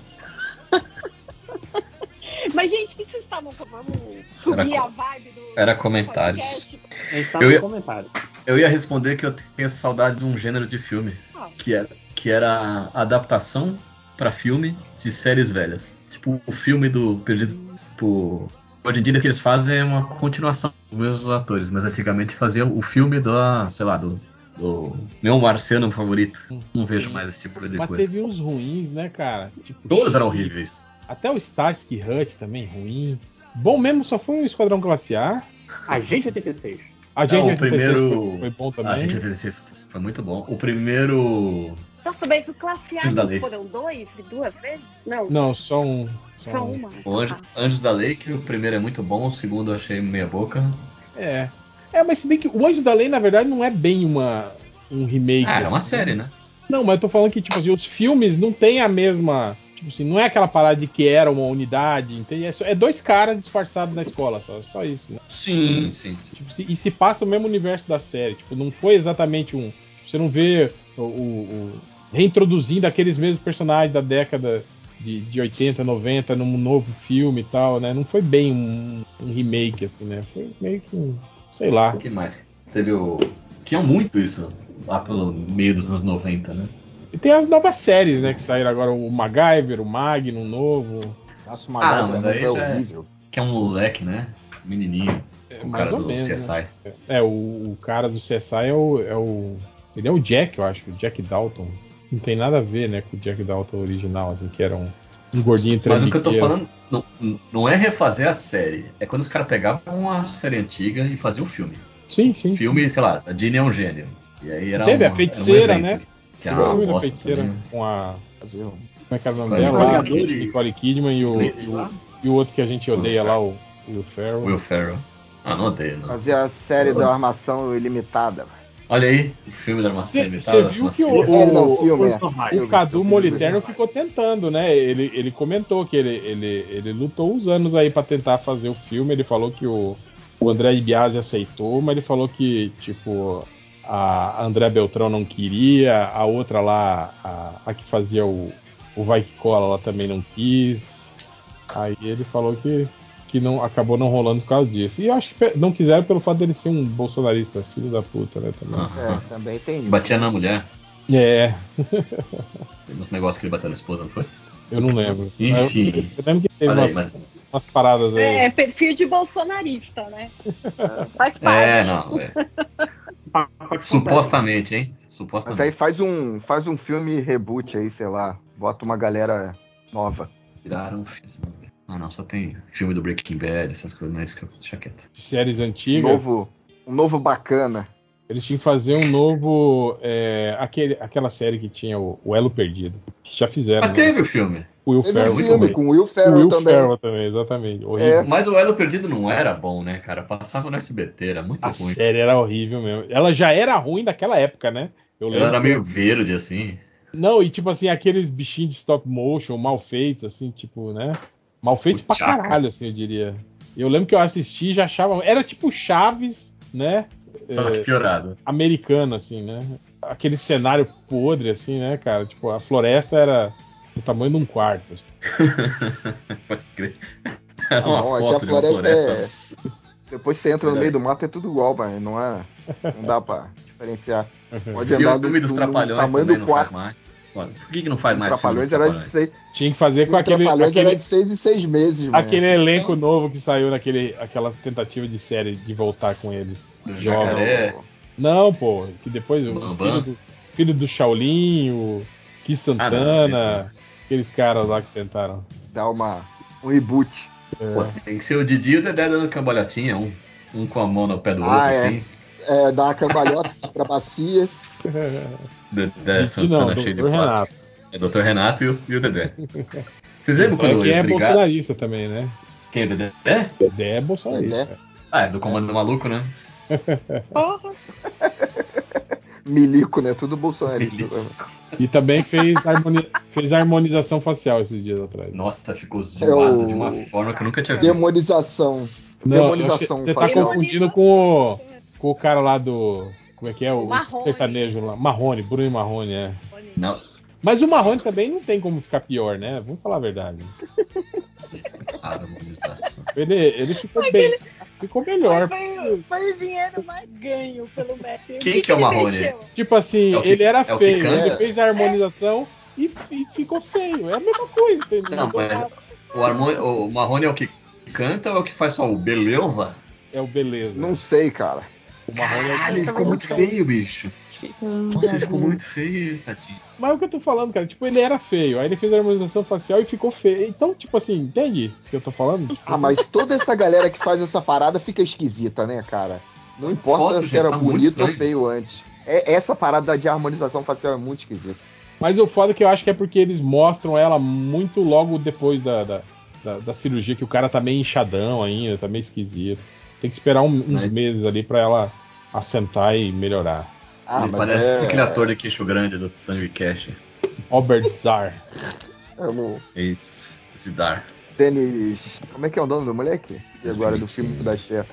Speaker 5: Mas, gente, o que vocês estavam Vamos subir
Speaker 1: Era
Speaker 5: a vibe do.
Speaker 1: Era
Speaker 5: do
Speaker 1: comentários.
Speaker 5: podcast?
Speaker 2: A gente tá
Speaker 1: Eu
Speaker 2: no
Speaker 1: ia-
Speaker 2: comentário.
Speaker 1: Eu ia responder que eu tenho saudade de um gênero de filme.
Speaker 5: Ah.
Speaker 1: Que era, que era a adaptação pra filme de séries velhas. Tipo, o filme do Perdido. Tipo, hoje em dia o que eles fazem é uma continuação dos mesmos atores, mas antigamente faziam o filme da. sei lá, do. do meu marciano favorito. Não vejo mais esse tipo de
Speaker 3: Mas
Speaker 1: coisa.
Speaker 3: teve uns ruins, né, cara? Tipo,
Speaker 1: Todos eram horríveis.
Speaker 3: Até o Starsky Hutch também ruim. Bom mesmo só foi um Esquadrão Classe A.
Speaker 2: Agente 86.
Speaker 3: A
Speaker 1: Não, o
Speaker 3: 86
Speaker 1: primeiro-
Speaker 3: foi, foi bom também.
Speaker 1: A gente 86 Ah, foi muito bom. O primeiro.
Speaker 5: Nossa, mas então, o classe A
Speaker 1: Filhos da
Speaker 5: não
Speaker 1: lei.
Speaker 5: foram dois, duas vezes? Não,
Speaker 3: Não, só um. Só,
Speaker 5: só
Speaker 3: um.
Speaker 5: uma.
Speaker 1: o Anjo-
Speaker 5: Ah.
Speaker 1: Anjos da Lei, que o primeiro é muito bom, o segundo eu achei meia boca.
Speaker 3: É. É, mas se bem que o Anjo da Lei, na verdade, não é bem uma, um remake.
Speaker 1: Ah, era uma
Speaker 3: assim,
Speaker 1: série, né?
Speaker 3: Não, mas eu tô falando que, tipo assim, os filmes não tem a mesma. Tipo assim, não é aquela parada de que era uma unidade, entende? É, só- é dois caras disfarçados na escola, só, só isso. né?
Speaker 1: Sim, sim, sim.
Speaker 3: Tipo, se- e se passa o mesmo universo da série. Tipo, não foi exatamente um. Você não vê o. o- o- reintroduzindo aqueles mesmos personagens da década de, de 80, 90 num novo filme e tal, né? Não foi bem um, um remake, assim, né? Foi meio que um. Sei lá.
Speaker 1: O Ah, que mais? Teve o. Tinha muito isso lá pelo meio dos anos 90, né?
Speaker 3: E tem as novas séries, né? Que saíram agora, o MacGyver, o Magnum novo.
Speaker 4: Nossa,
Speaker 1: Ah,
Speaker 4: uma ah,
Speaker 1: mas aí
Speaker 4: é
Speaker 1: já é-
Speaker 4: horrível.
Speaker 1: Que é um moleque, né? Menininho.
Speaker 3: É,
Speaker 1: O cara do
Speaker 3: né?
Speaker 1: CSI.
Speaker 3: É, o, o cara do CSI é o, é o. Ele é o Jack, eu acho, o Jack Dalton. Não tem nada a ver, né, com o Jack Dalton original, assim, que era um, um gordinho
Speaker 1: Mas o que eu tô falando
Speaker 3: trambiqueiro.
Speaker 1: não, não é refazer a série. É quando os caras pegavam uma série antiga e faziam um filme.
Speaker 3: Sim, sim.
Speaker 1: Filme, sei lá, a Dini é um gênio. E aí era
Speaker 3: Teve a
Speaker 1: um-
Speaker 3: feiticeira,
Speaker 1: era um evento,
Speaker 3: né?
Speaker 1: Que era uma
Speaker 3: Filme da
Speaker 1: bosta
Speaker 3: feiticeira
Speaker 1: também.
Speaker 3: com a.
Speaker 4: Fazer um-
Speaker 3: Como é que era o nome
Speaker 1: Nicole
Speaker 3: dela? A
Speaker 1: Kidman.
Speaker 3: Nicole Kidman e o,
Speaker 1: Lady
Speaker 3: e
Speaker 1: lá?
Speaker 3: o, e o outro que a gente
Speaker 1: Will
Speaker 3: odeia lá, o
Speaker 1: Ferrell.
Speaker 3: Will Ferrell.
Speaker 1: Will Ferrell. Ah, não odeio, não.
Speaker 4: Fazer a série da armação ilimitada.
Speaker 1: Olha aí, o filme da Armação
Speaker 3: Cê-
Speaker 1: Imitada.
Speaker 3: cê viu
Speaker 1: nossa,
Speaker 3: que
Speaker 1: que-
Speaker 3: o-
Speaker 4: Série não, filme,
Speaker 2: os
Speaker 4: é.
Speaker 2: normais.
Speaker 3: O Cadu Moliterno ficou tentando, né? Ele, ele comentou que ele, ele, ele lutou uns anos aí pra tentar fazer o filme. Ele falou que o, o André Ibiase aceitou, mas ele falou que, tipo, a André Beltrão não queria, a outra lá, a, a que fazia o, o Vai Que Cola, ela também não quis. Aí ele falou que, que não acabou não rolando por causa disso. E eu acho que pe- não quiseram pelo fato dele ser um bolsonarista, filho da puta, né? Também.
Speaker 1: Aham.
Speaker 4: É, também tem isso.
Speaker 1: Batia na mulher.
Speaker 3: É,
Speaker 1: Teve uns negócios um que ele bateu na esposa, não foi?
Speaker 3: eu não lembro.
Speaker 1: Enfim.
Speaker 3: Eu lembro que teve
Speaker 1: Olha aí,
Speaker 3: umas-
Speaker 1: mas
Speaker 3: umas paradas aí.
Speaker 5: É, perfil de bolsonarista, né? Faz
Speaker 1: É,
Speaker 5: parte.
Speaker 1: não. é.
Speaker 2: Pacote completo.
Speaker 1: Supostamente, hein?
Speaker 4: Mas aí
Speaker 1: Supostamente.
Speaker 4: faz um, faz um filme reboot aí, sei lá. Bota uma galera nova. Um
Speaker 1: Viraram. Ah, não, só tem filme do Breaking Bad, essas coisas, não é isso que eu deixa quieto.
Speaker 3: De séries
Speaker 4: Um
Speaker 3: antigas.
Speaker 4: novo, um novo bacana.
Speaker 3: Eles tinham que fazer um novo. é, aquele, aquela série que tinha o, o Elo Perdido. Que já fizeram.
Speaker 1: Mas
Speaker 3: né?
Speaker 1: teve o filme.
Speaker 3: O Will
Speaker 4: Teve
Speaker 1: Ferrell
Speaker 4: um
Speaker 3: Ferrell
Speaker 4: filme
Speaker 3: também.
Speaker 4: com o Will
Speaker 3: O
Speaker 4: Ferrell
Speaker 3: Will
Speaker 4: também. É.
Speaker 3: Ferrell também, exatamente. Horrível.
Speaker 1: Mas o Elo Perdido não era bom, né, cara? Passava no SBT, era muito
Speaker 3: A
Speaker 1: ruim.
Speaker 3: série era horrível mesmo. Ela já era ruim daquela época, né? Eu
Speaker 1: Ela
Speaker 3: lembro.
Speaker 1: era meio verde, assim.
Speaker 3: Não, e tipo assim, aqueles bichinhos de stop motion, mal feitos, assim, tipo, né? Mal feitos
Speaker 1: O
Speaker 3: pra
Speaker 1: Chaka.
Speaker 3: caralho, assim, eu diria. Eu lembro que eu assisti e já achava. Era tipo Chaves, né?
Speaker 1: Só
Speaker 3: É,
Speaker 1: que piorado.
Speaker 3: americano, assim, né? Aquele cenário podre, assim, né, cara? Tipo, a floresta era do tamanho de um quarto. assim.
Speaker 1: Pode crer. Era uma
Speaker 4: Não, aqui
Speaker 1: foto
Speaker 4: a
Speaker 1: de uma
Speaker 4: floresta é-
Speaker 1: floresta.
Speaker 4: Depois você entra no
Speaker 1: Verdade.
Speaker 4: meio do mato, é tudo igual, mas não é. Não dá pra diferenciar.
Speaker 3: Uhum.
Speaker 4: Pode
Speaker 1: E
Speaker 4: andar
Speaker 1: o
Speaker 4: do,
Speaker 1: filme dos
Speaker 4: do- do
Speaker 1: Trapalhões também
Speaker 4: tamanho do
Speaker 1: não faz
Speaker 4: quarto.
Speaker 1: mais. Foda. Por que, que não faz mais filme dos
Speaker 4: Trapalhões era de
Speaker 1: Trapalhões?
Speaker 4: seis.
Speaker 3: Tinha que fazer com
Speaker 4: Filme
Speaker 3: aquele,
Speaker 4: Trapalhões era
Speaker 3: aquele,
Speaker 4: de né? seis em seis meses, mano.
Speaker 3: aquele elenco novo que saiu naquele aquela tentativa de série de voltar com eles.
Speaker 1: Do
Speaker 3: jovens.
Speaker 1: jacaré.
Speaker 3: Não, pô, que depois o filho
Speaker 1: Bambam. Ah,
Speaker 3: do, filho do Shaolin, o Ki
Speaker 1: é,
Speaker 3: Santana, aqueles caras lá que tentaram.
Speaker 4: Dá uma, um reboot.
Speaker 1: Pô, tem que ser o Didi e o Dedé dando cambalhotinha, um, um com a mão no pé do
Speaker 4: Ah,
Speaker 1: outro,
Speaker 4: é.
Speaker 1: assim.
Speaker 4: É, dá uma cambalhota pra bacia.
Speaker 1: Dedé
Speaker 3: Disse não,
Speaker 1: É, Santana cheio de
Speaker 3: doutor
Speaker 1: plástico.
Speaker 3: Renato.
Speaker 1: É Dr. Renato e o, e o Dedé. Vocês lembram
Speaker 3: Fora
Speaker 1: quando
Speaker 3: Quem
Speaker 1: eles
Speaker 3: é
Speaker 1: brigaram?
Speaker 3: bolsonarista também, né?
Speaker 1: Quem é o Dedé?
Speaker 3: Dedé é bolsonarista.
Speaker 4: Dedé.
Speaker 1: Ah, é do Comando do Maluco, né?
Speaker 5: Porra.
Speaker 4: Milico, né? Tudo bolsonarista.
Speaker 3: E também fez, harmoni- fez a harmonização facial esses dias atrás.
Speaker 1: Nossa, ficou zoado
Speaker 4: É o-
Speaker 1: de uma forma que eu nunca tinha visto.
Speaker 4: Demonização. demonização
Speaker 3: eu achei- Você tá
Speaker 4: facial.
Speaker 3: confundindo com o, com o cara lá do. Como é que é? O
Speaker 5: Marrone.
Speaker 3: sertanejo lá. Marrone, Bruno Marrone, é.
Speaker 1: Não,
Speaker 3: Mas o Marrone também não tem como ficar pior, né? Vamos falar a verdade.
Speaker 1: Ah, harmonização.
Speaker 3: Ele, ele ficou bem. Ficou melhor.
Speaker 5: Foi, foi o dinheiro mais ganho pelo Messi.
Speaker 1: Quem que é o Marrone?
Speaker 3: Tipo assim,
Speaker 1: É o que-
Speaker 3: ele era
Speaker 1: é o que
Speaker 3: feio,
Speaker 1: canta.
Speaker 3: ele fez a harmonização e, fi- ficou feio. É a mesma coisa, entendeu?
Speaker 1: Não, mas o, harmoni- o Marrone é o que canta ou é o que faz só o beleuva?
Speaker 3: É o beleza.
Speaker 4: Não sei, cara.
Speaker 3: O Marrone é o
Speaker 1: Caralho,
Speaker 3: que-
Speaker 1: ele ficou muito feio, bicho. Nossa, ele ficou muito feio, tadinho.
Speaker 3: Mas é o que eu tô falando, cara. Tipo, ele era feio. Aí ele fez a harmonização facial e ficou feio. Então, tipo assim, entende o que eu tô falando?
Speaker 4: Ah, mas toda essa galera que faz essa parada fica esquisita, né, cara? Não importa
Speaker 1: Foto,
Speaker 4: se
Speaker 1: gente,
Speaker 4: era
Speaker 1: tá muito
Speaker 4: bonito ou
Speaker 1: estranho.
Speaker 4: feio antes. É, essa parada de harmonização facial é muito esquisita.
Speaker 3: Mas o foda é que eu acho que é porque eles mostram ela muito logo depois da, da, da- da cirurgia, que o cara tá meio inchadão ainda, tá meio esquisito. Tem que esperar um- uns
Speaker 1: Né?
Speaker 3: meses ali pra ela assentar e melhorar.
Speaker 4: Ah,
Speaker 1: ele
Speaker 4: mas
Speaker 1: parece
Speaker 4: é...
Speaker 1: aquele ator de queixo grande do Tango e Cash.
Speaker 3: Albert Zar.
Speaker 4: é o
Speaker 1: É isso. Zidar.
Speaker 4: Denis... Como é que é o nome do moleque? E agora do filme da Cher.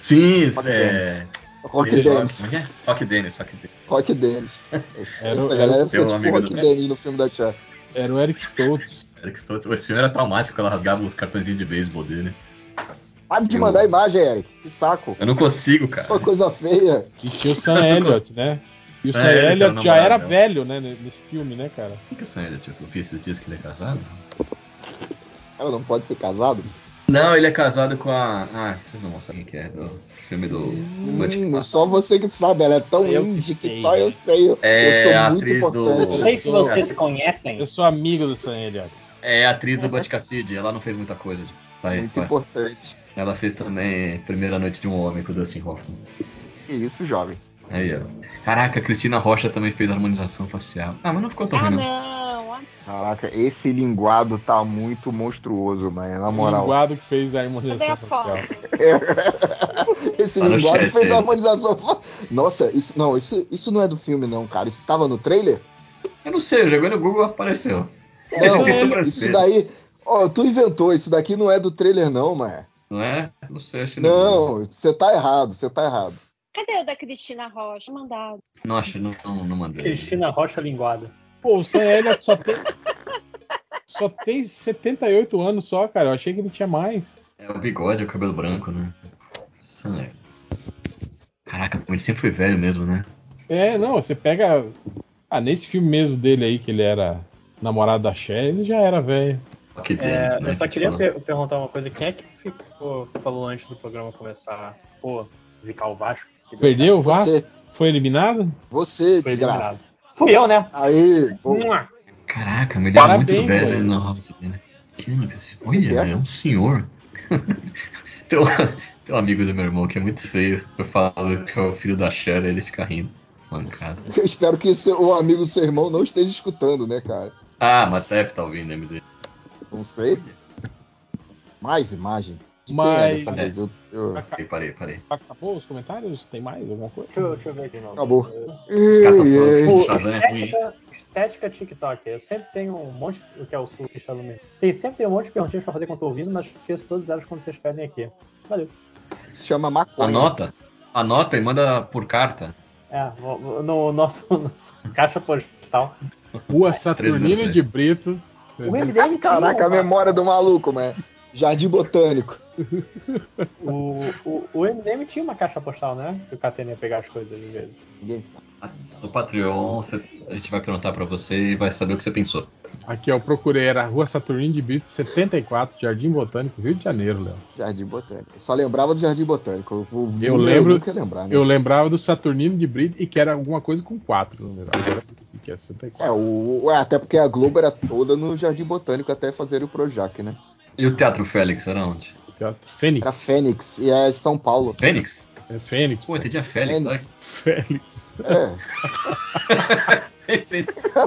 Speaker 1: Sim,
Speaker 4: Rock
Speaker 1: é.
Speaker 4: Dennis. Rock
Speaker 1: ele-
Speaker 4: Dennis.
Speaker 1: Como é que é? Rock Dennis, Rock Dennis.
Speaker 4: Rock Dennis.
Speaker 3: Era,
Speaker 4: Essa
Speaker 3: era-
Speaker 4: galera
Speaker 1: Tem
Speaker 4: fica
Speaker 1: um
Speaker 4: tipo
Speaker 1: amigo
Speaker 4: Rock
Speaker 1: do-
Speaker 4: Dennis no filme da Cher.
Speaker 3: Era o Eric Stoltz.
Speaker 1: Eric Stoltz. Esse filme era traumático porque ela rasgava os cartõezinhos de beisebol dele.
Speaker 4: Para de
Speaker 1: Eu-
Speaker 4: mandar imagem, Eric. Que saco.
Speaker 1: Eu não consigo, cara.
Speaker 4: Só coisa feia.
Speaker 3: E tinha o Sam Elliott, né?
Speaker 4: É,
Speaker 3: E o
Speaker 1: Sam
Speaker 3: Sam
Speaker 1: Elliott era o
Speaker 4: um
Speaker 3: Elliott já
Speaker 1: namorado
Speaker 3: era
Speaker 1: dela.
Speaker 3: velho, né? Nesse filme, né, cara?
Speaker 1: Por que o Sam Elliott? Eu vi esses dias que ele é casado.
Speaker 4: Ela não pode ser casado?
Speaker 1: Não, ele é casado com a. Ah, vocês não vão saber quem que é do filme do.
Speaker 4: Hum, só você que sabe, ela é tão
Speaker 3: Eu que
Speaker 4: indie que
Speaker 3: sei,
Speaker 4: só eu
Speaker 3: velho.
Speaker 4: sei. Eu,
Speaker 1: É, a
Speaker 4: eu sou
Speaker 1: atriz
Speaker 4: muito
Speaker 1: do-
Speaker 2: Eu
Speaker 4: importante.
Speaker 2: não sei se vocês conhecem.
Speaker 3: Eu sou amigo do Sam Elliott.
Speaker 1: É a atriz do Baticasside, ela não fez muita coisa. Tá aí,
Speaker 4: Muito
Speaker 1: tá.
Speaker 4: importante.
Speaker 1: Ela fez também Primeira Noite de um Homem com o Dustin Hoffman.
Speaker 4: Que isso, jovem.
Speaker 1: Aí, ó. Caraca, a Cristina Rocha também fez harmonização facial. Ah, mas não ficou tão
Speaker 5: Ah,
Speaker 1: ruim, não.
Speaker 5: não. ah,
Speaker 4: Caraca, esse linguado tá muito monstruoso, mano. Na
Speaker 3: O
Speaker 4: moral.
Speaker 3: linguado que fez a
Speaker 5: Cadê
Speaker 3: harmonização
Speaker 5: é a foto?
Speaker 3: facial.
Speaker 4: Esse
Speaker 1: Tá no
Speaker 4: linguado
Speaker 1: chat
Speaker 4: fez a
Speaker 1: aí.
Speaker 4: harmonização. Nossa, isso não, isso, isso não é do filme, não, cara. Isso tava no trailer?
Speaker 1: Eu não sei, eu joguei no Google apareceu. É
Speaker 4: Não,
Speaker 1: Isso pra
Speaker 4: isso
Speaker 1: ser.
Speaker 4: daí. Ó, tu inventou, isso daqui não é do trailer, não, mas.
Speaker 1: Não é? Não sei, achei no Google.
Speaker 4: Não, você tá errado, você tá errado.
Speaker 5: Cadê o da Cristina Rocha? Mandado.
Speaker 1: Não achei, não, não, não mandei.
Speaker 2: Cristina Rocha Linguada.
Speaker 3: Pô, o Sam Elliott só tem. Só tem 78 anos só, cara. Eu achei que ele tinha mais.
Speaker 1: É o bigode, é o cabelo branco, né? Sam. Caraca, ele sempre foi velho mesmo, né?
Speaker 3: É, não, você pega. Ah, nesse filme mesmo dele aí, que ele era namorado da Cher, ele já era velho.
Speaker 1: que
Speaker 2: É,
Speaker 1: vimos, né?
Speaker 2: eu só
Speaker 1: que
Speaker 2: queria
Speaker 1: fala.
Speaker 2: per- perguntar uma coisa. Quem é que ficou, falou antes do programa começar? Pô, zicar o Vasco? Que deu
Speaker 3: Perdeu o Vasco?
Speaker 4: Você,
Speaker 3: Foi eliminado?
Speaker 4: você,
Speaker 2: certo. Foi
Speaker 4: desgraça.
Speaker 2: eliminado. Fui eu, né?
Speaker 4: Aí, boa.
Speaker 2: Mua.
Speaker 1: Caraca, mas ele é
Speaker 3: Parabéns,
Speaker 1: muito velho,
Speaker 3: velho.
Speaker 1: né? Não, que esse-
Speaker 4: que
Speaker 1: Olha,
Speaker 4: é?
Speaker 1: é um senhor. tem, um, tem um amigo do meu irmão que é muito feio. Eu falo que é o filho da Cher, ele fica rindo. Mancada.
Speaker 4: Eu espero que seu- o amigo do seu irmão não esteja escutando, né, cara?
Speaker 1: Ah, mas deve estar ouvindo, MD.
Speaker 4: Não sei. Mais imagem. De quem é
Speaker 3: Mas-
Speaker 4: dessa vez? Eu- eu-
Speaker 1: Parei, parei, parei.
Speaker 3: Acabou os comentários? Tem mais alguma coisa?
Speaker 2: Deixa, eu- deixa eu ver aqui. Não.
Speaker 4: Acabou.
Speaker 1: Os caras tão
Speaker 4: Ei, ei.
Speaker 1: tá falando que o
Speaker 2: Pô,
Speaker 1: Shazam é ruim, hein?
Speaker 2: estética, estética TikTok. Eu sempre tenho um monte. O que é o sul que está no meio. Tem sempre tem um monte de perguntinhas pra fazer quando eu tô ouvindo, mas esqueço todas elas quando vocês pedem aqui. Valeu.
Speaker 4: Se chama maconha.
Speaker 1: Anota. Anota e manda por carta.
Speaker 2: É, no- no no nosso, nosso caixa postal.
Speaker 3: Rua Saturnino
Speaker 1: 303.
Speaker 3: de Brito.
Speaker 2: O MDM
Speaker 4: Caraca, a
Speaker 2: mesmo.
Speaker 4: memória do maluco, mas. Jardim Botânico.
Speaker 2: O, o, o MDM tinha uma caixa postal, né? Que o Catena ia pegar as coisas às vezes.
Speaker 4: Ninguém sabe.
Speaker 1: No Patreon, você- a gente vai perguntar pra você e vai saber o que você pensou.
Speaker 3: Aqui, ó, eu procurei, era Rua Saturnino de Brito, 74, Jardim Botânico, Rio de Janeiro, Léo.
Speaker 4: Jardim Botânico. Eu só lembrava do Jardim Botânico. O número
Speaker 3: Eu lembro-
Speaker 4: nunca ia lembrar, né?
Speaker 3: Eu lembrava do Saturnino de Brito e que era alguma coisa com 4 no numeral. Agora, o que é
Speaker 4: É,
Speaker 3: 74?
Speaker 4: o... é, até porque a Globo era toda no Jardim Botânico até fazer o Projac, né?
Speaker 1: E o Teatro Félix era onde?
Speaker 3: Teatro Fênix.
Speaker 4: Era Fênix e é São Paulo.
Speaker 1: Fênix?
Speaker 3: É Fênix.
Speaker 1: Pô, entendi a Félix, olha.
Speaker 4: Fênix.
Speaker 3: Fênix.
Speaker 4: É.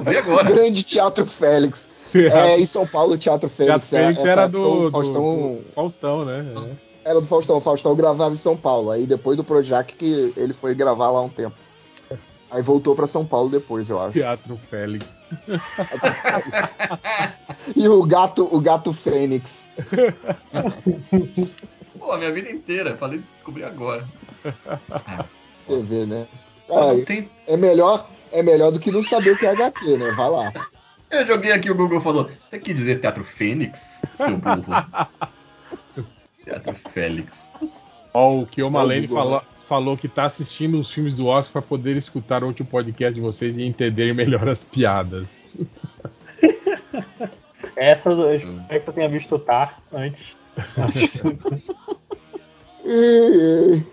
Speaker 1: Vem agora.
Speaker 4: Grande Teatro Félix.
Speaker 3: Teatro
Speaker 4: É, em São Paulo, o Teatro Fênix.
Speaker 3: Fênix
Speaker 4: essa
Speaker 3: era
Speaker 4: ator,
Speaker 3: do, do-
Speaker 4: Faustão,
Speaker 3: do Faustão, né? É.
Speaker 4: Era do Faustão. O Faustão gravava em São Paulo. Aí depois do Projac que ele foi gravar lá um tempo. Aí voltou pra São Paulo depois, eu acho.
Speaker 3: Teatro Félix.
Speaker 4: E o gato, o gato Fênix.
Speaker 1: Pô, a minha vida inteira, falei, descobri agora. Ah,
Speaker 4: Você vê, né?
Speaker 1: pô, não
Speaker 4: Aí,
Speaker 1: tem-
Speaker 4: é melhor, é melhor do que não saber o que é HQ, né? Vai lá.
Speaker 1: Eu joguei aqui, o Google falou, você quer dizer Teatro Fênix, seu burro? Teatro Félix.
Speaker 3: Ó, o que o Malene
Speaker 4: Google,
Speaker 3: falou, falou que tá assistindo os filmes do Oscar pra poder escutar o último podcast de vocês e entenderem melhor as piadas.
Speaker 2: Essa eu
Speaker 3: Hum.
Speaker 2: espero que eu tenha visto o Tar antes.
Speaker 4: Ih, ih.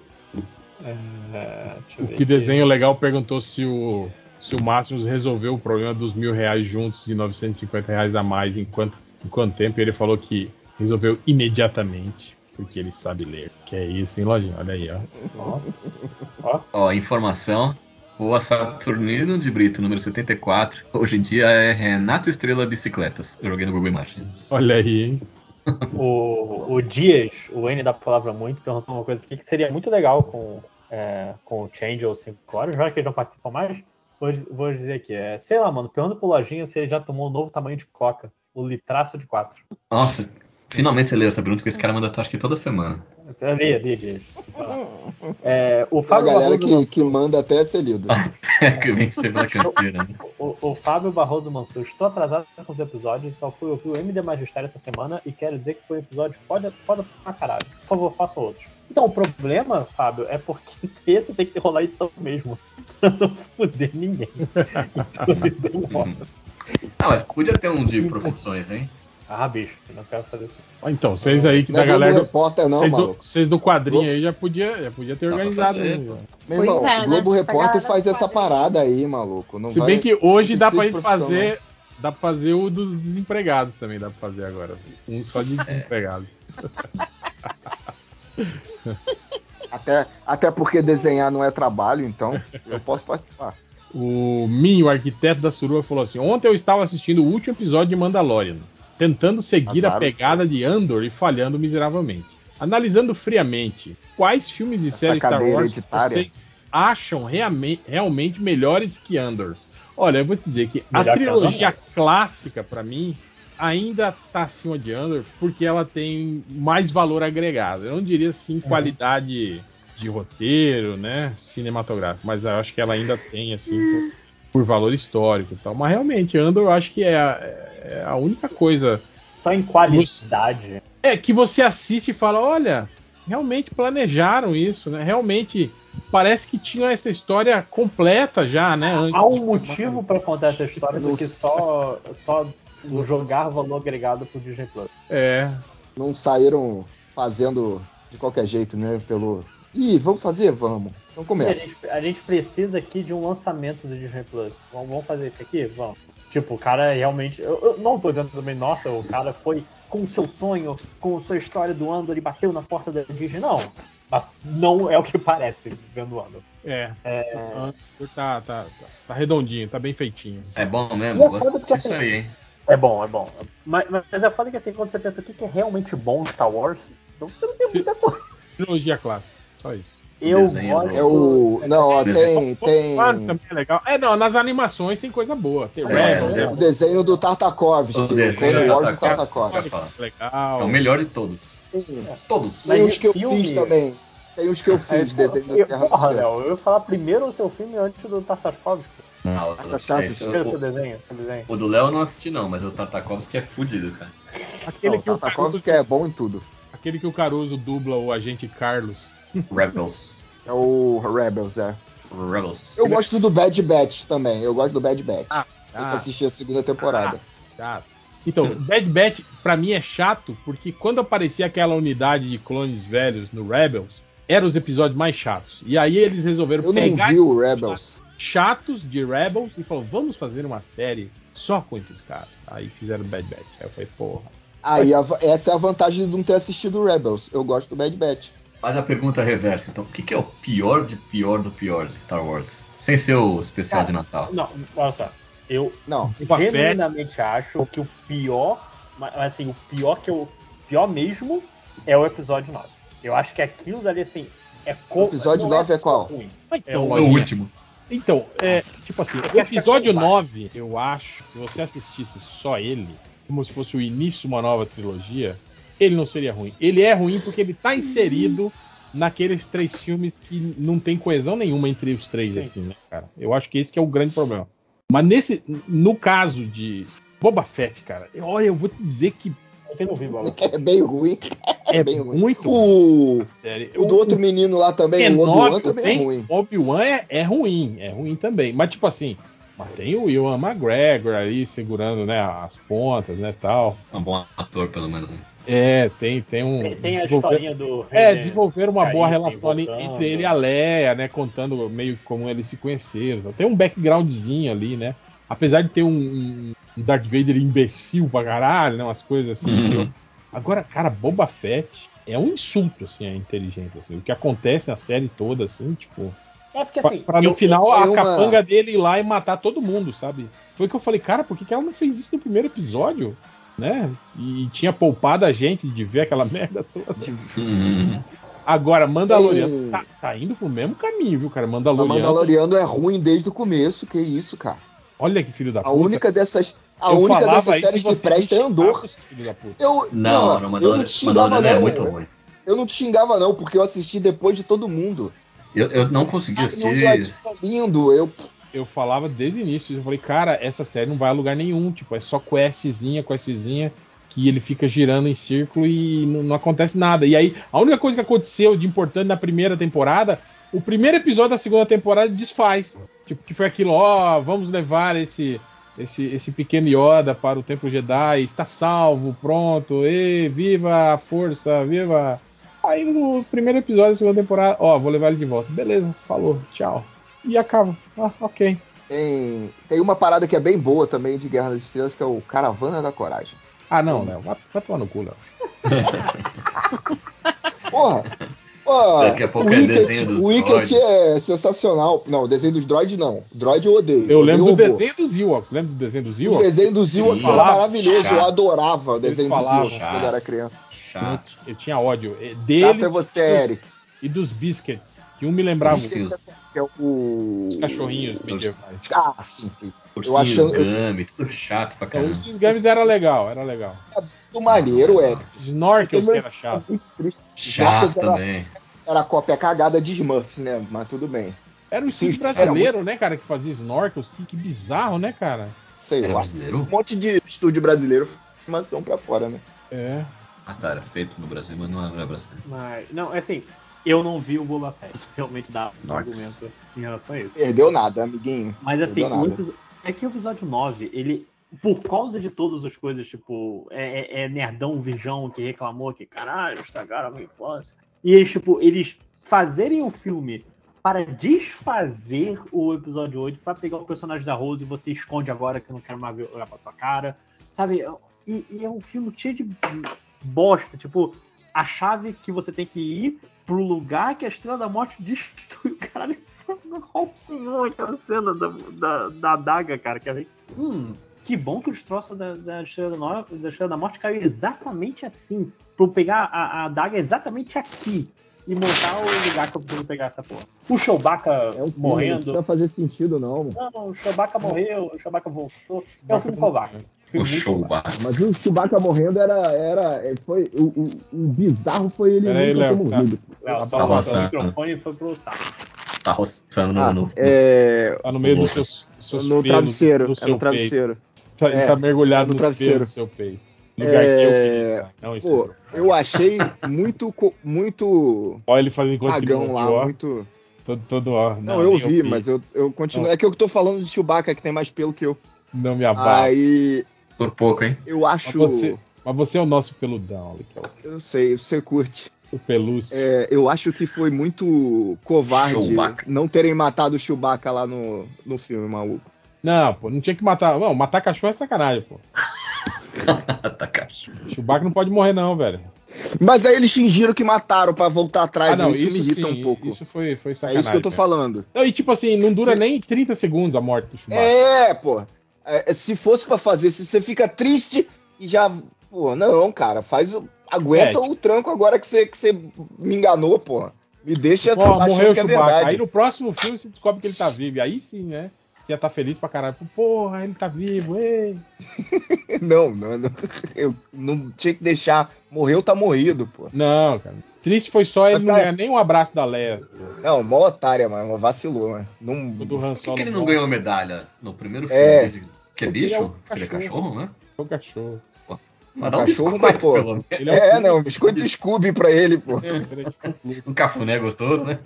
Speaker 2: É, deixa eu
Speaker 3: O
Speaker 2: ver
Speaker 3: que
Speaker 2: aqui.
Speaker 3: desenho legal perguntou se o, se o Máximos resolveu o problema dos mil reais juntos e 950 reais a mais em quanto, em quanto tempo. E ele falou que resolveu imediatamente, porque ele sabe ler. Que é isso, hein, Lojinha? Olha aí, ó.
Speaker 2: Ó,
Speaker 1: Ó, informação, o Saturnino de Brito, número 74, hoje em dia é Renato Estrela Bicicletas. Eu joguei no Google Imagens.
Speaker 3: Olha aí, hein?
Speaker 2: O, o Dias, o N da palavra muito, perguntou uma coisa aqui que seria muito legal com, é, com o Change ou 5 horas, já que eles não participam mais. Vou, diz- vou dizer aqui, é, sei lá, mano, pergunta pro Lojinha se ele já tomou um novo tamanho de coca, o litraço de 4.
Speaker 1: Nossa, finalmente você leu essa pergunta que esse cara manda acho que toda semana.
Speaker 2: Ali, ali, Dias. É, o
Speaker 4: A
Speaker 2: Fábio
Speaker 4: galera
Speaker 2: Barroso
Speaker 4: que, que manda até ser lido.
Speaker 3: Ah,
Speaker 1: É que vem sempre na canseira, né?
Speaker 2: O, o Fábio Barroso Mansur, estou atrasado com os episódios, só fui ouvir o MD Magistério essa semana e quero dizer que foi um episódio foda, foda pra caralho. Por favor, façam outros. Então, o problema, Fábio, é porque esse tem que rolar a edição mesmo, pra não fuder ninguém. Então, demora.
Speaker 1: Ah, mas podia ter um de profissões, hein?
Speaker 2: ah, bicho, eu não quero fazer isso.
Speaker 3: Ó, Então, vocês aí que
Speaker 4: Não
Speaker 3: da
Speaker 4: é Globo
Speaker 3: galera.
Speaker 4: Repórter, não,
Speaker 3: Vocês do,
Speaker 4: maluco.
Speaker 3: vocês do quadrinho aí já podia, já podia ter
Speaker 1: Dá pra
Speaker 3: organizado.
Speaker 1: fazer,
Speaker 3: né,
Speaker 1: pô.
Speaker 3: ó.
Speaker 4: Meu irmão,
Speaker 5: Pois é, né?
Speaker 4: Globo
Speaker 5: A
Speaker 4: Repórter
Speaker 5: galera
Speaker 4: faz
Speaker 5: não
Speaker 4: essa
Speaker 5: faz.
Speaker 4: parada aí, maluco. Não
Speaker 3: Se
Speaker 4: vai...
Speaker 3: bem que hoje
Speaker 4: não
Speaker 3: dá
Speaker 4: precisa
Speaker 3: pra
Speaker 4: de
Speaker 3: gente
Speaker 4: profissional,
Speaker 3: fazer. Dá pra fazer o dos desempregados também, dá pra fazer agora. Um só
Speaker 4: É.
Speaker 3: de desempregado.
Speaker 4: Até, até porque desenhar não é trabalho, então eu posso participar.
Speaker 3: O Minho, o arquiteto da Suruba, falou assim: Ontem eu estava assistindo o último episódio de Mandalorian, tentando seguir a
Speaker 4: Azar,
Speaker 3: pegada de Andor e falhando miseravelmente. Analisando friamente, quais filmes e
Speaker 4: Essa
Speaker 3: séries Star
Speaker 4: cadeira
Speaker 3: Wars
Speaker 4: hereditária.
Speaker 3: vocês acham realme- realmente melhores que Andor? Olha, eu vou te dizer que a
Speaker 2: Melhor que
Speaker 3: trilogia
Speaker 2: Andor,
Speaker 3: clássica, pra mim, ainda tá acima de Andor, porque ela tem mais valor agregado. Eu não diria
Speaker 2: Uhum.
Speaker 3: assim qualidade de roteiro, né, cinematográfico, mas eu acho que ela ainda tem assim por, por valor histórico e tal. Mas realmente Andor eu acho que é a, é a única coisa
Speaker 2: Só em qualidade.
Speaker 3: é que você assiste e fala, olha, realmente planejaram isso, né? Realmente parece que tinha essa história completa já, né? antes
Speaker 2: Há
Speaker 3: de
Speaker 2: um
Speaker 3: filmar.
Speaker 2: motivo pra contar essa história do que só, só jogar valor agregado pro Disney Plus.
Speaker 3: É.
Speaker 4: Não saíram fazendo de qualquer jeito, né? Pelo. Ih, vamos fazer? Vamos. Então
Speaker 2: A
Speaker 4: começa.
Speaker 2: gente, a gente precisa aqui de um lançamento do Disney Plus. Vamos, vamos fazer isso aqui? Vamos. Tipo, o cara realmente. Eu, eu não tô dizendo também, nossa, o cara foi com o seu sonho, com a sua história do Andor ele bateu na porta da Disney. Não. Mas Não é o que parece vendo o Andor.
Speaker 3: É. Ah, Tá, tá, tá, tá redondinho, tá bem feitinho.
Speaker 1: É bom mesmo,
Speaker 2: Não,
Speaker 1: gosto
Speaker 2: porque
Speaker 1: disso
Speaker 2: assim-
Speaker 1: aí, hein?
Speaker 2: É bom, é bom. Mas, mas é foda que assim, quando você pensa o que que é realmente bom em Star Wars, então você não tem muita coisa.
Speaker 3: Trilogia clássica, só isso.
Speaker 2: Eu
Speaker 1: desenho
Speaker 2: gosto.
Speaker 1: do-
Speaker 4: É o. Não, ó, tem. tem...
Speaker 3: Claro, também é legal. É, não, nas animações tem coisa boa. Tem Rebels,
Speaker 1: é.
Speaker 4: O desenho do Tartakovsky.
Speaker 1: O desenho
Speaker 4: Clone
Speaker 1: do
Speaker 4: Wars do
Speaker 1: Tartakovsky.
Speaker 4: Tartakovsky.
Speaker 1: eu falo. É
Speaker 3: legal.
Speaker 1: o melhor de todos.
Speaker 4: Tem,
Speaker 1: Todos.
Speaker 2: Mas
Speaker 4: tem os
Speaker 2: e
Speaker 4: que eu
Speaker 2: filme?
Speaker 4: fiz também. Tem os que eu
Speaker 2: Aí,
Speaker 4: fiz, desenho
Speaker 1: É
Speaker 2: eu-
Speaker 4: da Terra
Speaker 2: Porra,
Speaker 4: do Céu.
Speaker 2: Léo, eu ia falar primeiro o seu filme antes do Tartakovsky.
Speaker 1: Não,
Speaker 4: Essa chave
Speaker 1: esse-
Speaker 2: Primeiro o seu
Speaker 1: o,
Speaker 2: desenho, seu desenho.
Speaker 1: o do Léo eu não assisti não, mas o Tartakovsky é fudido, cara.
Speaker 3: Aquele,
Speaker 2: Não,
Speaker 3: que o Caruso,
Speaker 4: Tartakovsky é bom em tudo.
Speaker 3: aquele que o Caruso dubla o agente Carlos.
Speaker 1: Rebels.
Speaker 4: É o Rebels, é.
Speaker 1: Rebels.
Speaker 2: é
Speaker 4: Eu gosto do Bad Batch também. Eu gosto do Bad Batch.
Speaker 3: Ah,
Speaker 4: Eu assisti a segunda temporada.
Speaker 3: Chato. Então, Bad Batch, pra mim, é chato, porque quando aparecia aquela unidade de clones velhos no Rebels, eram os episódios mais chatos. E aí eles resolveram
Speaker 4: eu não
Speaker 3: pegar
Speaker 4: vi o
Speaker 3: esses
Speaker 4: Rebels.
Speaker 3: chatos de Rebels e falaram, vamos fazer uma série só com esses caras. Aí fizeram Bad Batch. Aí eu falei, porra.
Speaker 4: Aí a va- essa é a vantagem de não ter assistido o Rebels. Eu gosto do Bad Batch.
Speaker 1: Mas a pergunta reversa, então, o que, que é o pior de pior do pior de Star Wars? Sem ser o especial
Speaker 2: Cara,
Speaker 1: de Natal.
Speaker 2: Não, olha só. Eu
Speaker 4: Não.
Speaker 3: O papel-
Speaker 2: genuinamente acho que o pior, mas assim, o pior que eu. Pior mesmo é o episódio 9. Eu acho que aquilo dali, assim, é co-
Speaker 4: O episódio
Speaker 2: não
Speaker 4: 9 é
Speaker 2: só
Speaker 4: qual?
Speaker 2: Ruim.
Speaker 3: Mas
Speaker 2: É
Speaker 3: então,
Speaker 2: o
Speaker 1: O
Speaker 3: lojinha,
Speaker 1: último.
Speaker 3: Então, é, tipo assim, o episódio 9, eu acho, se você assistisse só ele, como se fosse o início de uma nova trilogia, ele não seria ruim. Ele é ruim porque ele tá inserido naqueles três filmes que não tem coesão nenhuma entre os três,
Speaker 2: Sim.
Speaker 3: assim, né, cara? Eu acho que esse que é o grande problema. Mas nesse, no caso de Boba Fett, cara, olha, eu vou te dizer que
Speaker 2: Eu tenho ouvido algo.
Speaker 4: É bem ruim.
Speaker 3: é,
Speaker 4: bem ruim.
Speaker 3: muito ruim,
Speaker 4: O,
Speaker 3: sério.
Speaker 4: o do outro menino lá também, o Obi-Wan
Speaker 3: Kenobi
Speaker 4: também é
Speaker 3: tem-
Speaker 4: ruim.
Speaker 3: o Obi-Wan é, é ruim, é ruim também. Mas, tipo assim, mas tem o Ian McGregor aí segurando né, as pontas, né, tal.
Speaker 1: É um bom ator, pelo menos. né?
Speaker 3: É, tem, tem um...
Speaker 2: Tem, tem a
Speaker 3: desenvolver-
Speaker 2: historinha do.
Speaker 3: É, desenvolver uma boa
Speaker 2: Aí,
Speaker 3: relação ali
Speaker 2: assim, voltando.
Speaker 3: entre ele e a Leia, né, contando meio como eles se conheceram. Tem um backgroundzinho ali, né. Apesar de ter um, um Darth Vader imbecil pra caralho, né, umas coisas assim.
Speaker 1: Uhum.
Speaker 3: entendeu? Agora, cara, Boba Fett é um insulto, assim, à inteligência. assim. O que acontece na série toda, assim, tipo...
Speaker 2: É porque
Speaker 3: Pra,
Speaker 2: assim.
Speaker 3: pra no
Speaker 2: eu-
Speaker 3: final
Speaker 4: eu-
Speaker 3: a
Speaker 4: eu, mano.
Speaker 3: capanga dele ir lá e matar todo mundo, sabe? Foi que eu falei, cara, por que, que ela não fez isso no primeiro episódio? Né? E tinha poupado a gente de ver aquela merda toda.
Speaker 1: Uhum.
Speaker 3: Agora, Mandaloriano
Speaker 4: Ei.
Speaker 3: tá, tá indo pro mesmo caminho, viu, cara?
Speaker 4: O
Speaker 3: Mandaloriano.
Speaker 4: Mandaloriano é ruim desde o começo, que isso, cara.
Speaker 3: Olha que filho da
Speaker 4: A única dessas. A
Speaker 3: Eu
Speaker 4: única
Speaker 3: falava
Speaker 4: dessas
Speaker 3: aí que
Speaker 4: séries que
Speaker 3: você
Speaker 4: presta é
Speaker 3: xingava
Speaker 4: Andor.
Speaker 3: os filhos da puta.
Speaker 4: Eu,
Speaker 1: Não, não,
Speaker 4: eu não
Speaker 1: Mandalor-
Speaker 4: te xingava,
Speaker 1: Mandaloriano é
Speaker 4: não.
Speaker 1: muito
Speaker 4: eu-
Speaker 1: ruim.
Speaker 4: Eu não te xingava, não, porque eu assisti depois de todo mundo.
Speaker 1: Eu, eu não consegui
Speaker 4: Ah, não,
Speaker 1: assistir.
Speaker 4: Ladino, lindo, eu.
Speaker 3: Eu falava desde o início. Eu falei, cara, essa série não vai a lugar nenhum. Tipo, é só questzinha, questzinha. Que ele fica girando em círculo e não, não acontece nada. E aí, a única coisa que aconteceu de importante na primeira temporada, o primeiro episódio da segunda temporada desfaz. Tipo, que foi aquilo, ó, vamos levar esse, esse esse pequeno Yoda para o Templo Jedi, está salvo, pronto, e viva a força, viva. Aí no primeiro episódio da segunda temporada, ó, vou levar ele de volta. Beleza, falou, tchau. E acaba. Ah, ok.
Speaker 4: Tem, tem uma parada que é bem boa também de Guerra das Estrelas, que é o Caravana da Coragem.
Speaker 3: Ah, não, Léo. Vai, vai tomar no cu, Léo.
Speaker 4: Porra! porra,
Speaker 1: Daqui a pouco
Speaker 4: o
Speaker 1: é
Speaker 4: Wicked,
Speaker 1: desenho dos
Speaker 4: O Wicked
Speaker 1: droids.
Speaker 4: é sensacional. Não, o desenho dos droids não. Droid eu odeio.
Speaker 3: Eu lembro do
Speaker 4: odeio
Speaker 3: desenho dos Ewoks. Lembra do desenho dos
Speaker 4: O
Speaker 3: Ewoks?
Speaker 4: desenho dos Ewoks
Speaker 1: Sim.
Speaker 4: era
Speaker 3: Falava,
Speaker 4: maravilhoso. Eu
Speaker 1: chato.
Speaker 4: adorava o desenho dos
Speaker 3: falavam,
Speaker 4: Ewoks quando eu era criança.
Speaker 1: Chato.
Speaker 3: Eu tinha ódio. eh,
Speaker 4: Chato
Speaker 3: Dele
Speaker 4: é você, Eric.
Speaker 3: e dos Biscuits. Que um me lembrava
Speaker 1: Biscuits.
Speaker 3: os
Speaker 1: Deus.
Speaker 4: Que é o...
Speaker 3: cachorrinhos medievais.
Speaker 4: Ah, sim, sim.
Speaker 1: Ursinhos
Speaker 4: achando-
Speaker 1: Gummy, tudo chato pra
Speaker 3: Então,
Speaker 1: caramba.
Speaker 3: os Games era legal, era legal. Ah,
Speaker 4: Muito maneiro, Eric. é
Speaker 3: Snorkels que era chato.
Speaker 4: Muito triste.
Speaker 1: Chato
Speaker 4: Jacas era-
Speaker 1: também.
Speaker 4: Era a cópia cagada de Smurfs, né? Mas tudo bem.
Speaker 3: Era um estúdio
Speaker 4: Sim,
Speaker 3: brasileiro, né, cara, que fazia snorkels. Que, que bizarro, né, cara?
Speaker 4: Sei
Speaker 1: Era
Speaker 4: lá.
Speaker 1: brasileiro?
Speaker 4: Um monte de estúdio brasileiro, formação pra fora, né?
Speaker 3: É.
Speaker 1: Ah, tá, era feito no Brasil, mas não era brasileiro.
Speaker 2: Mas, não, é assim, eu não vi o Boba Fett. Isso Realmente dá um
Speaker 1: Nossa.
Speaker 2: argumento em relação a isso.
Speaker 4: Perdeu nada, amiguinho.
Speaker 2: Mas assim,
Speaker 4: Perdeu nada.
Speaker 2: o episo- é que o episódio 9, ele por causa de todas as coisas, tipo, é, é- é nerdão, virgão que reclamou que, caralho, estragaram a minha infância. E eles, tipo, eles fazerem o filme para desfazer o episódio 8, para pegar o personagem da Rose e você esconde agora que eu não quero mais ver- olhar pra tua cara, sabe? E, e é um filme cheio de bosta, tipo, a chave que você tem que ir pro lugar que a Estrela da Morte destruiu, caralho, isso é Nossa senhora, aquela cena da, da, da adaga, cara, que é Hum, que bom que os troços da, da, Estrela, da, Nor- da Estrela da Morte caiu exatamente assim. Pra eu pegar a, a adaga exatamente aqui e montar o lugar que eu preciso pegar essa porra. O Chewbacca
Speaker 6: É um filme, Não
Speaker 2: morrendo.
Speaker 4: tá?
Speaker 6: precisa fazer sentido, não, mano.
Speaker 2: Não, o Chewbacca morreu, o Chewbacca voltou. É um filme covarde.
Speaker 1: O
Speaker 2: Filme muito
Speaker 1: show,
Speaker 2: covarde.
Speaker 1: bar.
Speaker 6: Mas o Chewbacca morrendo era. era é, foi, o, o- o bizarro foi ele
Speaker 3: Pera aí,
Speaker 6: nunca
Speaker 3: Léo,
Speaker 6: ter
Speaker 3: tá.
Speaker 6: morrido.
Speaker 2: Léo,
Speaker 1: Tá
Speaker 2: É, só botou o
Speaker 1: roçando.
Speaker 2: microfone e foi pro saco.
Speaker 1: Tá roçando no.
Speaker 4: Ah,
Speaker 1: no-
Speaker 4: é.
Speaker 3: Tá no meio dos
Speaker 1: Louco.
Speaker 3: seus, dos seus
Speaker 4: No
Speaker 3: pelos,
Speaker 4: travesseiro.
Speaker 3: do
Speaker 4: É
Speaker 3: seu
Speaker 4: no
Speaker 3: peito.
Speaker 4: travesseiro.
Speaker 3: Tá, ele
Speaker 4: É,
Speaker 3: tá mergulhado
Speaker 4: no
Speaker 3: no travesseiro
Speaker 4: travesseiro.
Speaker 3: do seu peito. No Lugar que eu
Speaker 4: É,
Speaker 3: queria estar. Não, isso
Speaker 4: Pô, eu achei muito. co- muito.
Speaker 3: Olha ele fazendo enquanto ele
Speaker 4: Pagão lá,
Speaker 3: ó,
Speaker 4: muito.
Speaker 3: todo, todo ó. né,
Speaker 4: Não, eu
Speaker 3: nem
Speaker 4: vi, mas eu, eu continuo.
Speaker 3: Não.
Speaker 4: É que eu tô falando de Chewbacca, que tem mais pelo que eu.
Speaker 3: Não me abala.
Speaker 4: Aí
Speaker 1: Por pouco, hein?
Speaker 4: eu acho.
Speaker 3: Mas você- Mas você é o nosso peludão, ali, que é o-
Speaker 4: Eu sei, você curte.
Speaker 3: o pelúcio.
Speaker 4: É, eu acho que foi muito covarde
Speaker 1: Chewbacca.
Speaker 4: não terem matado o Chewbacca lá no, no filme, maluco.
Speaker 3: Não, pô, não tinha que matar. Não, matar cachorro é sacanagem, pô.
Speaker 1: tá caixa.
Speaker 3: Chewbacca não pode morrer, não, velho.
Speaker 4: Mas aí eles fingiram que mataram pra voltar atrás.
Speaker 3: Ah, não,
Speaker 4: isso, me irrita
Speaker 3: sim,
Speaker 4: um pouco.
Speaker 3: Isso foi, foi
Speaker 4: é
Speaker 3: sacanagem.
Speaker 4: isso que eu tô
Speaker 3: velho.
Speaker 4: falando.
Speaker 3: Não, e tipo assim, não dura nem 30 segundos a morte do Chewbacca.
Speaker 4: É, pô. É, se fosse pra fazer, se você fica triste e já. Pô, não, cara, faz o. Aguenta
Speaker 3: É.
Speaker 4: o tranco agora que você, que você me enganou, pô. Me deixa
Speaker 3: Ó, morreu o
Speaker 4: que é
Speaker 3: Chewbacca. Aí
Speaker 4: verdade.
Speaker 3: no próximo filme você descobre que ele tá vivo. E aí sim, né? Você já tá feliz pra caralho. Pô, Porra, ele tá vivo, ei.
Speaker 4: Não, não, não, eu não tinha que deixar. Morreu, tá morrido, pô.
Speaker 3: Não, cara. Triste foi só ele
Speaker 4: Mas, tá-
Speaker 3: não
Speaker 4: cara-
Speaker 3: ganhar nem um abraço da Leia.
Speaker 4: Não, mó otária, mano. Vacilou, mano. Não,
Speaker 3: O do
Speaker 1: Por
Speaker 3: Han
Speaker 1: que,
Speaker 3: Solo.
Speaker 1: que ele não
Speaker 3: morre,
Speaker 1: ganhou medalha no primeiro filme?
Speaker 4: É.
Speaker 1: dele? Que é
Speaker 3: Porque ele é
Speaker 1: bicho?
Speaker 3: um
Speaker 1: Que Ele é
Speaker 3: cachorro.
Speaker 1: cachorro, né?
Speaker 3: o cachorro.
Speaker 1: Mas dá um
Speaker 4: Cachorro,
Speaker 1: biscoito,
Speaker 4: mas, pô.
Speaker 1: pelo menos.
Speaker 3: Ele
Speaker 4: É,
Speaker 3: é,
Speaker 4: não, biscoito Scooby pra ele, pô.
Speaker 3: um ele é tipo um clube.
Speaker 1: Um cafuné gostoso, né?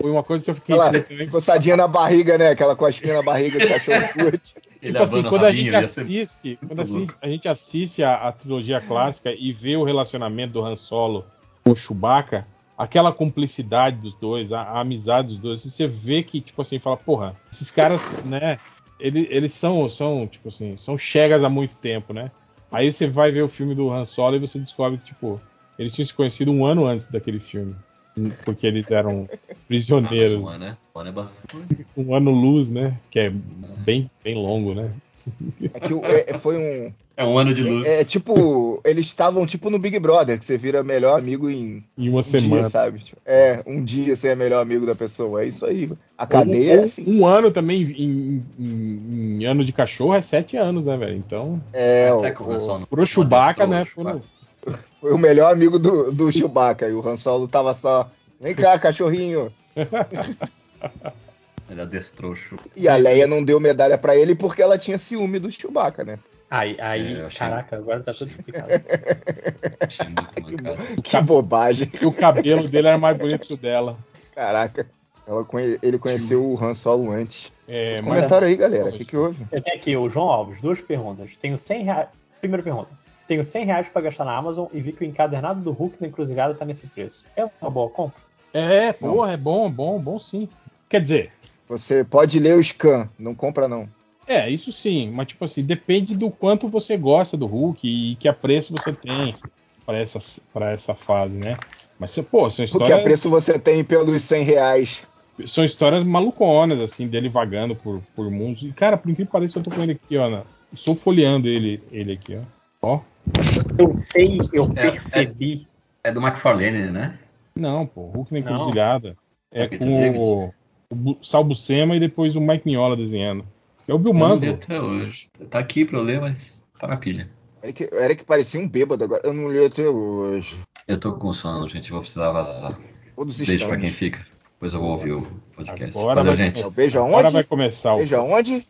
Speaker 3: Foi uma coisa que eu fiquei.
Speaker 4: Olha lá,
Speaker 3: também.
Speaker 4: coçadinha na barriga, né? Aquela cosquinha na barriga que um o cachorro curte.
Speaker 1: Ele
Speaker 3: Tipo assim,
Speaker 1: abana o
Speaker 3: quando a gente
Speaker 1: rabinho, ia ser
Speaker 3: assiste, quando
Speaker 1: muito
Speaker 3: assim, a gente assiste a, a trilogia clássica e vê o relacionamento do Han Solo com o Chewbacca, aquela cumplicidade dos dois, a, a amizade dos dois, você vê que, tipo assim, fala, porra, esses caras, né, ele- eles são, são, tipo assim, são chegas há muito tempo, né? Aí você vai ver o filme do Han Solo e você descobre que, tipo, eles tinham se conhecido um ano antes daquele filme. Porque eles eram
Speaker 1: Ah, mas
Speaker 3: prisioneiros.
Speaker 1: um ano, né? Um ano é bastante.
Speaker 3: Um ano luz, né? Que é bem, bem longo, né?
Speaker 4: É que o- é- foi um.
Speaker 1: É um ano de luz.
Speaker 4: É, é tipo. Eles estavam tipo no Big Brother, que você vira melhor amigo em um
Speaker 3: Em uma
Speaker 4: dia,
Speaker 3: semana.
Speaker 4: sabe? Tipo, É, um dia você é melhor amigo da pessoa. É isso aí. A cadeia
Speaker 3: Ou-
Speaker 4: é
Speaker 3: ou
Speaker 4: assim.
Speaker 3: Um ano também em, em- em ano de cachorro é sete anos, né, velho? Então,
Speaker 4: É, o,
Speaker 1: Será que o Han Solo não
Speaker 3: pro Chewbacca,
Speaker 1: adestrou
Speaker 3: né?
Speaker 1: o Chewbacca?
Speaker 3: foi-
Speaker 4: foi o melhor amigo do, do Chewbacca. E o Han Solo tava só. Vem cá, cachorrinho.
Speaker 1: Ele adestrou o Chewbacca.
Speaker 4: E a Leia não deu medalha pra ele porque ela tinha ciúme do Chewbacca, né?
Speaker 2: Aí, aí
Speaker 1: É, eu achei-
Speaker 2: caraca, agora tá tudo explicado.
Speaker 1: Achei muito mancado.
Speaker 4: Que bobagem.
Speaker 3: E o cabelo dele era mais bonito que o dela.
Speaker 4: Caraca. Ela conhe- Ele conheceu o Han Solo antes.
Speaker 3: É, mas
Speaker 4: Comentaram aí, galera. O que, que houve?
Speaker 2: Eu tenho aqui o João Alves, duas perguntas. Tenho 100 reais. Primeira pergunta. Tenho 100 reais pra gastar na Amazon e vi que o encadernado do Hulk na encruzilhada tá nesse preço. É uma boa compra?
Speaker 3: é, porra, é bom, bom, bom sim. Quer dizer,
Speaker 4: Você pode ler o scan, não compra não.
Speaker 3: é, isso sim, mas tipo assim, depende do quanto você gosta do Hulk e que apreço você tem pra essa, pra essa fase, né? Mas, você- pô, é são
Speaker 4: Porque a
Speaker 3: histórias,
Speaker 4: preço você tem pelos 100 reais.
Speaker 3: são histórias maluconas, assim, dele vagando por, por mundos. E, cara, por incrível que pareça, eu tô com ele aqui, ó. na- Estou folheando ele, ele aqui, ó. Ó.
Speaker 2: Eu sei, eu
Speaker 1: É,
Speaker 2: percebi.
Speaker 1: É do McFarlane, né?
Speaker 3: Não, pô, Hulk na
Speaker 2: Não.
Speaker 3: encruzilhada. É
Speaker 1: É Peter
Speaker 3: com
Speaker 1: David.
Speaker 3: o, o Bu- Sal Buscema e depois o Mike Mignola desenhando. É o Bill
Speaker 1: Eu não li
Speaker 3: Mando.
Speaker 1: até hoje. Tá aqui pra eu ler, mas tá na pilha.
Speaker 4: Era que, era que parecia um bêbado agora. Eu não li até hoje.
Speaker 1: Eu tô com sono, gente. Vou precisar vazar.
Speaker 4: Todos os
Speaker 1: Beijo pra quem
Speaker 4: estamos.
Speaker 1: fica. Depois eu vou ouvir o podcast.
Speaker 3: Agora
Speaker 1: Valeu,
Speaker 3: vai,
Speaker 1: gente.
Speaker 3: começar-
Speaker 4: Beijo aonde?
Speaker 3: agora vai começar o.
Speaker 4: Veja onde?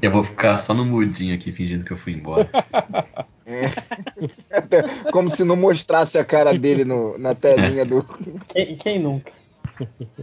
Speaker 1: Eu vou ficar só no mudinho aqui, fingindo que eu fui embora.
Speaker 4: Até como se não mostrasse a cara dele no- na telinha do.
Speaker 1: é.
Speaker 2: Quem, quem nunca?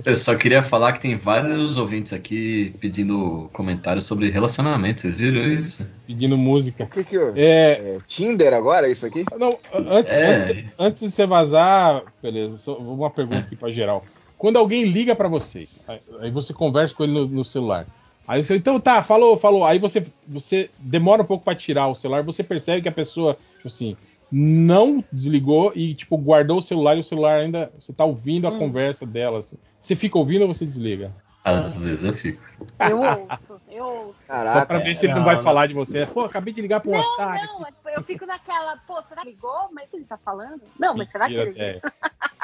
Speaker 1: Eu só queria falar que tem vários ouvintes aqui pedindo comentários sobre relacionamento. Vocês viram isso?
Speaker 3: Pedindo música.
Speaker 4: O que que é?
Speaker 3: É.
Speaker 4: é Tinder agora, isso aqui?
Speaker 3: Não, antes,
Speaker 1: É.
Speaker 3: antes, antes de você vazar, beleza, só uma pergunta aqui pra geral. Quando alguém liga pra você, aí- aí você conversa com ele no, no celular. Aí você, então tá, falou, falou. Aí você, você demora um pouco pra tirar o celular, você percebe que a pessoa, tipo assim, não desligou e, tipo, guardou o celular e o celular ainda. Você tá ouvindo
Speaker 5: Hum.
Speaker 3: a conversa dela. assim. Você fica ouvindo ou você desliga?
Speaker 1: Às vezes eu fico.
Speaker 5: Eu ouço, eu ouço.
Speaker 1: Ah,
Speaker 4: Caraca.
Speaker 3: Só
Speaker 1: é,
Speaker 3: pra ver se ele não,
Speaker 2: Não,
Speaker 3: vai
Speaker 2: não.
Speaker 3: falar de você. Pô, acabei de ligar pro
Speaker 5: Não,
Speaker 3: Atari.
Speaker 5: não, é tipo, eu fico naquela, pô, será que ligou? Mas ele tá falando? Não, mas será que ele ligou?
Speaker 3: é.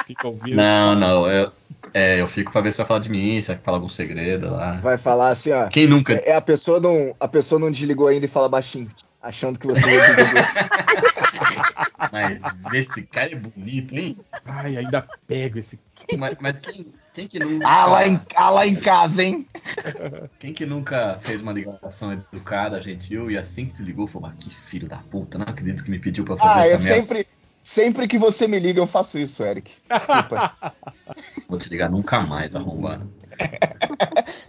Speaker 3: Fica ouvindo.
Speaker 1: Não, não. Eu, é, eu fico pra ver se vai falar de mim, se vai falar algum segredo lá.
Speaker 4: Vai falar assim, ó.
Speaker 1: Quem nunca?
Speaker 4: É, a pessoa não, a pessoa não desligou ainda e fala baixinho, achando que você é ia desligar.
Speaker 1: Mas esse cara é bonito, hein?
Speaker 3: Ai, ainda pega esse.
Speaker 1: Mas, mas quem, quem que nunca.
Speaker 4: ah, lá em, ah, lá em casa, hein?
Speaker 1: Quem que nunca fez uma ligação educada, gentil, e assim que desligou, falou, mas que filho da puta, não acredito que me pediu pra fazer
Speaker 4: Ah, é
Speaker 1: essa merda.
Speaker 4: sempre, sempre que você me liga eu faço isso, Eric. Desculpa.
Speaker 1: Vou te ligar nunca mais, arrombado.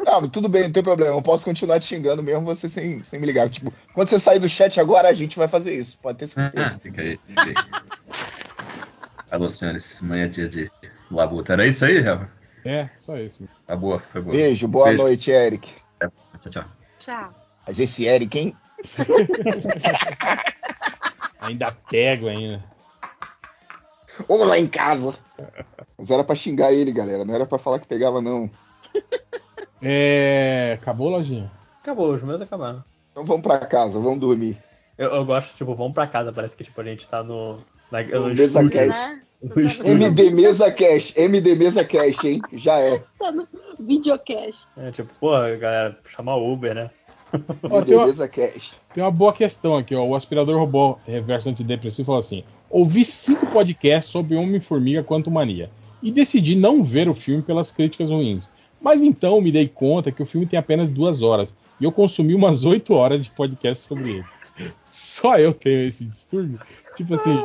Speaker 4: Não, tudo bem, não tem problema. Eu posso continuar te xingando mesmo você sem, sem me ligar. Tipo, quando você sair do chat agora, a gente vai fazer isso. Pode ter certeza.
Speaker 1: Ah, fica aí, fica aí. Alô, senhores, amanhã é dia de labuta. Era isso aí, Helmer?
Speaker 3: É, só isso.
Speaker 1: Tá boa, foi boa.
Speaker 4: ah. Beijo, boa
Speaker 1: Beijo.
Speaker 4: noite, Eric.
Speaker 1: Tchau, tchau.
Speaker 5: Tchau.
Speaker 4: Mas esse Eric, hein?
Speaker 3: Ainda pego ainda.
Speaker 4: Vamos lá em casa. Mas era pra xingar ele, galera. Não era pra falar que pegava, não.
Speaker 3: É. Acabou, lojinha?
Speaker 2: Acabou, os meus acabaram.
Speaker 4: Então vamos pra casa, vamos dormir.
Speaker 2: Eu, eu gosto, tipo, vamos pra casa, parece que tipo, a gente tá no. Na, no
Speaker 4: mesa
Speaker 2: estúdio,
Speaker 4: cast.
Speaker 5: Né?
Speaker 2: no estúdio.
Speaker 4: MD Mesa Cash, MD Mesa Cash, hein? Já é.
Speaker 5: Tá no videocast.
Speaker 2: É, tipo, pô, galera, chamar o Uber, né?
Speaker 3: Ó, tem,
Speaker 4: MD
Speaker 3: uma,
Speaker 4: Mesa Cash.
Speaker 3: tem uma boa questão aqui, ó. O aspirador robô reverso antidepressivo falou assim: ouvi cinco podcasts sobre Homem-Formiga quanto mania. E decidi não ver o filme pelas críticas ruins. Mas então me dei conta que o filme tem apenas duas horas. E eu consumi umas oito horas de podcast sobre ele. Só eu tenho esse distúrbio. Tipo assim.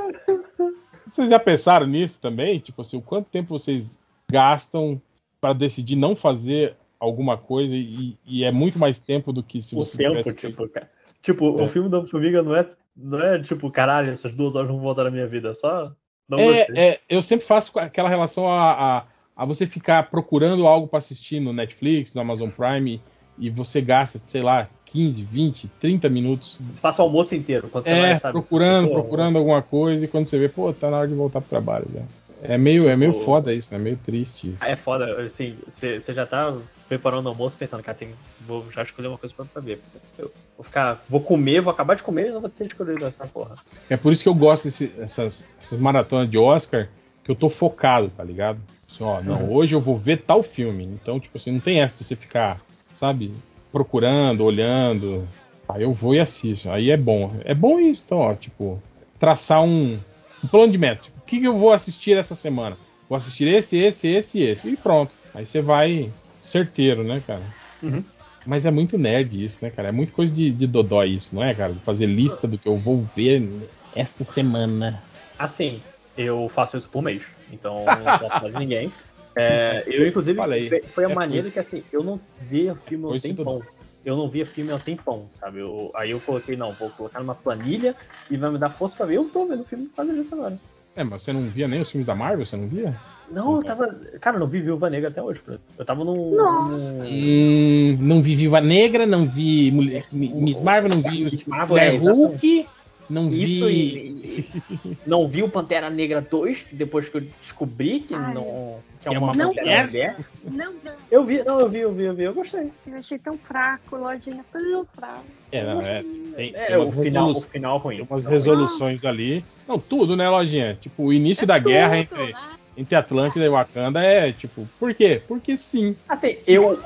Speaker 3: Vocês já pensaram nisso também? Tipo assim, o quanto tempo vocês gastam pra decidir não fazer alguma coisa e, e é muito mais tempo do que se
Speaker 2: o
Speaker 3: você
Speaker 2: tempo,
Speaker 3: tivesse-
Speaker 2: tipo, cara. Tipo,
Speaker 3: É.
Speaker 2: o filme da Formiga não é, não é tipo, caralho, essas duas horas vão voltar na minha vida, é só. Não gostei.
Speaker 3: É, é, eu sempre faço com aquela relação a, a, a você ficar procurando algo pra assistir no Netflix, no Amazon Prime, e você gasta, sei lá, 15, 20, 30 minutos
Speaker 2: Você passa o almoço inteiro, quando você
Speaker 3: é,
Speaker 2: vai, sabe?
Speaker 3: procurando,
Speaker 2: Pô,
Speaker 3: procurando alguma coisa, e quando você vê, pô, tá na hora de voltar pro trabalho já. É meio, é meio
Speaker 2: Pô.
Speaker 3: foda isso, né? É meio triste isso.
Speaker 2: É foda, assim, você você já tá preparando o almoço pensando, cara, tem, vou já escolher uma coisa pra fazer. porque Eu vou ficar, vou comer, vou acabar de comer e não vou ter escolhido essa porra.
Speaker 3: É por isso que eu gosto dessas maratonas de Oscar, que eu tô focado, tá ligado? Assim, ó, não, hoje eu vou ver tal filme. Então, tipo assim, não tem essa de você ficar, sabe, procurando, olhando. Aí eu vou e assisto. Aí é bom. É bom isso, então, ó, tipo, traçar um, um plano de meta. Tipo, o que, que eu vou assistir essa semana? Vou assistir esse, esse, esse e esse. E pronto. Aí você vai certeiro, né, cara?
Speaker 2: Uhum.
Speaker 3: Mas é muito nerd isso, né, cara? É muito coisa de, de dodói isso, não é, cara? Fazer lista do que eu vou ver né? esta semana.
Speaker 2: Assim, eu faço isso por mês, então não posso falar de ninguém. É, eu, inclusive,
Speaker 3: Falei.
Speaker 2: fe- foi a
Speaker 3: É
Speaker 2: maneira que, assim, eu não via filme há um
Speaker 3: Coisa de
Speaker 2: tempão. Eu não via filme há um tempão, sabe? Eu- aí eu coloquei, não, vou colocar numa planilha e vai me dar força pra ver. Eu tô vendo filme quase disso agora.
Speaker 3: É, mas você não via nem os filmes da Marvel? Você não via?
Speaker 2: Não, eu tava. Cara, eu não vi Viúva Negra até hoje, por exemplo. Eu tava num.
Speaker 5: Não.
Speaker 2: num-
Speaker 3: Hum, não vi Viva Negra, não vi Mulher- Mi- Miss Marvel, não vi
Speaker 2: Miss
Speaker 3: Miss
Speaker 2: Marvel, é,
Speaker 3: Hulk, não vi.
Speaker 2: Isso e, e- e não vi o Pantera Negra 2, que depois que eu descobri que
Speaker 5: Ai.
Speaker 2: não que é
Speaker 3: Que é
Speaker 2: uma
Speaker 3: uma
Speaker 2: Pantera
Speaker 3: mulher.
Speaker 2: mulher.
Speaker 5: Não, não,
Speaker 2: Eu vi, não, eu vi, eu vi, eu vi, eu gostei.
Speaker 5: eu achei tão fraco, lojinha, tão fraco.
Speaker 3: É, não, é, tem,
Speaker 2: É,
Speaker 3: tem
Speaker 2: o
Speaker 3: umas,
Speaker 2: final, o
Speaker 3: resolu-
Speaker 2: final é um ruim.
Speaker 3: tem umas
Speaker 2: Não, eu-
Speaker 3: resoluções ali. Não, tudo, né, Lojinha? Tipo, o
Speaker 5: É
Speaker 3: início da guerra
Speaker 5: né?
Speaker 3: entre, entre Atlântida e Wakanda é tipo, por quê? Porque sim.
Speaker 2: Assim, eu,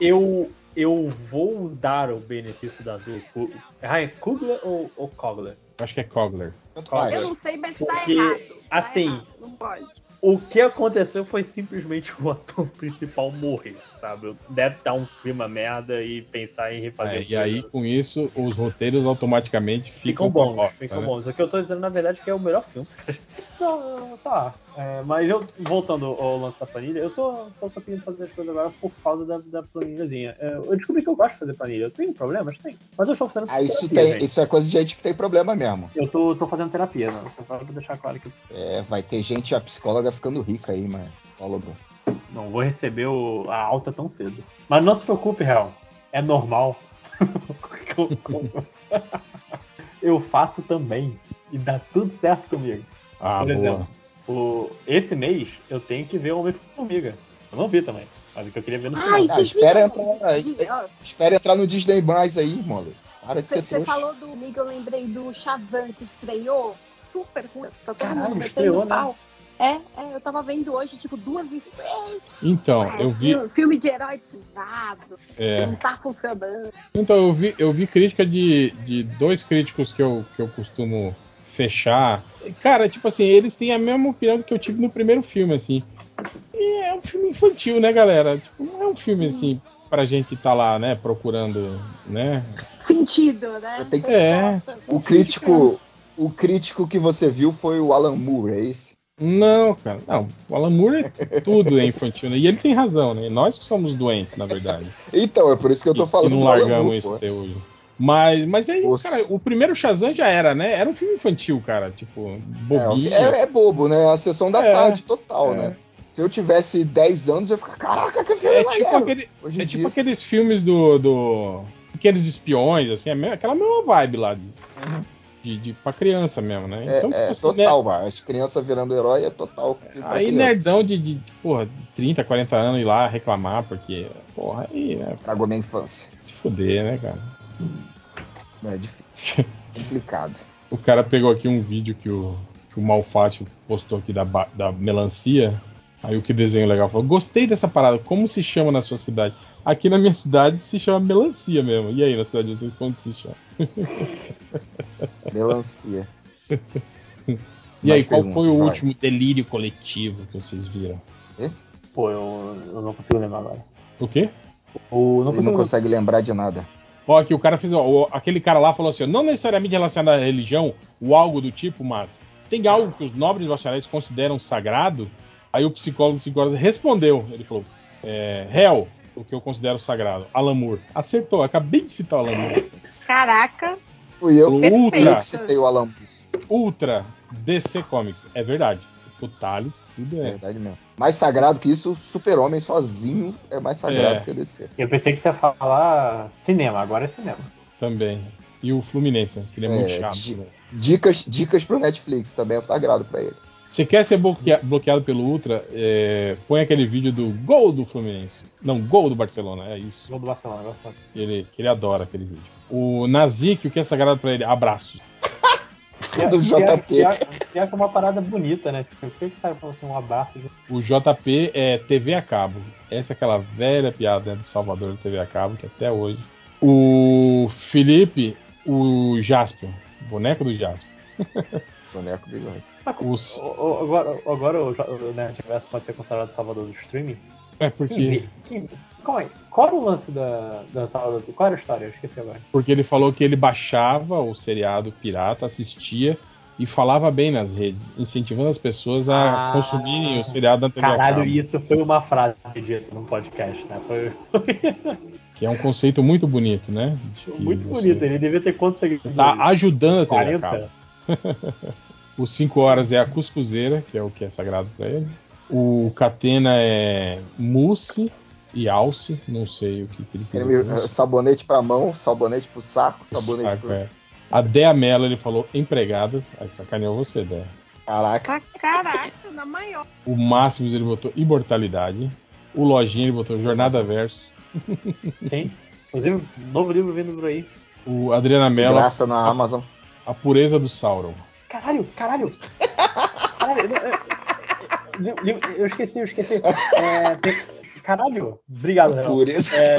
Speaker 2: eu, eu vou dar o benefício da dúvida. Ku- Ah, é Kugler ou, ou Kogler?
Speaker 3: Acho que é Cogler.
Speaker 4: Tanto
Speaker 2: Fala.
Speaker 4: faz.
Speaker 5: Eu
Speaker 3: um
Speaker 5: não sei, mas tá
Speaker 2: Porque,
Speaker 5: errado. tá
Speaker 2: assim,
Speaker 5: errado, Não pode.
Speaker 2: O que aconteceu foi simplesmente o ator principal morrer, sabe? Deve estar um clima merda e pensar em refazer.
Speaker 3: É, e aí,
Speaker 2: coisas.
Speaker 3: com isso, os roteiros automaticamente ficam,
Speaker 2: Ficam bons,
Speaker 3: pra bosta,
Speaker 2: ficam
Speaker 3: né?
Speaker 2: bons. O que eu tô dizendo, na verdade, é que é o melhor filme. cara. Não, eu- sei lá. É, mas eu, voltando ao lance da planilha, eu tô, tô conseguindo fazer as coisas agora por causa da, da planilhazinha. É, Eu descobri que eu gosto de fazer planilha. Eu tenho problemas? Tenho. Mas eu estou fazendo
Speaker 4: Ah, isso,
Speaker 2: terapia,
Speaker 4: tem,
Speaker 2: gente.
Speaker 4: isso é coisa de gente que tem problema mesmo.
Speaker 2: Eu tô, tô fazendo terapia, né? Só pra deixar claro que eu
Speaker 4: É, vai ter gente, a psicóloga ficando rica aí, mas. Psicólogo.
Speaker 2: não vou receber o- a alta tão cedo. Mas não se preocupe, Real. É normal. eu faço também. E dá tudo certo comigo.
Speaker 3: Ah,
Speaker 2: Por
Speaker 3: boa.
Speaker 2: exemplo, o- esse mês eu tenho que ver o Homem-Formiga. Eu não vi também. Mas o que eu queria ver no cinema.
Speaker 5: Ai,
Speaker 4: Ah,
Speaker 5: vocês
Speaker 4: espera
Speaker 5: viram?
Speaker 4: entrar aí.
Speaker 5: Vi, ó,
Speaker 4: Espera entrar no Disney mais aí, mole. Para de
Speaker 5: Você
Speaker 4: ser
Speaker 5: você
Speaker 4: trouxa.
Speaker 5: falou do Mig, eu lembrei do Shazam que estreou. Super curto, tá todo
Speaker 2: Caralho,
Speaker 5: mundo
Speaker 2: estreou,
Speaker 5: metendo
Speaker 2: né?
Speaker 5: pau. É, é, eu tava vendo hoje, tipo, duas estrelas.
Speaker 3: Então, eu vi.
Speaker 5: filme- Filme de herói pesado,
Speaker 3: é,
Speaker 5: não tá funcionando.
Speaker 3: Então, eu vi, eu vi crítica de, de dois críticos que eu, que eu costumo fechar. Cara, tipo assim, eles têm a mesma opinião que eu tive no primeiro filme, assim. E é um filme infantil, né, galera? Tipo, não é um filme,
Speaker 4: Uhum.
Speaker 3: assim, pra gente que tá lá, né, procurando, né?
Speaker 5: Sentido, né?
Speaker 4: Eu tenho que-
Speaker 3: É.
Speaker 4: O crítico. O crítico que você viu foi o Alan Moore, é esse?
Speaker 3: Não, cara, não. O Alan Moore, é tudo é infantil, né? E ele tem razão, né? Nós que somos doentes, na verdade.
Speaker 4: Então, é por isso que eu tô
Speaker 3: E-
Speaker 4: falando
Speaker 3: e não
Speaker 4: do Alan
Speaker 3: largamos
Speaker 4: Moore,
Speaker 3: isso
Speaker 4: pô.
Speaker 3: até hoje. Mas, mas aí,
Speaker 4: Nossa.
Speaker 3: cara, o primeiro Shazam já era, né? Era um filme infantil, cara. Tipo, bobinho.
Speaker 4: um É, é bobo, né? A sessão da
Speaker 3: É,
Speaker 4: tarde total,
Speaker 3: é.
Speaker 4: né? Se eu tivesse 10 anos, eu ia ficar, caraca, que filme
Speaker 3: É
Speaker 4: maneiro.
Speaker 3: tipo, aquele-
Speaker 4: Hoje em
Speaker 3: é tipo
Speaker 4: dia,
Speaker 3: aqueles filmes do, do. Aqueles espiões, assim, é mesmo- aquela mesma vibe lá. De, de, de- pra criança mesmo, né?
Speaker 4: Uhum. é,
Speaker 3: tipo
Speaker 4: é
Speaker 3: assim, né,
Speaker 4: total, mano. As crianças virando herói é total. pra
Speaker 3: Aí né?
Speaker 4: criança.
Speaker 3: nerdão de, de, porra, 30, 40 anos ir lá reclamar, porque. Porra, aí, né?
Speaker 4: Tragou minha infância.
Speaker 3: Se fuder, né, cara?
Speaker 4: É difícil. Complicado.
Speaker 3: O cara pegou aqui um vídeo que o, que o Malfátio postou aqui da, ba- da melancia. Aí o que desenho legal falou: Gostei dessa parada, como se chama na sua cidade? Aqui na minha cidade se chama melancia mesmo. E aí, na cidade de vocês, como que se chama?
Speaker 4: Melancia.
Speaker 3: E
Speaker 4: Mais
Speaker 3: aí, qual
Speaker 4: perguntas,
Speaker 3: foi o
Speaker 4: vai.
Speaker 3: último delírio coletivo que vocês viram?
Speaker 2: Pô, eu, eu não consigo lembrar agora.
Speaker 3: O quê?
Speaker 2: O, não
Speaker 4: Ele não
Speaker 2: consigo
Speaker 4: consegue lembrar de nada.
Speaker 3: Ó, que o cara fez. ó, o- aquele cara lá falou assim: ó, não necessariamente relacionado à religião ou algo do tipo, mas tem algo que os nobres bacharéis consideram sagrado? Aí o psicólogo do Sigurd respondeu: ele falou, é, réu, o que eu considero sagrado, Alamur. Acertou, acabei de citar o Alamur.
Speaker 5: Caraca,
Speaker 4: Fui eu,
Speaker 3: Falou,
Speaker 4: fui eu
Speaker 5: É
Speaker 3: ultra,
Speaker 4: que citei o Alan Moore,
Speaker 3: ultra DC Comics. É verdade. O Thales, tudo
Speaker 4: na
Speaker 3: é.
Speaker 4: verdade mesmo. Mais sagrado que isso, o Super-Homem sozinho é mais sagrado
Speaker 3: É.
Speaker 4: que a DC.
Speaker 2: Eu pensei que você ia falar cinema, agora é cinema.
Speaker 3: também. E o Fluminense, né, que ele é, muito
Speaker 4: É,
Speaker 3: chato.
Speaker 4: de-
Speaker 3: né?
Speaker 4: Dicas, dicas pro Netflix também é sagrado pra ele.
Speaker 3: Se quer ser bloquea- bloqueado pelo Ultra, é, põe aquele vídeo do gol do Fluminense. Não, gol do Barcelona, é isso.
Speaker 2: Jogo do Barcelona, eu gosto bastante.
Speaker 3: Que ele, que ele adora aquele vídeo. O Nazik, o que é sagrado pra ele? Abraço.
Speaker 4: Do JP.
Speaker 2: Pior, pior- pior que é uma parada bonita, né? Tipo, Por que, que sai pra você um abraço de
Speaker 3: O JP é TV a cabo. Essa é aquela velha piada né, do Salvador do TV a cabo, que até hoje. O Felipe, o Jaspion. Boneco do Jaspion.
Speaker 4: Boneco de herói.
Speaker 3: Os-
Speaker 2: O- o- Agora, agora o, jo- o Nerdverse pode ser considerado salvador do streaming?
Speaker 3: É porque,
Speaker 2: Que- qual, é- qual era o lance da, da salvador? Qual era a história? Eu esqueci agora.
Speaker 3: porque ele falou que ele baixava o seriado pirata, assistia e falava bem nas redes, incentivando as pessoas a
Speaker 2: Ah,
Speaker 3: consumirem o seriado da TV a
Speaker 2: Caralho,
Speaker 3: cabo.
Speaker 2: isso foi uma frase dita num podcast, né? Foi
Speaker 3: Que é um conceito muito bonito, né? De que
Speaker 2: muito
Speaker 3: você-
Speaker 2: bonito. Ele devia ter quantos
Speaker 3: Você
Speaker 2: seguidores?
Speaker 3: tá ajudando a TV a
Speaker 2: 40?
Speaker 3: cabo. O 5 horas é a cuscuzeira, que é o que é sagrado pra ele. O Catena é mousse e alce, não sei o que, que ele quer
Speaker 4: Ele-
Speaker 3: dizer.
Speaker 4: Sabonete pra mão, sabonete pro saco, sabonete
Speaker 3: Uhum. Saco,
Speaker 4: pro.
Speaker 3: é. A Dea Mello, ele falou empregadas. Aí sacaneou você, Dea.
Speaker 4: Caraca.
Speaker 5: tá caraca, na maior.
Speaker 3: O Máximos ele botou imortalidade. O Lojinha ele botou jornada verso.
Speaker 2: Sim. Inclusive, um novo livro vindo por aí.
Speaker 3: O Adriana
Speaker 4: De
Speaker 3: Mello,
Speaker 4: graça na Amazon.
Speaker 3: a pureza do Sauron.
Speaker 2: Caralho, caralho! Caralho, eu, eu- eu- eu esqueci, eu esqueci. É, tem- caralho! Obrigado, Renato.
Speaker 4: Pureza.
Speaker 2: É,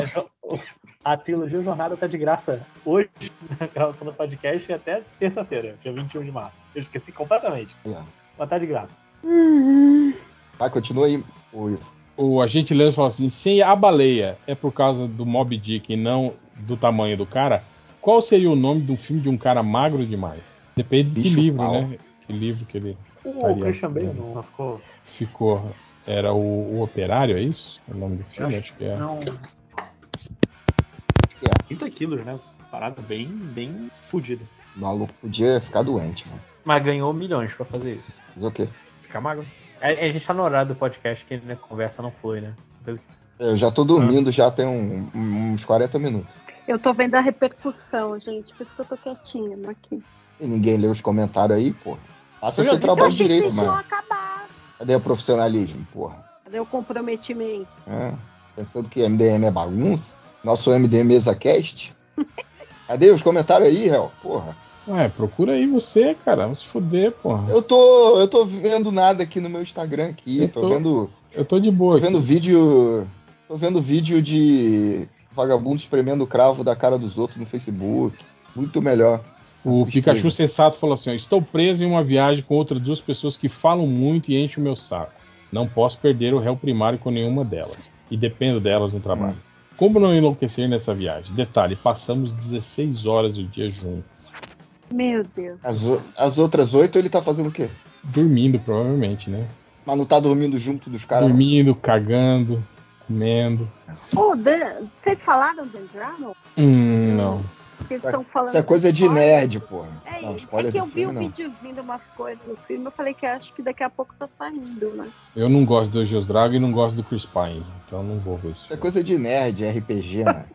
Speaker 2: a trilogia Jornada tá de graça hoje, na gravação do podcast, e até terça-feira, dia 21 de março. Eu esqueci completamente,
Speaker 3: É.
Speaker 2: mas tá de graça.
Speaker 4: Vai, Ah, continua aí, ô Ivo.
Speaker 3: O agente Lemos fala assim: se a baleia é por causa do Mob Dick e não do tamanho do cara, qual seria o nome de um filme de um cara magro demais? Depende de que
Speaker 4: Bicho
Speaker 3: livro,
Speaker 4: pau.
Speaker 3: né? Que livro que ele.
Speaker 2: O
Speaker 3: Faria.
Speaker 2: Christian Bale não ficou.
Speaker 3: Ficou. Era o, o Operário, é isso? É O nome do filme? Acho que é.
Speaker 2: Não. 30 quilos, né? Parada bem, bem fodida.
Speaker 4: O maluco podia ficar doente, mano.
Speaker 2: Mas ganhou milhões pra fazer isso.
Speaker 4: Mas o quê?
Speaker 2: Fica magro. A, a gente tá no horário do podcast que né, conversa não flui, né?
Speaker 4: Eu já tô
Speaker 3: Ah.
Speaker 4: dormindo, já tem um- um- uns 40 minutos.
Speaker 5: Eu tô vendo a repercussão, gente. Por isso que eu tô quietinha mas aqui.
Speaker 4: E ninguém lê os comentários aí, porra. Faça
Speaker 2: Eu já
Speaker 4: seu
Speaker 2: vi,
Speaker 5: Eu
Speaker 4: trabalho
Speaker 5: achei que é um
Speaker 4: direito,
Speaker 5: vocês iam
Speaker 4: mano.
Speaker 5: acabar.
Speaker 4: Cadê o profissionalismo, porra?
Speaker 5: Cadê o comprometimento?
Speaker 4: É. Pensando que MDM é bagunça? Nosso MD Mesa Cast? Cadê os comentários aí, réu? Porra.
Speaker 3: Ué, procura aí você, cara. Vai se fuder, porra.
Speaker 4: Eu tô, eu tô vendo nada aqui no meu Instagram aqui.
Speaker 3: Eu
Speaker 4: Tô
Speaker 3: tô.
Speaker 4: vendo,
Speaker 3: Eu tô de
Speaker 4: tô
Speaker 3: boa aqui.
Speaker 4: vendo vídeo, tô vendo vídeo de vagabundo espremendo o cravo da cara dos outros no Facebook. Muito melhor.
Speaker 3: O Pikachu
Speaker 4: Tristeza.
Speaker 3: sensato falou assim: ó, Estou preso em uma viagem com outras duas pessoas que falam muito e enchem o meu saco. Não posso perder o réu primário com nenhuma delas. E dependo delas no trabalho. Como não enlouquecer nessa viagem? Detalhe: passamos 16 horas do dia juntos.
Speaker 5: Meu Deus.
Speaker 4: As, o- as outras oito ele tá fazendo o quê?
Speaker 3: Dormindo, provavelmente, né?
Speaker 4: Mas não tá dormindo junto dos caras. não?
Speaker 3: Dormindo, cagando, comendo.
Speaker 5: Ô, Dan, vocês falaram do Andromeda?
Speaker 3: Hum, não.
Speaker 5: Vocês estão falando.
Speaker 4: Isso é coisa de
Speaker 5: spoiler?
Speaker 4: nerd, porra.
Speaker 5: É,
Speaker 4: Não,
Speaker 5: isso.
Speaker 4: spoiler
Speaker 5: é que eu
Speaker 4: do
Speaker 5: vi
Speaker 4: filme,
Speaker 5: um
Speaker 4: não.
Speaker 5: videozinho de umas coisas no filme, eu falei que acho que daqui a pouco tá saindo, né?
Speaker 3: Eu não gosto do Geos Drago e não gosto do Chris Pine. Então não vou ver isso.
Speaker 4: Isso é coisa de nerd, RPG, mano.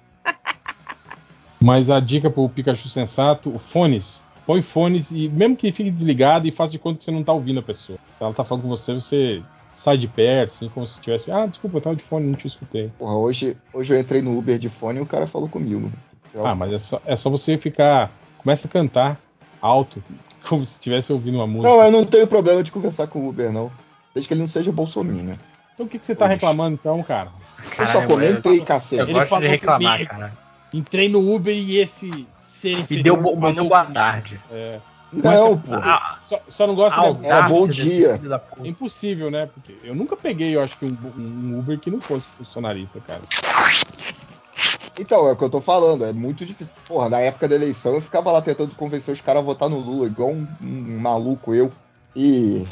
Speaker 3: Mas a dica pro Pikachu sensato, o fones. Põe fones e mesmo que fique desligado e faça de conta que você não tá ouvindo a pessoa. Se ela tá falando com você, você sai de perto, assim, como se tivesse. Ah, desculpa, eu tava de fone, não te escutei.
Speaker 4: Porra, hoje, hoje eu entrei no Uber de fone e o cara falou comigo. Eu-
Speaker 3: Ah, mas é só, é só você ficar. Começa a cantar alto, como se estivesse ouvindo uma música.
Speaker 4: Não, eu não tenho problema de conversar com o Uber, não. Desde que ele não seja bolsominion.
Speaker 3: Então o que, que você tá
Speaker 1: Oxe.
Speaker 3: reclamando então, cara?
Speaker 4: Eu
Speaker 7: Caralho, eu-
Speaker 4: só
Speaker 3: é-
Speaker 4: comentei,
Speaker 7: Eu
Speaker 4: cacete.
Speaker 3: Ele
Speaker 7: gosto de
Speaker 3: falou
Speaker 7: reclamar,
Speaker 3: comigo.
Speaker 7: cara.
Speaker 3: Entrei no Uber e esse ser
Speaker 7: E deu, bo-
Speaker 3: inferior
Speaker 7: mandou
Speaker 3: falou-
Speaker 7: boa tarde.
Speaker 3: É,
Speaker 4: Não,
Speaker 3: Mas-
Speaker 4: pô.
Speaker 7: Ah,
Speaker 3: só, só não gosta
Speaker 7: a
Speaker 3: da.
Speaker 7: audácia
Speaker 4: É, bom
Speaker 7: desse
Speaker 4: dia.
Speaker 7: filho da
Speaker 3: É
Speaker 7: puta.
Speaker 3: impossível, né? Porque eu nunca peguei, eu acho que um, um Uber que não fosse funcionarista, cara.
Speaker 4: Então, é o que eu tô falando, é muito difícil. Porra, na época da eleição eu ficava lá tentando convencer os caras a votar no Lula, igual um, um maluco eu. E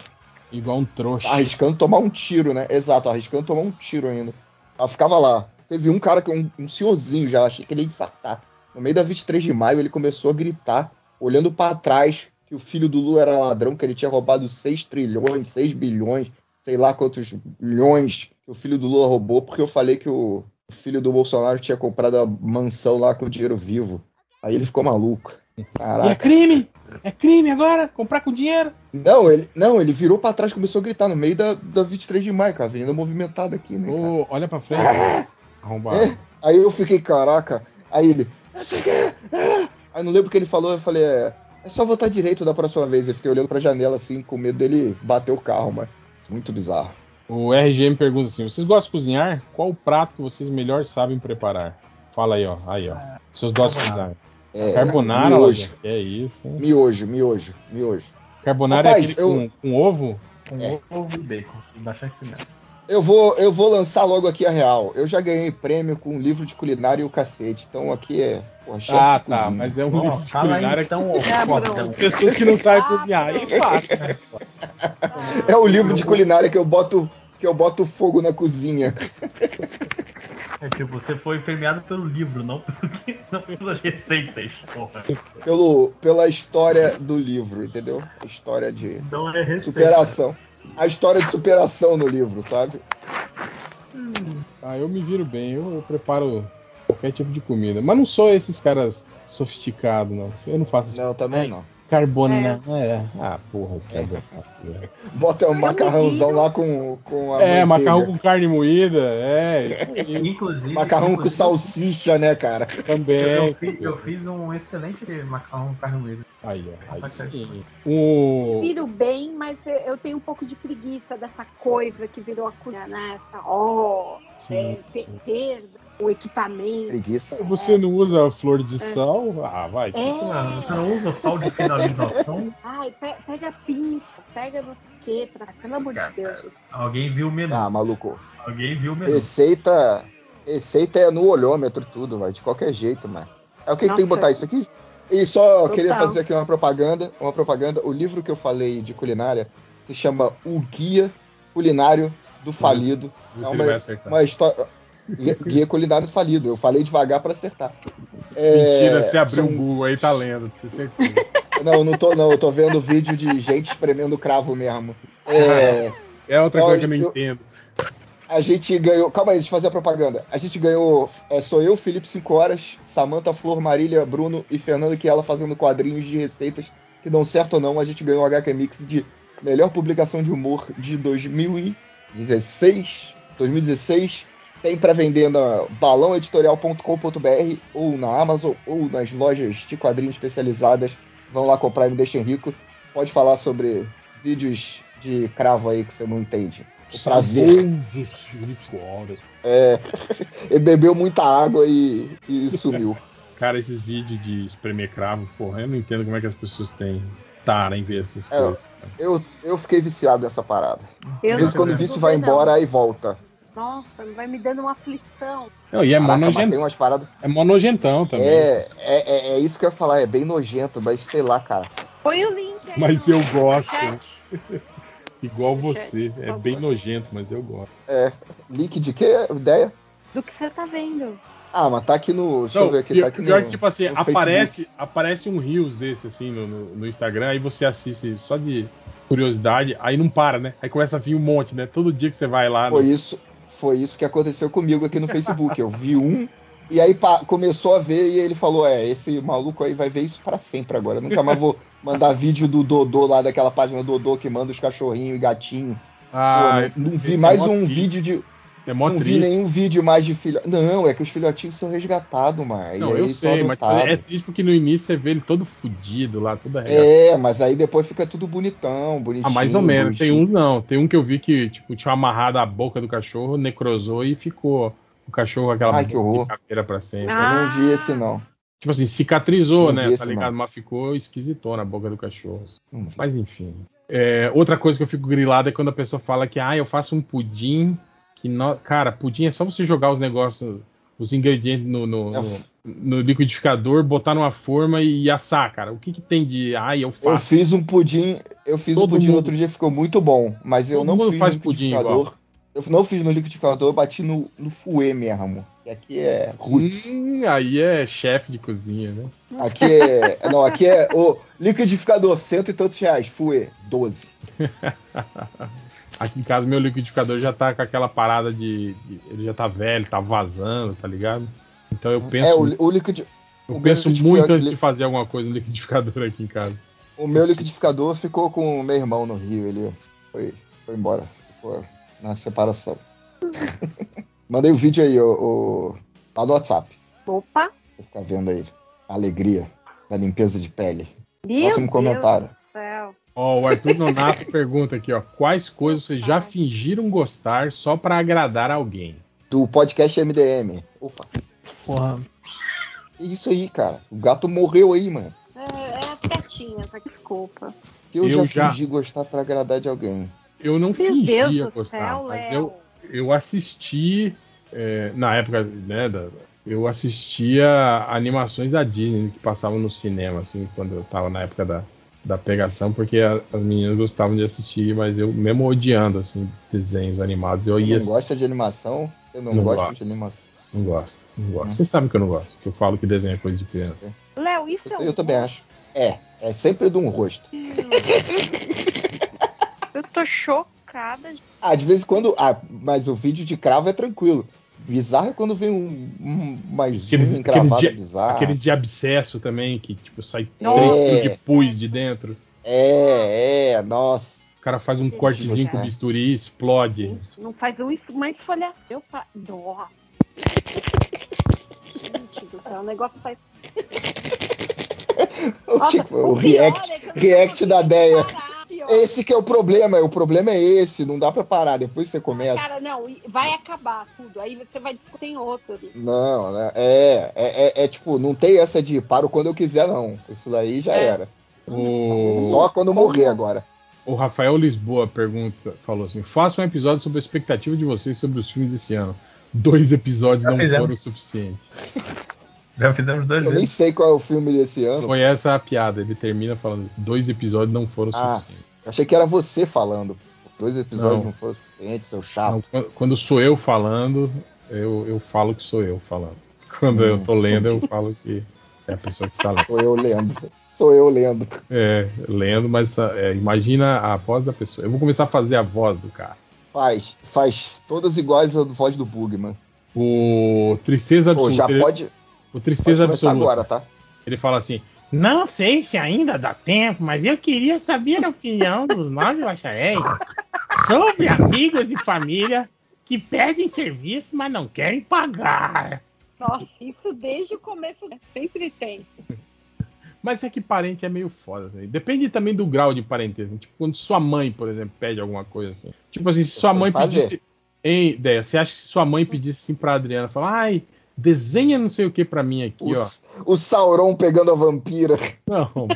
Speaker 3: Igual um trouxa.
Speaker 4: arriscando tomar um tiro, né? Exato, arriscando tomar um tiro ainda. Ela ficava lá. Teve um cara que um, um senhorzinho já, achei que ele ia infartar. No meio da 23 de maio, ele começou a gritar, olhando pra trás, que o filho do Lula era ladrão, que ele tinha roubado 6 trilhões, 6 bilhões, sei lá quantos milhões que o filho do Lula roubou, porque eu falei que o filho do Bolsonaro tinha comprado a mansão lá com dinheiro vivo. Aí ele ficou maluco.
Speaker 3: E é
Speaker 4: Caraca.
Speaker 3: crime! É crime agora? Comprar com dinheiro?
Speaker 4: Não, ele, não, ele virou pra trás e começou a gritar no meio da, da 23 de maio, cara. Avenida movimentada aqui, né? cara?
Speaker 3: Ô, olha pra frente. cara. Arrombado.
Speaker 4: É. Aí eu fiquei, caraca. Aí ele, eu sei que é, é. Aí não lembro o que ele falou, eu falei, é, é só votar direito da próxima vez. Eu fiquei olhando pra janela assim, com medo dele bater o carro, mas muito bizarro.
Speaker 3: O RGM pergunta assim: vocês gostam de cozinhar? Qual o prato que vocês melhor sabem preparar? Fala aí, ó. Aí, ó. Seus dotes de cozinhar.
Speaker 4: É,
Speaker 3: Carbonara,
Speaker 4: miojo,
Speaker 3: olha. É isso, hein?
Speaker 4: miojo, miojo, miojo.
Speaker 3: Carbonara
Speaker 4: Rapaz,
Speaker 3: é aquele com, com ovo?
Speaker 7: Com
Speaker 4: É.
Speaker 7: ovo e bacon. E bastante pimenta.
Speaker 4: Eu vou, eu vou lançar logo aqui a real. Eu já ganhei prêmio com um livro de culinária e o cacete. Então aqui é. Porra, chefe
Speaker 3: Ah,
Speaker 4: de
Speaker 3: tá.
Speaker 4: cozinha.
Speaker 3: Mas é um
Speaker 7: Ó,
Speaker 3: livro de
Speaker 7: fala aí,
Speaker 3: culinária que
Speaker 7: então, ô,
Speaker 5: É,
Speaker 7: fodão.
Speaker 5: Bruno.
Speaker 3: pessoas que não sabem cozinhar. Aí é fácil, né?
Speaker 4: É o livro de culinária que eu boto, que eu boto fogo na cozinha.
Speaker 7: É tipo, você foi premiado pelo livro, não, pelo- não pelas receitas, porra.
Speaker 4: Pelo, pela história do livro, entendeu? A história de.
Speaker 7: Então é receita.
Speaker 4: Superação. A história de superação no livro, sabe?
Speaker 3: Ah, eu me viro bem, eu, eu preparo qualquer tipo de comida. Mas não sou esses caras sofisticados, não. Eu não faço
Speaker 4: Não, também não. É.
Speaker 3: carbonara. Ah, porra, que é.
Speaker 4: Bota um macarrãozão lá com, com a.
Speaker 3: É,
Speaker 4: manteiga.
Speaker 3: macarrão com carne moída, é, isso aí,
Speaker 7: Inclusive.
Speaker 4: Macarrão com
Speaker 7: inclusive,
Speaker 4: salsicha, né, cara?
Speaker 7: Eu,
Speaker 3: também.
Speaker 7: eu fiz, eu fiz um excelente macarrão com carne moída.
Speaker 3: Aí, ó, aí sim. O...
Speaker 5: Viro bem, mas eu- eu tenho um pouco de preguiça dessa coisa que virou a cozinha, né? Essa, ó, é,
Speaker 3: Sim.
Speaker 5: ter- ter o equipamento.
Speaker 4: Preguiça.
Speaker 3: Você não usa flor de sal? Ah, vai.
Speaker 5: É,
Speaker 7: Mano, você não usa sal de finalização?
Speaker 5: ai, pe- pega pinça, pega não sei o quê, pra... pelo amor de Deus. gente.
Speaker 7: Alguém viu o menu.
Speaker 4: Ah, maluco.
Speaker 7: Alguém viu o menu.
Speaker 4: Receita. Receita é no olhômetro, tudo, vai. De qualquer jeito, mano. É o que que tem que
Speaker 5: Nossa.
Speaker 4: botar isso aqui? E só
Speaker 5: Total.
Speaker 4: queria fazer aqui uma propaganda. Uma propaganda. O livro que eu falei de culinária Se chama O Guia Culinário do Falido.
Speaker 3: Vê
Speaker 4: É
Speaker 3: se
Speaker 4: uma,
Speaker 3: ele vai acertar.
Speaker 4: uma história. Guia, Guia é Culinário do Falido. Eu falei devagar pra acertar. É,
Speaker 3: Mentira, você abriu
Speaker 4: são-
Speaker 3: o Google aí, tá lendo, tenho certeza.
Speaker 4: Não, não tô, não. Eu tô vendo vídeo de gente espremendo cravo mesmo. É,
Speaker 3: É outra
Speaker 4: Não,
Speaker 3: coisa que eu não
Speaker 4: eu-
Speaker 3: entendo.
Speaker 4: a gente ganhou. Calma aí, deixa eu fazer a propaganda. A gente ganhou. é, sou eu, Felipe Cinco Horas, Samanta Flor, Marília, Bruno e Fernando Kiela fazendo quadrinhos de receitas que dão certo ou não. A gente ganhou o HQ Mix de melhor publicação de humor de 2016. 2016. Tem pra vender na balãoeditorial.com.br ou na Amazon ou nas lojas de quadrinhos especializadas. Vão lá comprar e me deixem rico. Pode falar sobre vídeos de cravo aí que você não entende. O prazer.
Speaker 3: Jesus, Felipe Gomes.
Speaker 4: É, ele bebeu muita água e, e sumiu.
Speaker 3: Cara, esses vídeos de espremer cravo, porra, eu não entendo como é que as pessoas têm tara em ver essas
Speaker 4: É,
Speaker 3: coisas. cara.
Speaker 4: Eu, eu fiquei viciado nessa parada. De
Speaker 5: Eu
Speaker 4: vez em
Speaker 5: não
Speaker 4: quando o
Speaker 5: sei
Speaker 4: vício vai
Speaker 5: não.
Speaker 4: embora, aí volta.
Speaker 5: Nossa, vai me dando uma aflição.
Speaker 3: Não, e é mó,
Speaker 4: Caraca, mas
Speaker 3: nojent...
Speaker 4: tem umas paradas.
Speaker 3: é mó nojentão também.
Speaker 4: É, é, é, é isso que eu ia falar, é bem nojento, mas sei lá, cara.
Speaker 5: Põe o link aí.
Speaker 3: Mas
Speaker 5: no-
Speaker 3: eu gosto.
Speaker 5: Chat.
Speaker 3: Igual você. É
Speaker 5: Por
Speaker 3: bem
Speaker 5: favor.
Speaker 3: nojento, mas eu gosto.
Speaker 4: Link de quê? Ideia?
Speaker 5: Do que você tá vendo.
Speaker 4: Ah, mas tá aqui no. Deixa
Speaker 3: Não,
Speaker 4: eu ver aqui, tá
Speaker 3: pior,
Speaker 4: aqui no.
Speaker 3: pior que, tipo assim,
Speaker 4: no
Speaker 3: aparece, aparece um Reels desse, assim, no, no, no Instagram, aí você assiste só de curiosidade, aí não para, né? Aí começa a vir um monte, né? Todo dia que você vai lá.
Speaker 4: Foi
Speaker 3: né?
Speaker 4: isso, foi isso que aconteceu comigo aqui no Facebook. Eu vi um. E aí pa- começou a ver e ele falou: É, esse maluco aí vai ver isso pra sempre agora. Eu nunca mais vou mandar vídeo do Dodô lá, daquela página Dodô que manda os cachorrinhos e gatinho. Pô,
Speaker 3: Ah, esse-
Speaker 4: não, não
Speaker 3: esse
Speaker 4: vi
Speaker 3: é
Speaker 4: mais
Speaker 3: mó
Speaker 4: um
Speaker 3: triste,
Speaker 4: vídeo de.
Speaker 3: É mó
Speaker 4: não vi
Speaker 3: triste.
Speaker 4: nenhum vídeo mais de filho. Não, é que os filhotinhos são resgatados, mano.
Speaker 3: Não,
Speaker 4: e aí
Speaker 3: eu
Speaker 4: são
Speaker 3: sei, mas tipo,
Speaker 4: adotados.
Speaker 3: é triste porque no início você vê ele todo fudido lá, todo arregaçado.
Speaker 4: É, mas aí depois fica tudo bonitão, bonitinho.
Speaker 3: Ah, mais ou menos. Tem
Speaker 4: bonitinho.
Speaker 3: uns não. Tem um que eu vi que, tipo, tinha amarrado a boca do cachorro, necrosou e ficou o cachorro com aquela
Speaker 4: Ai, que
Speaker 3: boca
Speaker 4: horror.
Speaker 3: de caveira pra sempre.
Speaker 5: Ah.
Speaker 4: Eu não vi esse, não.
Speaker 3: Tipo assim, cicatrizou,
Speaker 4: Não
Speaker 3: né?
Speaker 4: vi esse,
Speaker 3: tá ligado?
Speaker 4: não. Hum.
Speaker 3: Mas ficou esquisitona a boca do cachorro.
Speaker 4: Não vi.
Speaker 3: Mas enfim. É, outra coisa que eu fico grilado é quando a pessoa fala que, ah, eu faço um pudim. Que não... Cara, pudim é só você jogar os negócios, os ingredientes no, no,
Speaker 4: Eu-
Speaker 3: no- no liquidificador, botar numa forma e assar, cara. O que, que tem de. Ai, eu
Speaker 4: Eu
Speaker 3: faço.
Speaker 4: fiz um pudim, eu fiz
Speaker 3: Todo
Speaker 4: um pudim
Speaker 3: mundo-
Speaker 4: no outro dia, ficou muito bom, mas eu
Speaker 3: Todo
Speaker 4: não
Speaker 3: mundo
Speaker 4: fiz
Speaker 3: faz
Speaker 4: no
Speaker 3: pudim
Speaker 4: liquidificador. Eu não fiz no liquidificador, eu bati no, no fuê mesmo. E aqui é roots.
Speaker 3: Hum, aí é chefe de cozinha, né?
Speaker 4: Aqui é. Não, aqui é. O liquidificador, cento e tantos reais. Fuê, 12.
Speaker 3: Aqui em casa meu liquidificador já tá com aquela parada de, de- ele já tá velho, tá vazando, tá ligado? Então eu penso,
Speaker 4: é, o, o, liquidi-
Speaker 3: eu
Speaker 4: o
Speaker 3: penso
Speaker 4: liquidificador-
Speaker 3: muito antes de
Speaker 4: li-
Speaker 3: fazer alguma coisa no liquidificador aqui em casa.
Speaker 4: o meu liquidificador ficou com o meu irmão no Rio. Ele foi, foi embora. Ficou na separação. Mandei o vídeo aí, o, lá no WhatsApp.
Speaker 5: Opa,
Speaker 4: Vou ficar vendo aí. A alegria da limpeza de pele.
Speaker 5: meu
Speaker 4: Próximo
Speaker 5: Deus
Speaker 4: um comentário.
Speaker 5: do céu.
Speaker 3: Ó, o Arthur Nonato pergunta aqui, ó, quais coisas vocês já fingiram gostar só pra agradar alguém?
Speaker 4: Do podcast MDM. Opa,
Speaker 7: Porra.
Speaker 4: que isso aí, cara. O gato morreu aí, mano.
Speaker 5: É, é as quietinhas, tá? desculpa.
Speaker 4: Eu,
Speaker 3: Eu
Speaker 4: já,
Speaker 3: já-
Speaker 4: fingi gostar pra agradar de alguém.
Speaker 3: Eu não
Speaker 5: Meu Deus
Speaker 3: fingia
Speaker 5: do
Speaker 3: gostar,
Speaker 5: céu,
Speaker 3: mas
Speaker 5: Léo.
Speaker 3: eu eu assisti é, na época né da- eu assistia animações da Disney que passavam no cinema assim quando eu tava na época da, da pegação porque a- as meninas gostavam de assistir mas eu mesmo odiando assim desenhos animados eu
Speaker 4: Você
Speaker 3: ia
Speaker 4: não gosta de animação? Você não,
Speaker 3: Não
Speaker 4: gosta
Speaker 3: gosto.
Speaker 4: de animação?
Speaker 3: não gosto não gosto
Speaker 4: Hum.
Speaker 3: vocês sabem que eu não gosto que eu falo que desenho é coisa de criança
Speaker 5: Léo, isso é
Speaker 4: Eu,
Speaker 5: um
Speaker 4: eu também acho. É, é sempre de um rosto.
Speaker 5: Eu tô chocada. gente.
Speaker 4: Ah, de vez em quando. Ah, mas o vídeo de cravo é tranquilo. Bizarro é quando vem um, um mais
Speaker 3: Aqueles-
Speaker 4: um encravado
Speaker 3: aqueles
Speaker 4: bizarro.
Speaker 3: aqueles de abscesso também que tipo sai três
Speaker 4: Nossa.
Speaker 3: quilos de pus de dentro
Speaker 4: É, é, nossa.
Speaker 3: o cara faz um
Speaker 5: Sim, É.
Speaker 3: cortezinho
Speaker 4: sim.
Speaker 3: com bisturi e explode
Speaker 5: Gente, Não faz um, es- uma esfolhação. Eu fa... Dó. Gente do céu, o negócio faz...
Speaker 4: O,
Speaker 5: Nossa,
Speaker 4: tipo, o
Speaker 5: pior
Speaker 4: react,
Speaker 5: é que eu não
Speaker 4: react da
Speaker 5: consigo
Speaker 4: Deia.
Speaker 5: parar, pior.
Speaker 4: Esse que é o problema, o problema é esse, não dá pra parar, depois você começa.
Speaker 5: Cara, não, e vai acabar tudo. Aí você vai discutir em outro.
Speaker 4: Não, né? É, é, é, é, tipo, não tem essa de paro quando eu quiser, não. Isso daí já
Speaker 5: É.
Speaker 4: era.
Speaker 3: o...
Speaker 4: Só quando eu morrer agora.
Speaker 3: O Rafael Lisboa pergunta, falou assim: faça um episódio sobre a expectativa de vocês sobre os filmes desse ano. Dois episódios
Speaker 7: Já
Speaker 3: não
Speaker 7: fizemos.
Speaker 3: foram o suficiente.
Speaker 7: Já fizemos duas
Speaker 4: Eu nem
Speaker 7: vezes.
Speaker 4: sei qual é o filme desse ano.
Speaker 3: Foi essa a piada. Ele termina falando: dois episódios não foram o
Speaker 4: Ah.
Speaker 3: suficiente.
Speaker 4: Eu achei que era você falando. Dois episódios
Speaker 3: Não.
Speaker 4: não, foram suficientes, seu
Speaker 3: Não,
Speaker 4: chato.
Speaker 3: quando- quando sou eu falando, eu, eu falo que sou eu falando. Quando eu tô lendo, eu falo que é a pessoa que está lendo.
Speaker 4: Sou eu lendo. Sou eu lendo.
Speaker 3: É, lendo, mas é, imagina a voz da pessoa. Eu vou começar a fazer a voz do cara.
Speaker 4: Faz, faz. Todas iguais à voz do Bugman.
Speaker 3: O Tristeza
Speaker 4: Pô, já
Speaker 3: Absoluta. ele-
Speaker 4: pode,
Speaker 3: o
Speaker 4: pode
Speaker 3: Tristeza
Speaker 4: começar
Speaker 3: Absoluta.
Speaker 4: agora, tá?
Speaker 3: Ele fala assim: Não sei se ainda dá tempo, mas eu queria saber a opinião dos nove bacharéis sobre amigos e família que pedem serviço, mas não querem pagar.
Speaker 5: Nossa, isso desde o começo né? sempre tem.
Speaker 3: Mas é que parente é meio foda. Né? Depende também do grau de parentesco. Tipo, quando sua mãe, por exemplo, pede alguma coisa assim. Tipo assim, se sua
Speaker 4: Tem
Speaker 3: mãe
Speaker 4: que fazer.
Speaker 3: pedisse. Hein, ideia, você acha que se sua mãe pedisse assim pra Adriana, falar, ai, desenha não sei o que pra mim aqui,
Speaker 4: O,
Speaker 3: ó.
Speaker 4: o Sauron pegando a vampira.
Speaker 3: Não, pô.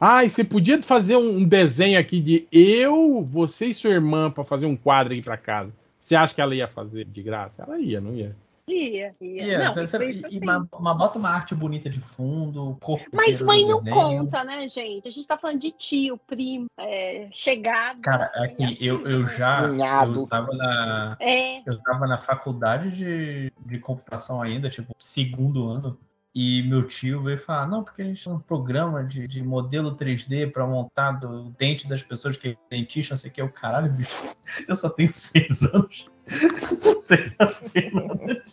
Speaker 3: Ai, você podia fazer um um desenho aqui de eu, você e sua irmã pra fazer um quadro aqui pra casa. Você acha que ela ia fazer de graça? Ela ia, não ia.
Speaker 5: Ia, ia.
Speaker 7: E, é,
Speaker 5: não,
Speaker 7: você-
Speaker 5: isso,
Speaker 7: você-
Speaker 5: isso
Speaker 7: e
Speaker 5: sim.
Speaker 7: uma, uma- bota uma arte bonita de fundo, o corpo.
Speaker 5: Mas
Speaker 7: inteiro
Speaker 5: mãe
Speaker 7: no
Speaker 5: não
Speaker 7: desenho.
Speaker 5: conta, né, gente? A gente tá falando de tio, primo, é, chegado.
Speaker 7: Cara, assim, eu, eu já.
Speaker 4: Cunhado.
Speaker 7: Eu tava na.
Speaker 5: É,
Speaker 7: Eu tava na faculdade de, de computação ainda, tipo, segundo ano. E meu tio veio falar, não, porque a gente tem um programa de, de modelo 3D pra montar do dente das pessoas que é dentista, não sei o que. Eu, caralho, bicho, eu só tenho seis anos. Você já tem nada.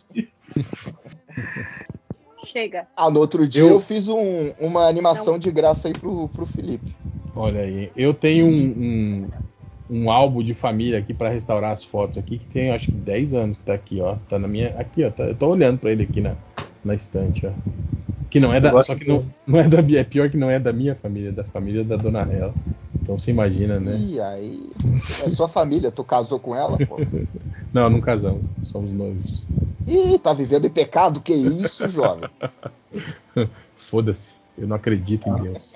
Speaker 5: chega.
Speaker 4: Ah, no outro dia
Speaker 3: Eu-
Speaker 4: eu, fiz um- uma animação de graça aí pro, pro Felipe.
Speaker 3: Olha aí, eu tenho um, um, um álbum de família aqui pra restaurar as fotos aqui, que tem acho que 10 anos que tá aqui, ó. Tá na minha. Aqui, ó. tá- eu tô olhando pra ele aqui na, na estante, ó. Que não é da.
Speaker 7: Agora-
Speaker 3: Só que não, não é da minha. É pior que não é da minha família, é da família da dona Hela. Então você imagina, né?
Speaker 4: E aí, é sua família, tu casou com ela, pô?
Speaker 3: Não, não casamos, somos noivos.
Speaker 4: Ih, tá vivendo em pecado? Que isso, jovem?
Speaker 3: Foda-se, eu não acredito em Deus.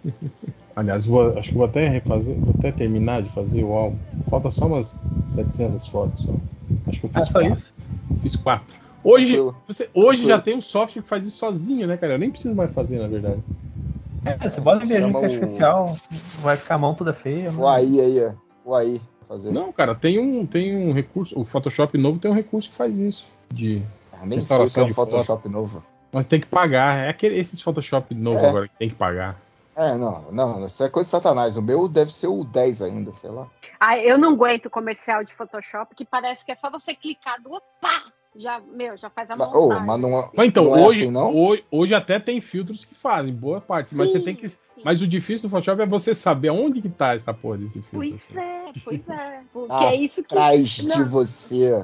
Speaker 3: Aliás, vou- acho que vou até refazer, vou até terminar de fazer o álbum. Falta só umas 700 fotos. Só. Acho que eu
Speaker 7: É
Speaker 3: fiz
Speaker 7: só
Speaker 3: quatro.
Speaker 7: isso.
Speaker 3: Fiz quatro. Hoje,
Speaker 4: Tranquilo.
Speaker 3: você- hoje
Speaker 4: Tranquilo.
Speaker 3: já tem um software que faz isso sozinho, né, cara? Eu nem preciso mais fazer, na verdade.
Speaker 7: É, você bota inteligência
Speaker 4: Chama o-
Speaker 7: artificial, vai ficar a mão toda feia. né?"
Speaker 4: O aí, aí, ó. o aí. Fazer.
Speaker 3: Não, cara, tem um, tem um recurso. O Photoshop novo tem um recurso que faz isso. De...
Speaker 4: Ah, nem sei o que é
Speaker 3: Restauração
Speaker 4: um
Speaker 3: de
Speaker 4: Photoshop novo.
Speaker 3: Mas tem que pagar. É aquele, esses Photoshop novo
Speaker 4: É.
Speaker 3: agora que tem que pagar.
Speaker 4: É, não, não, isso é coisa de satanás. O meu deve ser o 10 ainda, sei lá.
Speaker 5: Ah, eu não aguento comercial de Photoshop que parece que é só você clicar do pá! Já, meu, já faz a
Speaker 4: Mas,
Speaker 5: montagem.
Speaker 4: oh, mas não,
Speaker 3: Mas então,
Speaker 4: Não é
Speaker 3: hoje,
Speaker 4: assim, não?
Speaker 3: hoje, hoje até tem filtros que fazem, boa parte. Mas você
Speaker 5: Sim,
Speaker 3: tem que.
Speaker 5: sim.
Speaker 3: Mas o difícil do Photoshop é você saber onde que tá essa porra desse filtro.
Speaker 5: Pois
Speaker 3: assim.
Speaker 5: é, pois é. Porque
Speaker 4: Ah,
Speaker 5: é isso que
Speaker 4: atrás de
Speaker 5: Não.
Speaker 4: você.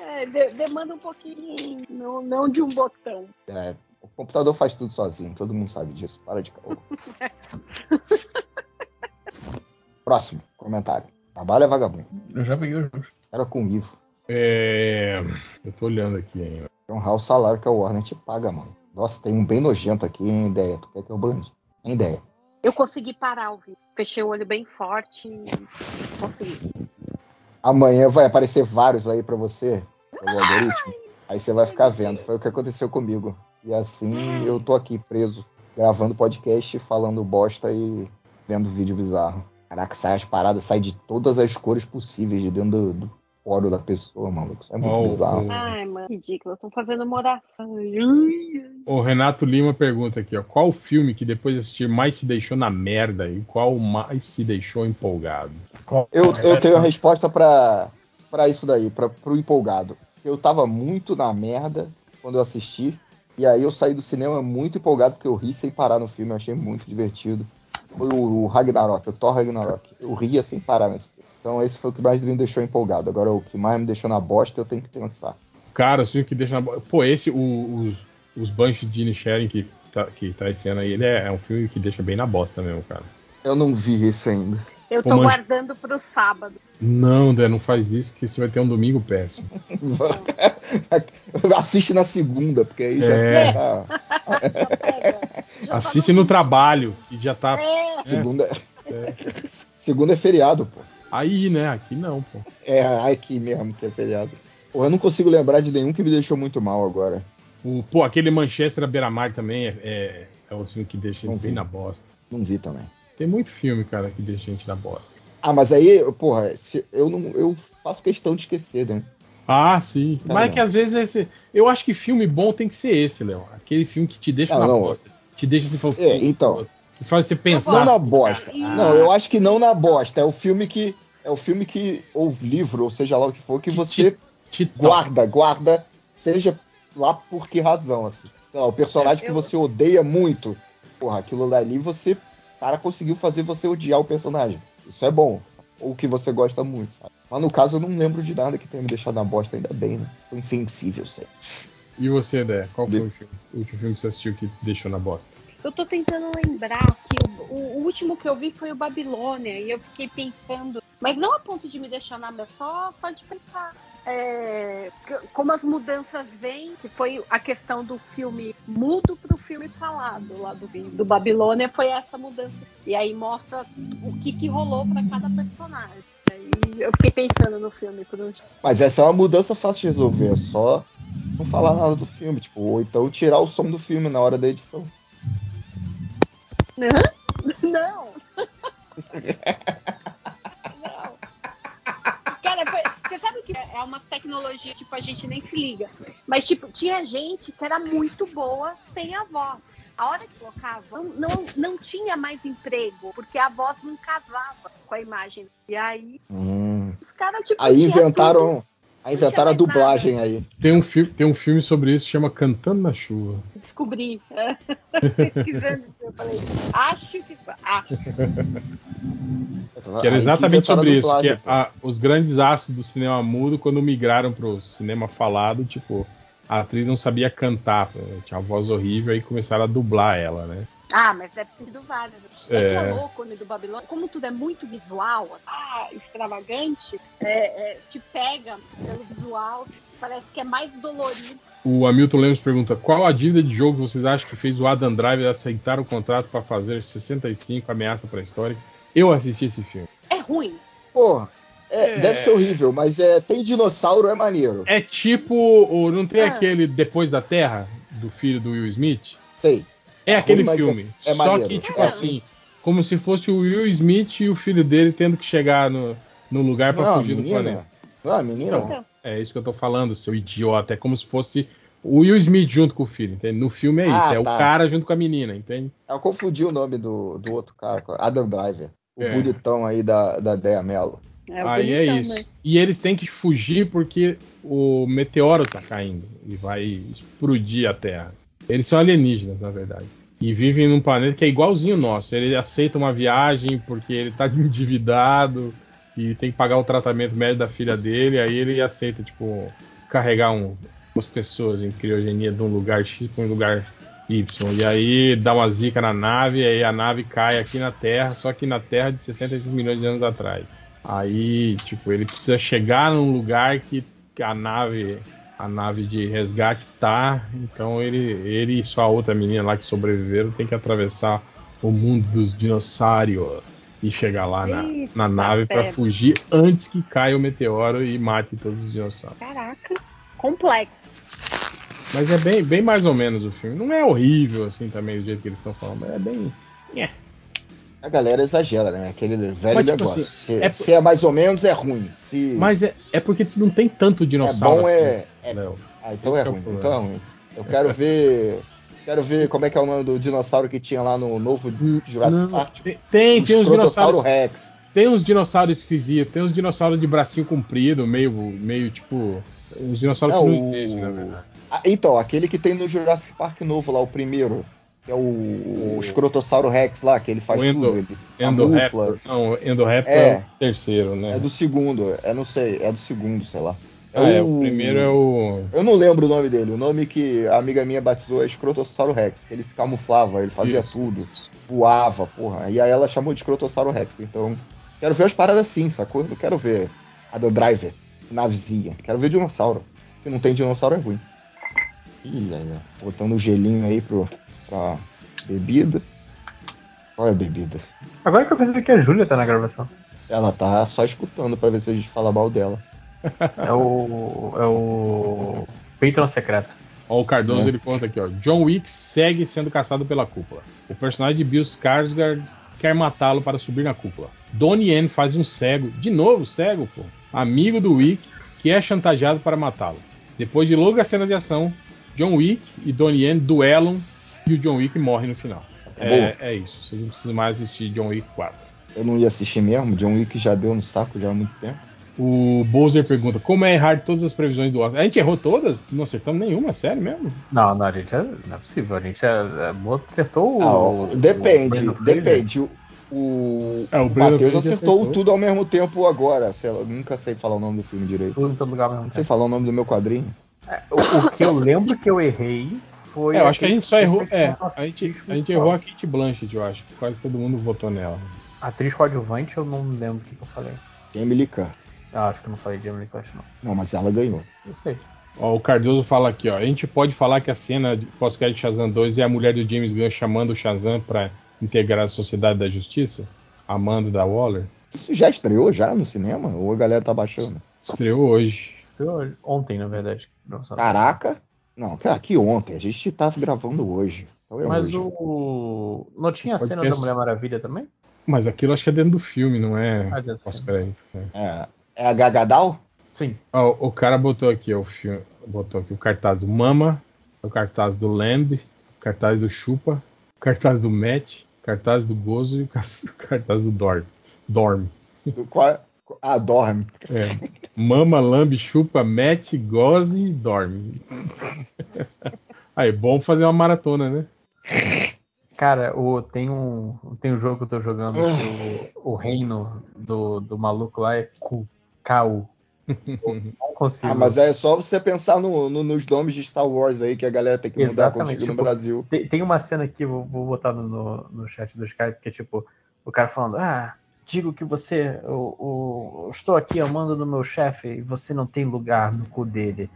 Speaker 5: é, de- demanda um pouquinho, não, não de um botão.
Speaker 4: É, o computador faz tudo sozinho, todo mundo sabe disso. Para de caô. Próximo comentário. Trabalho é vagabundo.
Speaker 7: Eu já peguei os jogos.
Speaker 4: Era com o Ivo.
Speaker 3: É, Eu tô olhando aqui ainda.
Speaker 4: É honrar o salário que a Warner te paga, mano. Nossa, tem um bem nojento aqui, hein, ideia. Tu quer que eu bande? Hein, ideia.
Speaker 5: Eu consegui parar o vídeo. Fechei o olho bem forte e consegui.
Speaker 4: Amanhã vai aparecer vários aí pra você, pelo algoritmo. Aí você vai ficar vendo. Foi o que aconteceu comigo. E assim eu tô aqui preso, gravando podcast, falando bosta e vendo vídeo bizarro. Caraca, sai as paradas, sai de todas as cores possíveis de dentro do, do fórum da pessoa, maluco. Isso é muito
Speaker 3: Ó,
Speaker 4: bizarro.
Speaker 5: Ai, mano, ridículo. Estão fazendo uma oração. Ai, ai, ai.
Speaker 3: O, o Renato Lima pergunta aqui, ó. Qual o filme que depois de assistir mais te deixou na merda e qual mais te deixou empolgado?
Speaker 4: Eu,
Speaker 2: é
Speaker 4: eu tenho a resposta pra, pra isso daí, pra, pro empolgado. Eu tava muito na merda quando eu assisti, e aí eu saí do cinema muito empolgado, porque eu ri sem parar no filme, eu achei muito divertido. Foi o, o Ragnarok, o Thor Ragnarok. Eu ria sem parar nesse filme. Então esse foi o que mais me deixou empolgado. Agora o que mais me deixou na bosta, eu tenho que pensar.
Speaker 3: Cara, assim, o que deixa na bo- Pô, esse, o- os, os Bunch de Gene Sharing que tá, que tá esse ano aí, ele é, é um filme que deixa bem na bosta mesmo, cara.
Speaker 4: Eu não vi esse ainda.
Speaker 5: Eu
Speaker 3: Pô,
Speaker 5: tô
Speaker 3: mas-
Speaker 5: guardando pro sábado.
Speaker 3: Não, Dé, não faz isso, que você vai ter um domingo péssimo.
Speaker 4: Assiste na segunda, porque aí já
Speaker 3: É.
Speaker 4: tá.
Speaker 5: Já pega. Já tá
Speaker 3: Assiste no trabalho, que já tá
Speaker 5: É,
Speaker 4: Segunda segunda é feriado, pô.
Speaker 3: Aí, né? Aqui não, pô.
Speaker 4: É, ai que mesmo que é feriado. Porra, eu não consigo lembrar de nenhum que me deixou muito mal agora.
Speaker 3: O, pô, aquele Manchester à beira-mar também é, é, é É um filme que deixa
Speaker 4: Não
Speaker 3: ele bem
Speaker 4: vi.
Speaker 3: na bosta.
Speaker 4: Não vi também.
Speaker 3: Tem muito filme, cara, que deixa a gente na bosta.
Speaker 4: Ah, mas aí, porra, se- eu, não, eu faço questão de esquecer, né?
Speaker 3: Ah, sim.
Speaker 4: Tá
Speaker 3: Mas é
Speaker 4: bom.
Speaker 3: que às vezes esse. Eu acho que filme bom tem que ser esse, Léo. Aquele filme que te deixa
Speaker 4: Ah, Não,
Speaker 3: na
Speaker 4: não.
Speaker 3: bosta. Te deixa assim, falando,
Speaker 4: É, então.
Speaker 3: Que faz você pensar.
Speaker 4: Não na bosta.
Speaker 5: Ah.
Speaker 4: Não, eu acho que não na bosta. É o filme que. É o filme que. Ou livro, ou seja lá o que for, que
Speaker 3: Que
Speaker 4: você
Speaker 3: te toca.
Speaker 4: guarda, guarda, seja lá por que razão, assim. Sei lá, o personagem que
Speaker 5: Eu-
Speaker 4: você odeia muito. Porra, aquilo dali você. O cara conseguiu fazer você odiar o personagem. Isso é bom. Ou que você gosta muito, sabe? Mas no caso eu não lembro de nada que tenha me deixado na bosta, ainda bem, né? Tô insensível, sei.
Speaker 3: E você, Dé? Qual foi o, filme- o último filme que você assistiu que deixou na bosta?
Speaker 5: Eu tô tentando lembrar que o, o último que eu vi foi o Babilônia e eu fiquei pensando, mas não a ponto de me deixar na mesa, só só de pensar. é, c- como as mudanças vêm, que foi a questão do filme mudo pro filme falado lá do, do Babilônia, foi essa mudança. E aí mostra o que, que rolou pra cada personagem. E eu fiquei pensando no filme por um dia.
Speaker 4: Mas essa é uma mudança fácil de resolver, é só não falar nada do filme, tipo, ou então tirar o som do filme na hora da edição.
Speaker 5: Não! Não! Cara, foi- você sabe o que é É uma tecnologia, tipo, a gente nem se liga. Mas, tipo, tinha gente que era muito boa sem a voz. A hora que colocava, não, não, não tinha mais emprego, porque a voz não casava com a imagem. E aí,
Speaker 3: Hum.
Speaker 5: os caras, tipo.
Speaker 4: Aí
Speaker 5: tinha
Speaker 4: inventaram, aí inventaram a
Speaker 5: Não tinha mais nada.
Speaker 4: dublagem aí.
Speaker 3: Tem um, fi tem um filme sobre isso que chama Cantando na Chuva.
Speaker 5: tudo, Descobri. É. Pesquisando. Eu falei, acho que. Ah, Acho.
Speaker 3: Que era
Speaker 4: Aí
Speaker 3: exatamente
Speaker 4: inventaram
Speaker 3: sobre
Speaker 4: a
Speaker 3: isso.
Speaker 4: dublagem,
Speaker 3: que é a- os grandes astros do cinema mudo, quando migraram pro cinema falado, tipo, a atriz não sabia cantar, né? tinha uma voz horrível, aí começaram a dublar ela, né?
Speaker 5: Ah, mas deve ter sido várias. É.
Speaker 3: É.
Speaker 5: que é louco, né, do Babilônia. Como tudo é muito visual, ah, extravagante, é, é, te pega pelo visual, parece que é mais dolorido.
Speaker 3: O Hamilton Lemos pergunta: qual a dívida de jogo vocês acham que fez o Adam Driver aceitar o contrato para fazer 65 Ameaça Pré-Histórica? Eu assisti esse filme.
Speaker 5: É ruim.
Speaker 4: Porra, é,
Speaker 3: É.
Speaker 4: deve ser horrível, mas é, tem dinossauro, é maneiro.
Speaker 3: É tipo. o- Não tem
Speaker 5: Ah.
Speaker 3: aquele Depois da Terra, do filho do Will Smith?
Speaker 4: Sei.
Speaker 3: É aquele
Speaker 4: ruim, mas
Speaker 3: filme.
Speaker 4: é- é
Speaker 3: só
Speaker 4: maneiro.
Speaker 3: que, tipo
Speaker 4: É.
Speaker 3: assim, como se fosse o Will Smith e o filho dele tendo que chegar no, no lugar
Speaker 4: não é
Speaker 3: pra
Speaker 4: uma
Speaker 3: fugir do planeta.
Speaker 4: menina? Não é uma menina?
Speaker 3: Então, É isso que eu tô falando, seu idiota. É como se fosse o Will Smith junto com o filho, entende? No filme é isso.
Speaker 4: Ah,
Speaker 3: é o
Speaker 4: tá.
Speaker 3: cara junto com a menina, entende?
Speaker 4: Ela confundiu o nome do, do outro cara, com Adam Driver. O
Speaker 3: É.
Speaker 4: bonitão aí da, da Dea Mello.
Speaker 5: É
Speaker 3: Aí é
Speaker 5: bonitão,
Speaker 3: isso.
Speaker 5: né?
Speaker 3: E eles têm que fugir porque o meteoro tá caindo e vai explodir a Terra. Eles são alienígenas, na verdade. E vivem num planeta que é igualzinho o nosso. Ele aceita uma viagem porque ele tá endividado e tem que pagar o tratamento médio da filha dele. Aí ele aceita, tipo, carregar um, umas pessoas em criogenia de um lugar X para um lugar Y. E aí dá uma zica na nave, e aí a nave cai aqui na Terra, só que na Terra de 65 milhões de anos atrás. Aí, tipo, ele precisa chegar num lugar que a nave a nave de resgate tá, então ele ele e sua outra menina lá que sobreviveram tem que atravessar o mundo dos dinossauros e chegar lá na,
Speaker 5: Eita,
Speaker 3: na nave para
Speaker 5: pera.
Speaker 3: fugir antes que caia o meteoro e mate todos os dinossauros.
Speaker 5: Caraca, complexo.
Speaker 3: Mas é bem, bem mais ou menos o filme. Não é horrível, assim, também, do jeito que eles estão falando, mas é bem.
Speaker 4: A galera exagera, né? Aquele velho
Speaker 3: Mas, tipo
Speaker 4: negócio.
Speaker 3: assim,
Speaker 4: se,
Speaker 3: é-
Speaker 4: é... se é mais ou menos, é ruim. Se
Speaker 3: Mas é, é porque não tem tanto
Speaker 4: é
Speaker 3: dinossauro.
Speaker 4: bom, é.
Speaker 3: assim,
Speaker 4: é-
Speaker 3: Léo.
Speaker 4: Ah, então
Speaker 3: Esse
Speaker 4: é
Speaker 3: que é o
Speaker 4: ruim.
Speaker 3: problema.
Speaker 4: Então é ruim. Eu quero ver. Quero ver como é que é o nome do dinossauro que tinha lá no novo Jurassic
Speaker 3: Hum, Não,
Speaker 4: Park. um
Speaker 3: tem, tem,
Speaker 4: o
Speaker 3: tem uns
Speaker 4: Escrotossauro
Speaker 3: dinossauros.
Speaker 4: Rex.
Speaker 3: Tem uns dinossauros esquisitos, tem uns dinossauros de bracinho comprido, meio, meio tipo. Uns dinossauros
Speaker 4: Não,
Speaker 3: que
Speaker 4: É o-
Speaker 3: não existem, na verdade.
Speaker 4: Ah, então, aquele que tem no Jurassic Park novo lá, o primeiro. Que é o, o Escrotossauro Rex lá, que ele faz
Speaker 3: O Endo-
Speaker 4: tudo. Ele se camufla.
Speaker 3: Endoraptor. Não, Endoraptor é.
Speaker 4: É.
Speaker 3: o terceiro, né?
Speaker 4: É do segundo, é não sei, é do segundo, sei lá.
Speaker 3: Ah, é, o primeiro é o.
Speaker 4: Eu não lembro o nome dele. O nome que a amiga minha batizou é Escrotossauro Rex. Ele se camuflava, ele fazia
Speaker 3: Isso.
Speaker 4: tudo, voava, porra. E aí ela chamou de Escrotossauro Rex. Então, quero ver as paradas assim, sacou? Não quero ver a The Driver, navezinha. Quero ver dinossauro. Se não tem dinossauro, é ruim. Ih, aí, ó. Botando o gelinho aí pro, pra bebida. Qual é a bebida?
Speaker 7: Agora que eu percebi que a Júlia tá na gravação.
Speaker 4: Ela tá só escutando pra ver se a gente fala mal dela.
Speaker 7: É o. É o. Patreon secreto.
Speaker 3: Ó, o Cardoso ele conta aqui, ó. John Wick segue sendo caçado pela cúpula. O personagem de Bill Skarsgård quer matá-lo para subir na cúpula. Donnie Yen faz um cego, de novo cego, pô, amigo do Wick, que é chantageado para matá-lo. Depois de longa cena de ação, John Wick e Donnie Yen duelam e o John Wick morre no final. É, é isso, vocês não precisam mais assistir John Wick 4.
Speaker 4: Eu não ia assistir mesmo, John Wick já deu no saco já há muito tempo.
Speaker 3: O Bowser pergunta: Como é errar todas as previsões do Oscar? A gente errou todas? Não acertamos nenhuma, sério mesmo?
Speaker 2: Não, não, a gente é, não é possível. A gente é, é, acertou o-
Speaker 4: Ah,
Speaker 2: o.
Speaker 4: depende,
Speaker 2: o Brandon Fraser.
Speaker 4: depende. O, o,
Speaker 3: É, o
Speaker 4: o
Speaker 3: Brandon
Speaker 4: Matheus
Speaker 3: Fraser
Speaker 4: acertou,
Speaker 3: acertou.
Speaker 4: tudo ao mesmo tempo agora. Sei lá, eu nunca sei falar o nome do filme direito.
Speaker 2: Tudo em todo lugar ao mesmo
Speaker 4: Não
Speaker 3: É.
Speaker 4: sei
Speaker 2: tempo. É,
Speaker 4: falar o nome do meu quadrinho.
Speaker 2: O, o que eu lembro que eu errei foi.
Speaker 3: É, eu acho que a gente só
Speaker 2: aquele-
Speaker 3: errou. É, a
Speaker 2: atriz
Speaker 3: gente, a gente
Speaker 2: principal.
Speaker 3: errou a Kate Blanchett, eu acho. que Quase todo mundo votou nela.
Speaker 2: Atriz coadjuvante, eu não lembro o que, que eu falei.
Speaker 4: Jamie Lee Curtis.
Speaker 2: Ah, acho que eu não falei de Emily Cush, não.
Speaker 4: Não, mas ela ganhou.
Speaker 2: Não sei.
Speaker 3: Ó, o Cardoso fala aqui, ó. A gente pode falar que a cena de pós-crédito de Shazam 2 é a mulher do James Gunn chamando o Shazam pra integrar a Sociedade da Justiça? Amanda da Waller?
Speaker 4: Isso já estreou já no cinema? Ou a galera tá baixando?
Speaker 3: Estreou hoje.
Speaker 2: Foi hoje- ontem, na verdade. Não
Speaker 4: Ah,
Speaker 2: sabe.
Speaker 4: Caraca! Não, cara, que ontem. A gente tá gravando hoje. Então é
Speaker 2: Mas
Speaker 4: hoje.
Speaker 2: o. Não tinha a
Speaker 3: Pode
Speaker 2: cena
Speaker 3: ter-
Speaker 2: da Mulher Maravilha também?
Speaker 3: Mas aquilo acho que é dentro do filme, não
Speaker 2: Ah,
Speaker 3: é
Speaker 2: deve ser.
Speaker 3: pós-crédito. né?
Speaker 4: É, é a Gagadal?
Speaker 2: Sim.
Speaker 3: Ó, o cara botou aqui ó, o filme, botou aqui o cartaz do Mama, o cartaz do Land, o cartaz do Chupa, o cartaz do Matt, o cartaz do Gozo e o ca- o cartaz do Dorm. Dorm.
Speaker 4: Do qual... Ah, dorme.
Speaker 3: É. Mama, lambe, chupa, mete, goze e dorme. Aí, bom fazer uma maratona, né?
Speaker 2: Cara, o, tem, um, tem um jogo que eu tô jogando
Speaker 4: Ah.
Speaker 2: que o, o reino do, do maluco lá é Ku. K.U. Eu Não consigo.
Speaker 4: Ah, mas é só você pensar no, no- nos nomes de Star Wars aí que a galera tem que mudar quando
Speaker 2: Exatamente,
Speaker 4: chega no
Speaker 2: tipo,
Speaker 4: Brasil.
Speaker 2: Tem, tem uma cena aqui, vou, vou botar no- no, no chat do Skype, que é tipo, o cara falando, ah, digo que você, eu, eu- eu estou aqui a mando do meu chefe e você não tem lugar no cu dele.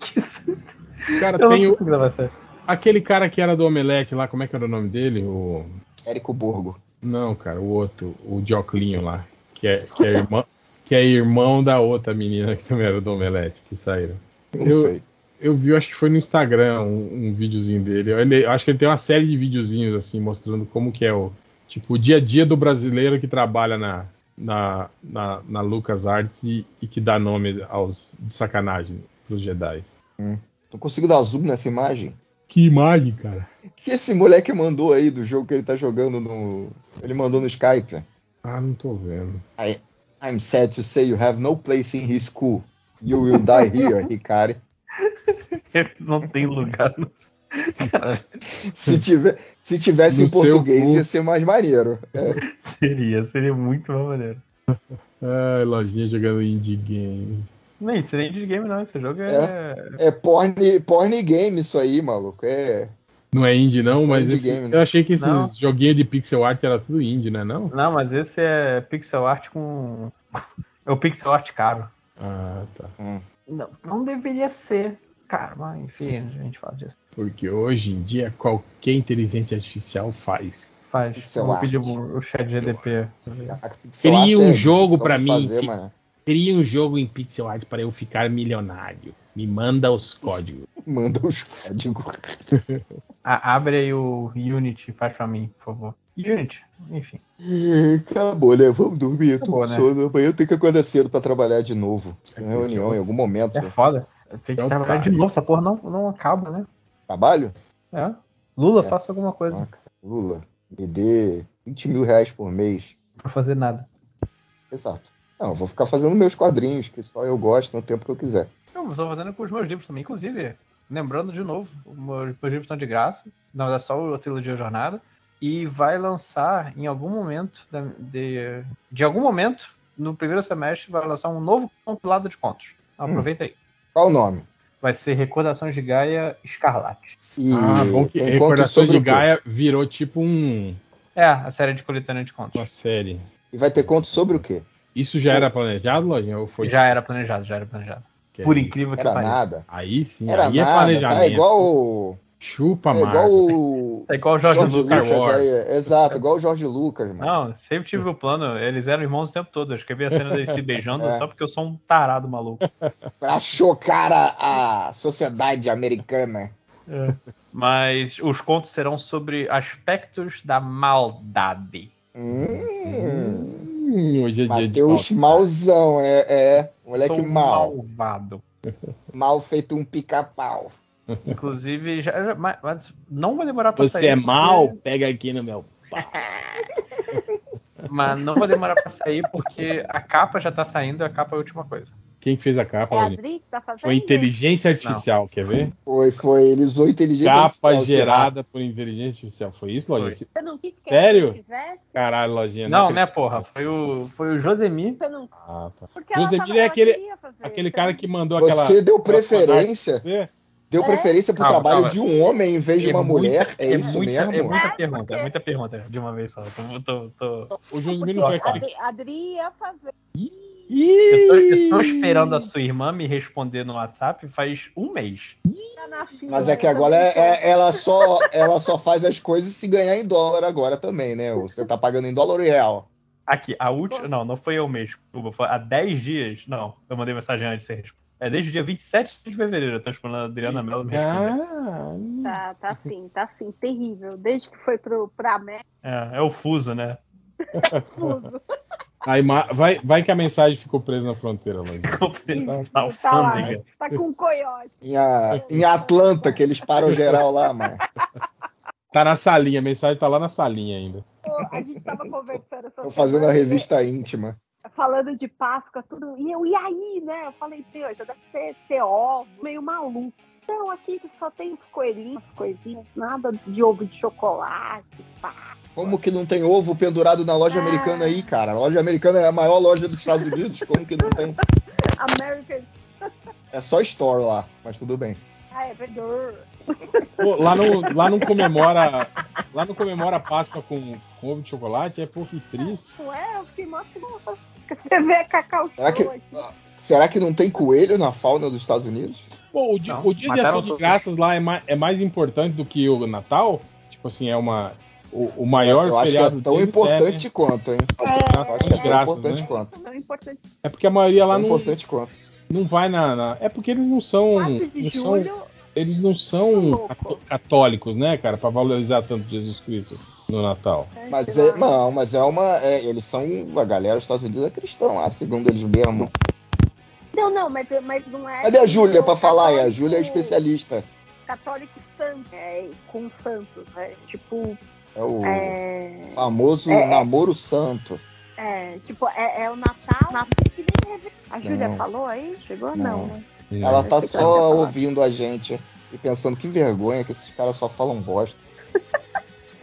Speaker 2: que susto.
Speaker 3: Cara,
Speaker 2: Eu
Speaker 3: tem
Speaker 2: não
Speaker 3: o,
Speaker 2: consigo levar a sério.
Speaker 3: aquele cara que era do Omelete lá, como é que era o nome dele? O...
Speaker 4: Érico Borgo.
Speaker 3: Não, cara, o outro, o Dioclinho lá, que é, que é irmão. Que é irmão da outra menina que também era do Omelete, que saíram.
Speaker 4: Não
Speaker 3: Eu-
Speaker 4: sei.
Speaker 3: Eu vi, eu acho que foi no Instagram um, um videozinho dele. Ele- eu acho que ele tem uma série de videozinhos assim, mostrando como que é o tipo o dia a dia do brasileiro que trabalha na na, na, na Lucas Arts e, e que dá nome aos de sacanagem pros Jedi.
Speaker 4: Não consigo dar zoom nessa imagem.
Speaker 3: Que imagem, cara.
Speaker 4: O que esse moleque mandou aí do jogo que ele tá jogando no. Ele mandou no Skype.
Speaker 3: Ah, não tô vendo.
Speaker 4: I'm sad to say you have no place in his school. You will die here, Hikari.
Speaker 2: Ele não tem lugar no. Cara,
Speaker 4: Se, tiver, se tivesse
Speaker 3: No
Speaker 4: em
Speaker 3: seu
Speaker 4: português,
Speaker 3: cu.
Speaker 4: ia ser mais maneiro.
Speaker 2: seria, seria muito mais maneiro.
Speaker 3: Ai, É, lojinha jogando indie game.
Speaker 2: Não, isso nem de game, não. Esse jogo é.
Speaker 4: É porn, porn game isso aí, maluco. É.
Speaker 3: Não é indie não, mas
Speaker 4: indie
Speaker 3: esse-
Speaker 4: game, né?
Speaker 3: eu achei que esses
Speaker 2: Não.
Speaker 3: joguinhos de pixel art era tudo indie, né? Não?
Speaker 2: Não, mas esse é pixel art com. É o pixel art caro.
Speaker 3: Ah, tá.
Speaker 2: Não, não deveria ser, cara, mas enfim, a gente fala disso.
Speaker 3: Porque hoje em dia qualquer inteligência artificial faz.
Speaker 2: Faz,
Speaker 4: Pixel
Speaker 2: eu vou
Speaker 4: art.
Speaker 2: pedir o, o chat GDP.
Speaker 4: Sei lá,
Speaker 3: Cria
Speaker 4: se é
Speaker 3: um jogo
Speaker 4: difícil
Speaker 3: pra
Speaker 4: de
Speaker 3: mim
Speaker 4: fazer,
Speaker 3: que-
Speaker 4: mano.
Speaker 3: Crie um jogo em pixel art para eu ficar milionário. Me manda os códigos.
Speaker 4: Manda os códigos.
Speaker 2: A- abre aí o Unity, faz pra mim, por favor. Unity, enfim.
Speaker 4: Ih, Acabou, né? Vamos dormir. Eu
Speaker 2: Acabou,
Speaker 4: tô com
Speaker 2: né?
Speaker 4: sono. Amanhã eu tenho que acordar cedo pra trabalhar de novo. Tem reunião em algum momento.
Speaker 2: É foda. Tem que
Speaker 3: É o
Speaker 2: trabalhar
Speaker 3: cara.
Speaker 2: de novo, essa porra não, não acaba, né?
Speaker 4: Trabalho?
Speaker 2: É. Lula,
Speaker 4: É.
Speaker 2: faça alguma coisa.
Speaker 4: Ah, Lula, me dê 20 mil reais por mês.
Speaker 2: Pra fazer nada.
Speaker 4: Exato. Não, eu vou ficar fazendo meus quadrinhos, que só eu gosto no tempo que eu quiser.
Speaker 2: Não, mas eu tô fazendo com os meus livros também, inclusive. Lembrando de novo, os meus meus livros estão de graça. Na verdade, só a trilogia Jornada. E vai lançar em algum momento, da- de, de algum momento, no primeiro semestre, vai lançar um novo compilado de contos. Então,
Speaker 4: Hum.
Speaker 2: Aproveita aí.
Speaker 4: Qual o nome?
Speaker 2: Vai ser Recordações de Gaia Escarlate.
Speaker 4: E tem conto
Speaker 3: Ah, Recordações
Speaker 4: sobre
Speaker 3: de
Speaker 4: o quê?
Speaker 3: Gaia virou tipo um-
Speaker 2: É, a série de coletânea de
Speaker 3: uma
Speaker 2: contos.
Speaker 3: série.
Speaker 4: E vai ter conto sobre o quê?
Speaker 3: Isso já
Speaker 4: É.
Speaker 3: era planejado, Lojinha? Ou foi
Speaker 2: Já era planejado, já era planejado.
Speaker 3: Que é
Speaker 2: Por
Speaker 3: isso?
Speaker 2: incrível que
Speaker 4: Era
Speaker 2: pareça.
Speaker 4: nada.
Speaker 3: Aí sim,
Speaker 4: Era
Speaker 3: aí é
Speaker 4: nada. Tá
Speaker 3: planejamento. Tá
Speaker 4: igual o
Speaker 3: Chupa,
Speaker 4: É
Speaker 3: Marvel.
Speaker 4: igual o.
Speaker 2: É igual o Jorge
Speaker 4: Jorge
Speaker 2: Lucas.
Speaker 3: né? Star
Speaker 4: Lucas
Speaker 3: Wars.
Speaker 4: aí, é, exato, igual o Jorge Lucas, mano.
Speaker 2: Não, sempre tive o plano. Eles eram irmãos o tempo todo. Eu escrevi a cena deles se beijando
Speaker 4: É.
Speaker 2: só porque eu sou um tarado maluco.
Speaker 4: Pra chocar a, a sociedade americana.
Speaker 2: Mas os contos serão sobre aspectos da maldade.
Speaker 4: Hum,
Speaker 3: Hum, hoje é dia de
Speaker 4: Matheus
Speaker 3: pauta.
Speaker 4: Malzão, um é, é. Moleque
Speaker 2: sou um
Speaker 4: mal.
Speaker 2: malvado.
Speaker 4: Mal feito um pica-pau.
Speaker 2: Inclusive, já, já- mas- mas não vai demorar pra sair.
Speaker 3: Você é
Speaker 2: porque-
Speaker 3: mal? Pega aqui no meu.
Speaker 2: Mas não vai demorar pra sair porque a capa já tá saindo. A capa é a última coisa.
Speaker 3: Quem que fez a capa,
Speaker 5: É a
Speaker 3: Rony?
Speaker 5: Adri que tá fazendo?
Speaker 3: Foi inteligência artificial, quer ver?
Speaker 4: Foi, foi. Ele usou inteligência
Speaker 3: Capa
Speaker 4: artificial,
Speaker 3: gerada por inteligência artificial. Foi isso, Lojinha?
Speaker 2: é Foi.
Speaker 3: Esse-
Speaker 5: Você não quis que
Speaker 3: Sério?
Speaker 5: a gente fizesse?
Speaker 3: Caralho, Lojinha.
Speaker 2: Não,
Speaker 3: acredito.
Speaker 2: né, porra? Foi o, foi o Josemi.
Speaker 5: Você Então não...
Speaker 3: Ah, tá.
Speaker 5: Porque ela
Speaker 3: Josemir
Speaker 5: tava-
Speaker 3: é
Speaker 5: ela
Speaker 3: aquele-
Speaker 5: queria fazer. então.
Speaker 3: Aquele
Speaker 5: Você
Speaker 3: cara
Speaker 5: não-
Speaker 3: que mandou aquela...
Speaker 4: Você deu
Speaker 3: aquela
Speaker 4: preferência.
Speaker 3: fanart.
Speaker 4: Deu
Speaker 5: É?
Speaker 4: preferência pro
Speaker 2: Calma,
Speaker 4: trabalho
Speaker 2: calma.
Speaker 4: de um homem em vez de uma
Speaker 2: muita-
Speaker 4: mulher? É, isso
Speaker 2: muita,
Speaker 4: mesmo?
Speaker 2: É muita pergunta, é muita pergunta de uma vez só. Tô- tô- tô-
Speaker 3: O Josemir
Speaker 5: Porque
Speaker 3: não foi
Speaker 5: a
Speaker 3: aquele.
Speaker 5: Adri, a Adri ia fazer.
Speaker 2: Eu, tô, eu tô esperando a sua irmã me responder no WhatsApp faz um mês.
Speaker 5: Tá na fila,
Speaker 4: Mas é que
Speaker 5: eu
Speaker 4: agora é-
Speaker 5: também
Speaker 4: é- ela, só, ela só faz as coisas se ganhar em dólar agora também, né? Você tá pagando em dólar ou real?
Speaker 2: Aqui, a última. Não, não foi eu mês, desculpa. Foi há 10 dias. Não, eu mandei mensagem antes de você responder. É desde o dia 27 de fevereiro. Eu tô esperando a Adriana Mello
Speaker 3: Ah.
Speaker 2: me responder.
Speaker 3: Caralho.
Speaker 5: Tá, tá sim, tá sim, terrível. Desde que foi pro, pra América,
Speaker 2: É, é o fuso, né?
Speaker 5: tudo.
Speaker 3: Aí, ma- vai, vai que a mensagem ficou presa na fronteira, Lojinha.
Speaker 2: Na
Speaker 5: Tá lá,
Speaker 2: alfândega.
Speaker 5: tá com um coiote.
Speaker 4: Em, a- em Atlanta, que eles param geral lá, mano.
Speaker 3: Tá na salinha, a mensagem tá lá na salinha ainda.
Speaker 5: Pô, A gente tava conversando essa
Speaker 4: Tô fazendo a
Speaker 5: semana,
Speaker 4: revista íntima.
Speaker 5: né? Falando de Páscoa, tudo. E eu, e aí, né? Eu falei, Deus, já deve ser, ser ovo, meio maluco. Não, aqui só tem os coelhinhos, as coisinhas, nada de ovo de chocolate, pá.
Speaker 4: Como que não tem ovo pendurado na loja americana aí, cara? A loja americana é a maior loja dos Estados Unidos. Como que não tem?
Speaker 5: American
Speaker 4: É só store lá, mas tudo bem.
Speaker 5: é vendedor.
Speaker 3: Pô, lá, não, lá não comemora. Lá não comemora a Páscoa com, com ovo de chocolate, é pô, que triste.
Speaker 5: Não é? Eu fiquei mó assim, nossa, Você vê cacau
Speaker 4: Será que-
Speaker 5: show aqui.
Speaker 4: Será que não tem coelho na fauna dos Estados Unidos?
Speaker 3: Pô, o, di-
Speaker 2: Não,
Speaker 3: o dia de
Speaker 2: mataram
Speaker 3: ação de
Speaker 2: todos.
Speaker 3: graças lá é mais, é mais importante do que o Natal? Tipo assim, é uma. O, o maior
Speaker 4: Eu acho que
Speaker 3: feriado
Speaker 4: é tão
Speaker 3: deles
Speaker 4: importante quanto, hein?
Speaker 3: É,
Speaker 4: Eu acho que é tão
Speaker 3: Graças,
Speaker 4: importante
Speaker 3: né?
Speaker 4: quanto.
Speaker 5: Não é importante.
Speaker 3: É porque a maioria lá
Speaker 4: Tão
Speaker 3: não,
Speaker 4: importante quanto.
Speaker 3: não vai na, na- É porque eles não são.
Speaker 5: 4 de
Speaker 3: não são-
Speaker 5: julho. Tá
Speaker 3: eles não são
Speaker 5: Louco.
Speaker 3: cató- católicos, né, cara? Pra valorizar tanto Jesus Cristo no Natal.
Speaker 4: Mas
Speaker 5: né, sei
Speaker 4: é,
Speaker 5: lá.
Speaker 4: não, mas é uma. é, eles são. A galera dos Estados Unidos é cristã lá, segundo eles mesmos.
Speaker 5: Não, não, mas, mas não é.
Speaker 4: Cadê a Júlia
Speaker 5: o
Speaker 4: pra falar? É, A
Speaker 5: católico-
Speaker 4: Júlia é especialista.
Speaker 5: Católico santo, é, com santos, né? Tipo,
Speaker 4: É o
Speaker 5: é.
Speaker 4: famoso
Speaker 5: É.
Speaker 4: namoro santo.
Speaker 5: é, tipo, é, é o Natal. Natal que nem reve- A Júlia
Speaker 4: Não.
Speaker 5: falou aí? Chegou?
Speaker 4: Não.
Speaker 5: Não. né?
Speaker 4: Ela tá
Speaker 5: Acho que ela quer
Speaker 4: só
Speaker 5: falar.
Speaker 4: ouvindo a gente e pensando que vergonha que esses caras só falam bosta.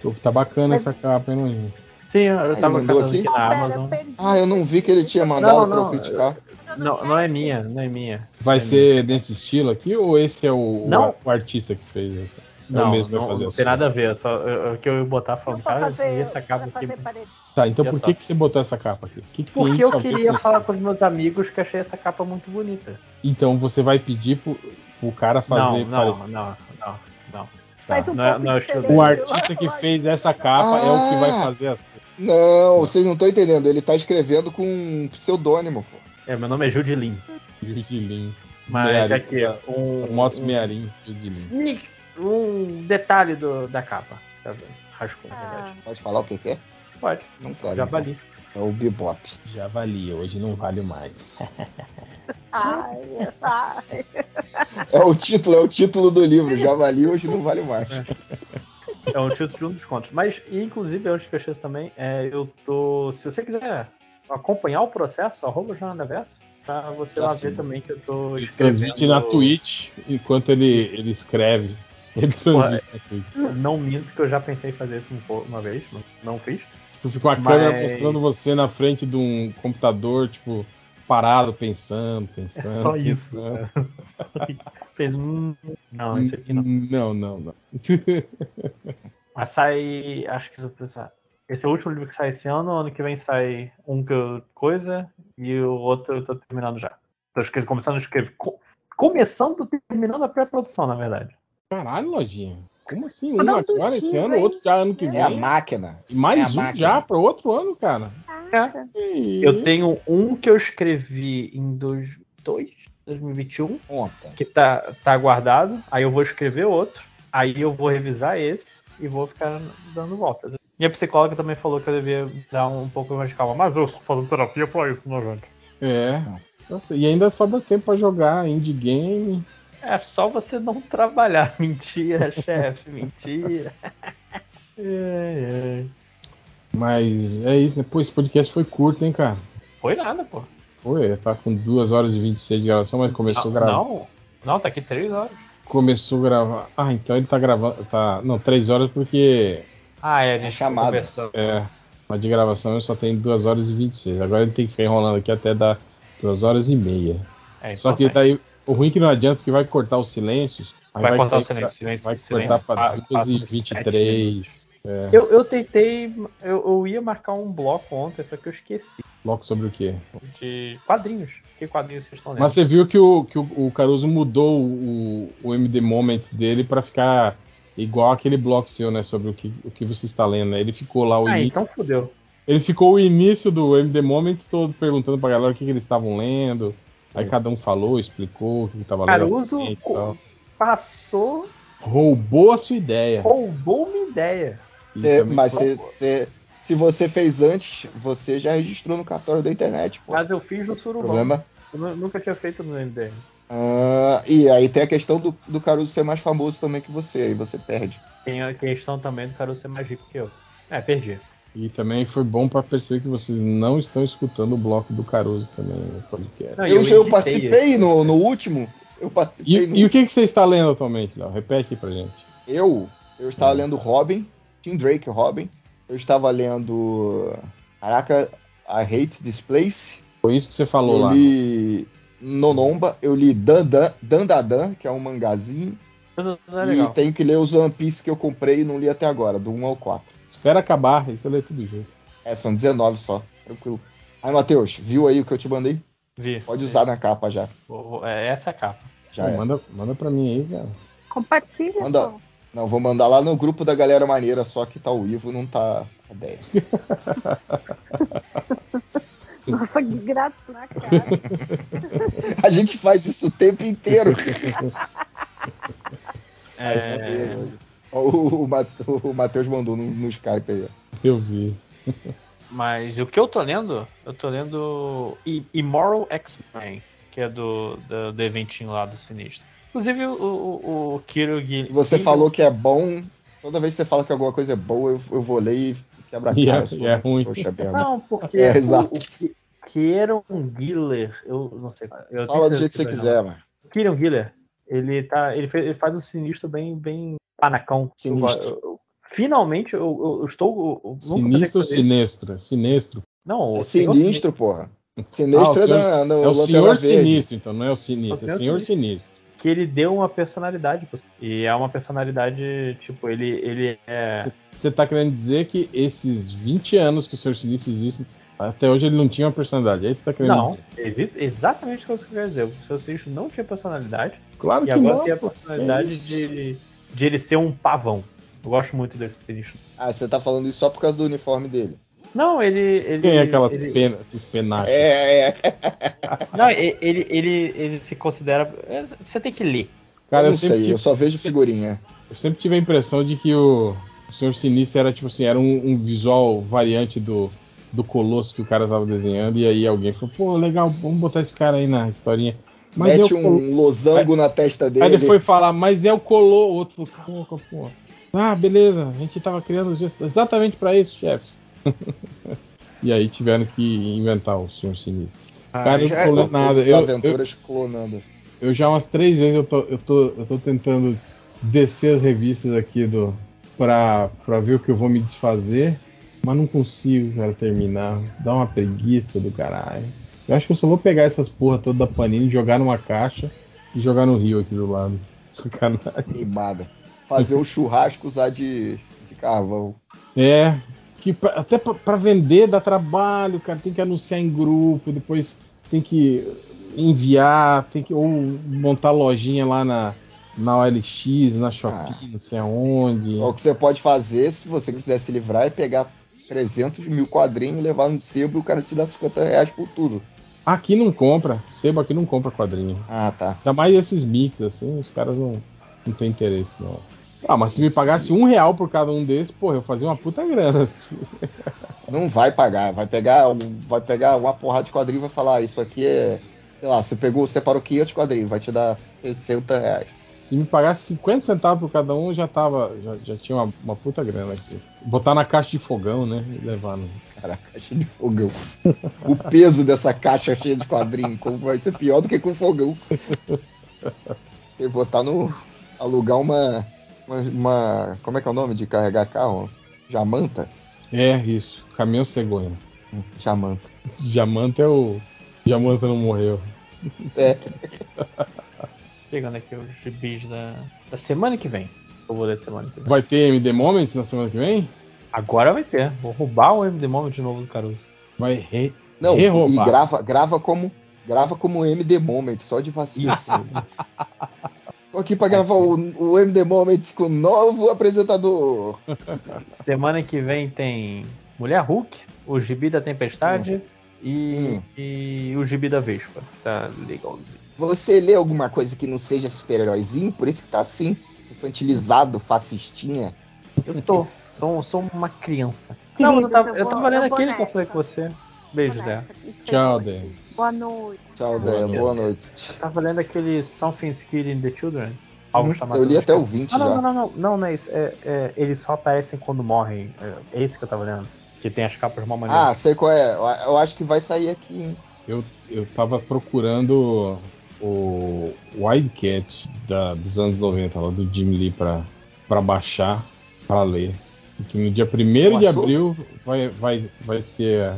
Speaker 3: Tô- Tá bacana essa capa, hein, Lojinha?
Speaker 2: Sim, eu tava
Speaker 4: mandou
Speaker 2: catando aqui
Speaker 4: aqui?
Speaker 2: na
Speaker 5: Pera,
Speaker 2: Amazon.
Speaker 5: perdi.
Speaker 4: Ah, eu não vi que ele tinha
Speaker 2: Não,
Speaker 4: mandado pra eu
Speaker 2: não,
Speaker 4: criticar.
Speaker 2: Não, não é minha, não é minha.
Speaker 3: Vai ser nesse estilo aqui ou esse é o, o-
Speaker 2: Não.
Speaker 3: o artista que fez? essa? É o
Speaker 2: Não,
Speaker 3: mesmo que vai
Speaker 2: não,
Speaker 3: fazer
Speaker 2: não
Speaker 3: a
Speaker 2: tem
Speaker 3: sua.
Speaker 2: nada a ver. Só eu- eu- o que tá? eu ia botar
Speaker 5: Não
Speaker 2: falando,
Speaker 5: pra
Speaker 2: cara,
Speaker 5: fazer,
Speaker 2: e essa capa
Speaker 5: pra
Speaker 2: aqui.
Speaker 5: fazer parede.
Speaker 3: Tá, então
Speaker 2: Olha
Speaker 3: por
Speaker 2: só.
Speaker 3: que, que você botou essa capa aqui? Que que tem
Speaker 2: Porque eu
Speaker 3: só a ver com
Speaker 2: queria
Speaker 3: isso?
Speaker 2: falar com os meus amigos que achei essa capa muito bonita.
Speaker 3: Então você vai pedir pro, pro cara fazer
Speaker 2: não,
Speaker 3: parecer-
Speaker 2: não, não, não, não.
Speaker 3: Tá.
Speaker 5: Faz um
Speaker 2: Não é-
Speaker 5: pouco
Speaker 2: não é o
Speaker 5: diferente.
Speaker 2: estilo.
Speaker 3: O artista que fez essa capa é o que vai
Speaker 4: Ah!
Speaker 3: fazer a sua.
Speaker 4: Não, vocês não estão entendendo. Ele tá escrevendo com um pseudônimo, pô.
Speaker 2: É, meu nome é Judilin.
Speaker 3: Judilinho.
Speaker 2: Mas
Speaker 3: Mearim.
Speaker 2: aqui, ó, um,
Speaker 3: Motos
Speaker 2: um,
Speaker 3: Mearim, Judilinho.
Speaker 2: sneak- um detalhe do- da capa. Tá vendo? Rascunho, na
Speaker 5: Ah,
Speaker 2: verdade.
Speaker 4: Pode falar o que quer?
Speaker 2: Pode,
Speaker 4: Não quero.
Speaker 2: já vali.
Speaker 4: É o bebop.
Speaker 3: Já valia, hoje não vale mais.
Speaker 5: ai, essa-
Speaker 4: É o título, é o título do livro. Já valia, hoje não vale mais.
Speaker 2: É um título de um dos contos. Mas, inclusive, antes que eu esqueça também, é, eu tô. Se você quiser acompanhar o processo, arroba o Jornal da Verso, pra você lá
Speaker 4: Assim.
Speaker 2: ver também que eu tô
Speaker 3: Ele transmite na Twitch enquanto ele, ele escreve. Ele transmite na Twitch.
Speaker 2: Não minto que eu já pensei em fazer isso um po- uma vez, mas não fiz.
Speaker 3: Tipo, ficou a
Speaker 2: Mas-
Speaker 3: câmera mostrando você na frente de um computador, tipo, parado, pensando, pensando.
Speaker 2: É Só isso.
Speaker 3: pensando.
Speaker 2: Fez, hum, não, esse aqui não.
Speaker 3: Não, não, não.
Speaker 2: Mas sai. Acho que se eu pensar. Esse é o último livro que sai esse ano, ano que vem sai um que eu- coisa e o outro eu tô terminando já. Tô escre- começando a escrever. co- começando, terminando a pré-produção, na verdade.
Speaker 3: Caralho, lojinha. Como assim? Um
Speaker 5: Ah, não,
Speaker 3: agora,
Speaker 5: do
Speaker 3: esse
Speaker 5: Dio,
Speaker 3: ano,
Speaker 5: hein?
Speaker 3: outro já ano que
Speaker 4: É a
Speaker 3: vem.
Speaker 4: máquina.
Speaker 3: E mais
Speaker 4: é a
Speaker 3: um
Speaker 4: máquina.
Speaker 3: já para outro ano, cara.
Speaker 5: Caraca.
Speaker 3: E-
Speaker 2: Eu tenho um que eu escrevi em dois, dois, 2021,
Speaker 4: Ontem.
Speaker 2: que tá, tá guardado. Aí eu vou escrever outro. Aí eu vou revisar esse e vou ficar dando voltas. Minha psicóloga também falou que eu devia dar um pouco mais de calma. Mas eu estou fazendo terapia pra isso, né, gente?
Speaker 3: É. Nossa, e ainda sobra tempo pra jogar indie game.
Speaker 2: É só você não trabalhar. Mentira, chefe, mentira. É, é.
Speaker 3: Mas é isso, né? Pô, esse podcast foi curto, hein, cara?
Speaker 2: Foi nada, pô.
Speaker 3: Foi, tá com 2 horas e 26 de gravação, mas começou a gravar.
Speaker 2: Ah, Não, não, tá aqui três horas.
Speaker 3: Começou a gravar. Ah, então ele tá gravando. Tá... Não, 3 horas porque.
Speaker 2: Ah, é, a
Speaker 4: É
Speaker 2: gente
Speaker 4: chamada.
Speaker 2: conversou.
Speaker 3: É. Mas de gravação eu só tenho 2 horas e 26. Agora ele tem que ficar enrolando aqui até dar 2 horas e meia.
Speaker 2: É
Speaker 3: Só que
Speaker 2: importante.
Speaker 3: daí. O ruim é que não adianta, porque vai cortar os silêncios. aí
Speaker 2: Vai cortar
Speaker 3: ter-
Speaker 2: o silêncio, silêncio,
Speaker 3: Vai
Speaker 2: silêncio.
Speaker 3: cortar pra
Speaker 2: Passa
Speaker 3: 2 e
Speaker 2: dos
Speaker 3: 23. É.
Speaker 2: Eu, eu tentei, eu, eu ia marcar um bloco ontem, só que eu esqueci.
Speaker 3: Bloco sobre o quê?
Speaker 2: De quadrinhos. Que quadrinhos vocês estão lendo?
Speaker 3: Mas você viu que o, que o, o Caruso mudou o, o MD Moments dele pra ficar igual aquele bloco seu, né? Sobre o que, o que você está lendo, né? Ele ficou lá o
Speaker 2: ah,
Speaker 3: início.
Speaker 2: então fudeu.
Speaker 3: Ele ficou o início do MD Moments todo perguntando pra galera o que, que eles estavam lendo. Aí cada um falou, explicou o que estava lendo.
Speaker 2: Caruso
Speaker 3: e
Speaker 2: co-
Speaker 3: tal.
Speaker 2: passou,
Speaker 3: Roubou a sua ideia.
Speaker 2: roubou uma ideia.
Speaker 3: Isso
Speaker 4: Cê-
Speaker 3: é muito
Speaker 4: mas
Speaker 3: bom.
Speaker 4: cê- cê- se você fez antes, você já registrou no cartório da internet, pô.
Speaker 2: Mas eu fiz no
Speaker 4: O
Speaker 2: Surubão.
Speaker 4: problema.
Speaker 2: Eu nu- nunca tinha feito no MDM.
Speaker 4: Ah, e aí tem a questão do, do Caruso ser mais famoso também que você, aí você perde.
Speaker 2: Tem a questão também do Caruso ser mais rico que eu. É, perdi.
Speaker 3: E também foi bom pra perceber que vocês não estão escutando o bloco do Caruso também no podcast.
Speaker 2: Não,
Speaker 4: eu, eu
Speaker 2: editei
Speaker 4: participei
Speaker 2: esse.
Speaker 4: no, no último. Eu
Speaker 3: E,
Speaker 4: participei no
Speaker 3: e o que, que você está lendo atualmente, Léo? Repete aí pra gente.
Speaker 4: Eu, eu estava
Speaker 3: Hum.
Speaker 4: lendo Robin, Tim Drake Robin. Eu estava lendo. Caraca, I Hate This Place.
Speaker 3: Foi isso que você falou
Speaker 4: eu
Speaker 3: lá.
Speaker 4: li Nonomba, eu li Dandadan, Dandadan que é um mangazinho.
Speaker 2: Não, não é
Speaker 4: e
Speaker 2: legal.
Speaker 4: tenho que ler os One Piece que eu comprei e não li até agora, do 1 ao 4.
Speaker 3: Espera acabar, isso lê tudo junto.
Speaker 4: É, são 19 só, tranquilo. Aí, Matheus, viu aí o que eu te mandei?
Speaker 2: Vi.
Speaker 4: Pode usar na capa já.
Speaker 2: Vou- vou- é, essa é a capa.
Speaker 4: já
Speaker 3: Pô,
Speaker 4: é.
Speaker 3: manda, manda pra mim aí, cara.
Speaker 5: Compartilha.
Speaker 4: Manda.
Speaker 5: pô.
Speaker 4: Não, vou mandar lá no grupo da galera maneira, só que tá o Ivo, não tá a ideia.
Speaker 5: Nossa, que grato na cara.
Speaker 4: A gente faz isso o tempo inteiro.
Speaker 2: É,
Speaker 4: Ó, O, o, Mat- o Matheus mandou no, no Skype aí. ó.
Speaker 3: Eu vi.
Speaker 2: Mas o que eu tô lendo, eu tô lendo I- Immoral X-Men, que é do, do, do eventinho lá do Sinistro. Inclusive o, o, o Kiro Gui-
Speaker 4: E Você
Speaker 2: Gui-
Speaker 4: falou que é bom. Toda vez que você fala que alguma coisa é boa, eu, eu vou ler e quebra a cara.
Speaker 3: E é-
Speaker 4: sua,
Speaker 3: e é ruim.
Speaker 4: Poxa, merda.
Speaker 2: Não, porque
Speaker 4: É,
Speaker 2: o-
Speaker 4: exato.
Speaker 2: o Ki- Kieron Giller, eu não sei. é. Eu
Speaker 4: Fala
Speaker 2: tenho
Speaker 4: do jeito que você
Speaker 2: certeza
Speaker 4: quiser, mano.
Speaker 2: não. é. Kieron Giller, ele tá, ele, fez- ele faz um sinistro bem, bem panacão.
Speaker 4: Sinistro.
Speaker 2: Eu- eu- finalmente eu, eu- eu estou. eu- eu nunca pensei
Speaker 3: Sinistro ou
Speaker 2: que fazer isso.
Speaker 3: sinestra? Sinistro.
Speaker 2: Não, o
Speaker 4: É
Speaker 2: senhor
Speaker 4: sinistro, porra. Sinistro
Speaker 3: Ah, o
Speaker 4: é da, no
Speaker 3: é o
Speaker 4: Lanterna
Speaker 3: senhor
Speaker 4: Verde.
Speaker 3: sinistro, então, não é o sinistro. É o senhor sinistro.
Speaker 2: que ele deu uma personalidade pro- e é uma personalidade tipo ele ele é
Speaker 3: Você tá querendo dizer que esses 20 anos que o senhor sinistro existe, até hoje ele não tinha uma personalidade. É isso que você tá querendo
Speaker 2: não
Speaker 3: dizer?
Speaker 2: existe exatamente o que eu quero dizer o seu Sinistro não tinha personalidade
Speaker 3: Claro
Speaker 2: e
Speaker 3: Ah, que
Speaker 2: agora
Speaker 3: não.
Speaker 2: tem a
Speaker 3: pô.
Speaker 2: personalidade
Speaker 3: É isso.
Speaker 2: de de ele ser um pavão eu gosto muito desse sinistro
Speaker 4: Ah, você tá falando isso só por causa do uniforme dele.
Speaker 2: não ele ele
Speaker 3: Tem é aquelas
Speaker 2: ele,
Speaker 3: penas, os penachos.
Speaker 4: É, é.
Speaker 2: não e- ele, ele ele se considera é, você tem que ler
Speaker 3: Cara,
Speaker 4: eu
Speaker 3: eu,
Speaker 4: não
Speaker 3: sempre,
Speaker 4: sei, eu
Speaker 3: tive,
Speaker 4: só vejo figurinha.
Speaker 3: eu sempre tive a impressão de que o, o senhor sinistro era tipo assim, era um, um visual variante do, do colosso que o cara tava desenhando, e aí alguém falou, pô, legal, vamos botar esse cara aí na historinha. Mas
Speaker 4: Mete
Speaker 3: eu,
Speaker 4: um losango na testa dele.
Speaker 3: Aí ele foi falar, mas é o colô, o outro falou, pô, pô. Ah, beleza, a gente tava criando gesto exatamente pra isso, chefe. e aí tiveram que inventar o Senhor Sinistro. Cara, eu
Speaker 2: já- é
Speaker 3: não tô lendo nada.
Speaker 4: As
Speaker 3: Eu, eu,
Speaker 4: aventuras clonando.
Speaker 3: eu já umas três vezes eu tô, eu tô, eu tô tentando descer as revistas aqui do pra, pra ver o que eu vou me desfazer, mas não consigo, cara, terminar. Dá uma preguiça do caralho. Eu acho que eu só vou pegar essas porra toda da Panini, jogar numa caixa e jogar no rio aqui do lado. Sacanagem.
Speaker 4: Queimada. Fazer um churrasco usar de, de carvão.
Speaker 3: É. Que pra- até pra- pra vender dá trabalho, cara. Tem que anunciar em grupo, depois tem que enviar, tem que ou montar lojinha lá na, na OLX, na Shopee, não sei aonde.
Speaker 4: É O que você pode fazer, se você quiser se livrar, é pegar 300 mil quadrinhos, levar no sebo e o cara te dá 50 reais por tudo.
Speaker 3: Aqui não compra, sebo aqui não compra quadrinho.
Speaker 4: Ah, tá.
Speaker 3: Ainda mais esses mix, assim, os caras não, não têm interesse, não. Ah, mas se me pagasse um real por cada um desses, porra, eu fazia uma puta grana.
Speaker 4: Não vai pagar, vai pegar, um- vai pegar uma porrada de quadrinho e vai falar, "Ah, isso aqui é, sei lá, você pegou, separou 500 quadrinhos, vai te dar 60 reais.
Speaker 3: Se me pagasse 50 centavos por cada um, eu já tava. Já, já tinha uma, uma puta grana aqui. Botar na caixa de fogão, né? E levar no.
Speaker 4: Caraca, caixa de fogão. O peso dessa caixa cheia de quadrinhos como vai ser pior do que com fogão. Tem que botar no. alugar uma, uma. uma- Como é que é o nome de carregar carro? Jamanta?
Speaker 3: É, isso. Caminhão cegonha.
Speaker 4: Jamanta.
Speaker 3: Diamante é o. Diamante não morreu.
Speaker 4: É,
Speaker 2: Pegando aqui os gibis da, da semana que vem. Eu vou ler da semana que vem.
Speaker 3: Vai ter MD Moments na semana que vem?
Speaker 2: Agora vai ter. né? Vou roubar o MD Moment de novo do Caruso.
Speaker 3: Vai re.
Speaker 4: Não, e
Speaker 3: Derrubar.
Speaker 4: grava, grava como. Grava como MD Moment, só de vacilo. Tô aqui pra gravar o, o MD Moment com o novo apresentador.
Speaker 2: Semana que vem tem Mulher Hulk, o Gibi da Tempestade e,
Speaker 4: Hum.
Speaker 2: e o Gibi da Vespa. Tá legalzinho.
Speaker 4: Você lê alguma coisa que não seja super-heróizinho? Por isso que tá assim, infantilizado, fascistinha.
Speaker 2: Eu tô. sou, sou uma criança. Não, mas eu tava, eu tava lendo aquele que eu falei com você. Beijo, Zé.
Speaker 3: Tchau, Dan.
Speaker 5: Boa noite.
Speaker 4: Tchau,
Speaker 3: Boa
Speaker 4: Dé.
Speaker 3: noite.
Speaker 4: Boa noite.
Speaker 2: Tava lendo aquele Something Skid in the Children. Algo
Speaker 3: tá
Speaker 2: chamado.
Speaker 4: Eu li até o 20
Speaker 2: Ah,
Speaker 4: já.
Speaker 2: não, não, não, não, não, não é isso. É, é, eles só aparecem quando morrem. É, é isso que eu tava lendo. Que tem as capas de uma maneira.
Speaker 4: Ah, sei qual é. Eu- Eu acho que vai sair aqui, hein?
Speaker 3: Eu, eu tava procurando o Wildcat da, dos anos 90, lá do Jim Lee, pra, pra baixar, pra ler. Que no dia 1 de
Speaker 4: Achou?
Speaker 3: abril vai, vai, vai ter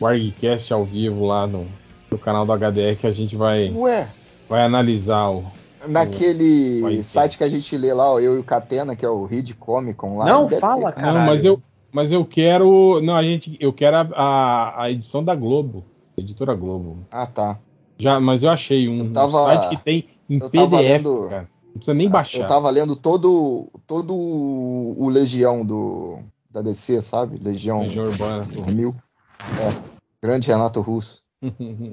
Speaker 3: o Wildcast ao vivo lá no, no canal do HDR que a gente vai,
Speaker 4: Ué,
Speaker 3: vai analisar o.
Speaker 4: naquele
Speaker 3: Vai ter.
Speaker 4: site que a gente lê lá, ó, eu e o Catena, que é o Read Comic Con lá.
Speaker 2: não,
Speaker 4: deve
Speaker 2: fala,
Speaker 4: ter.
Speaker 2: cara.
Speaker 3: Não, mas eu, mas eu quero. Não, a gente. Eu quero a, a, a edição da Globo. Editora Globo.
Speaker 4: Ah, tá.
Speaker 3: Já, mas eu achei um
Speaker 4: Eu tava-
Speaker 3: site que tem em
Speaker 4: eu
Speaker 3: PDF,
Speaker 4: tava lendo-
Speaker 3: cara. Não precisa nem baixar.
Speaker 4: Eu tava lendo todo, todo o Legião do, da DC, sabe? Legião
Speaker 3: Legião Urbana.
Speaker 4: 2000. É. Grande Renato Russo.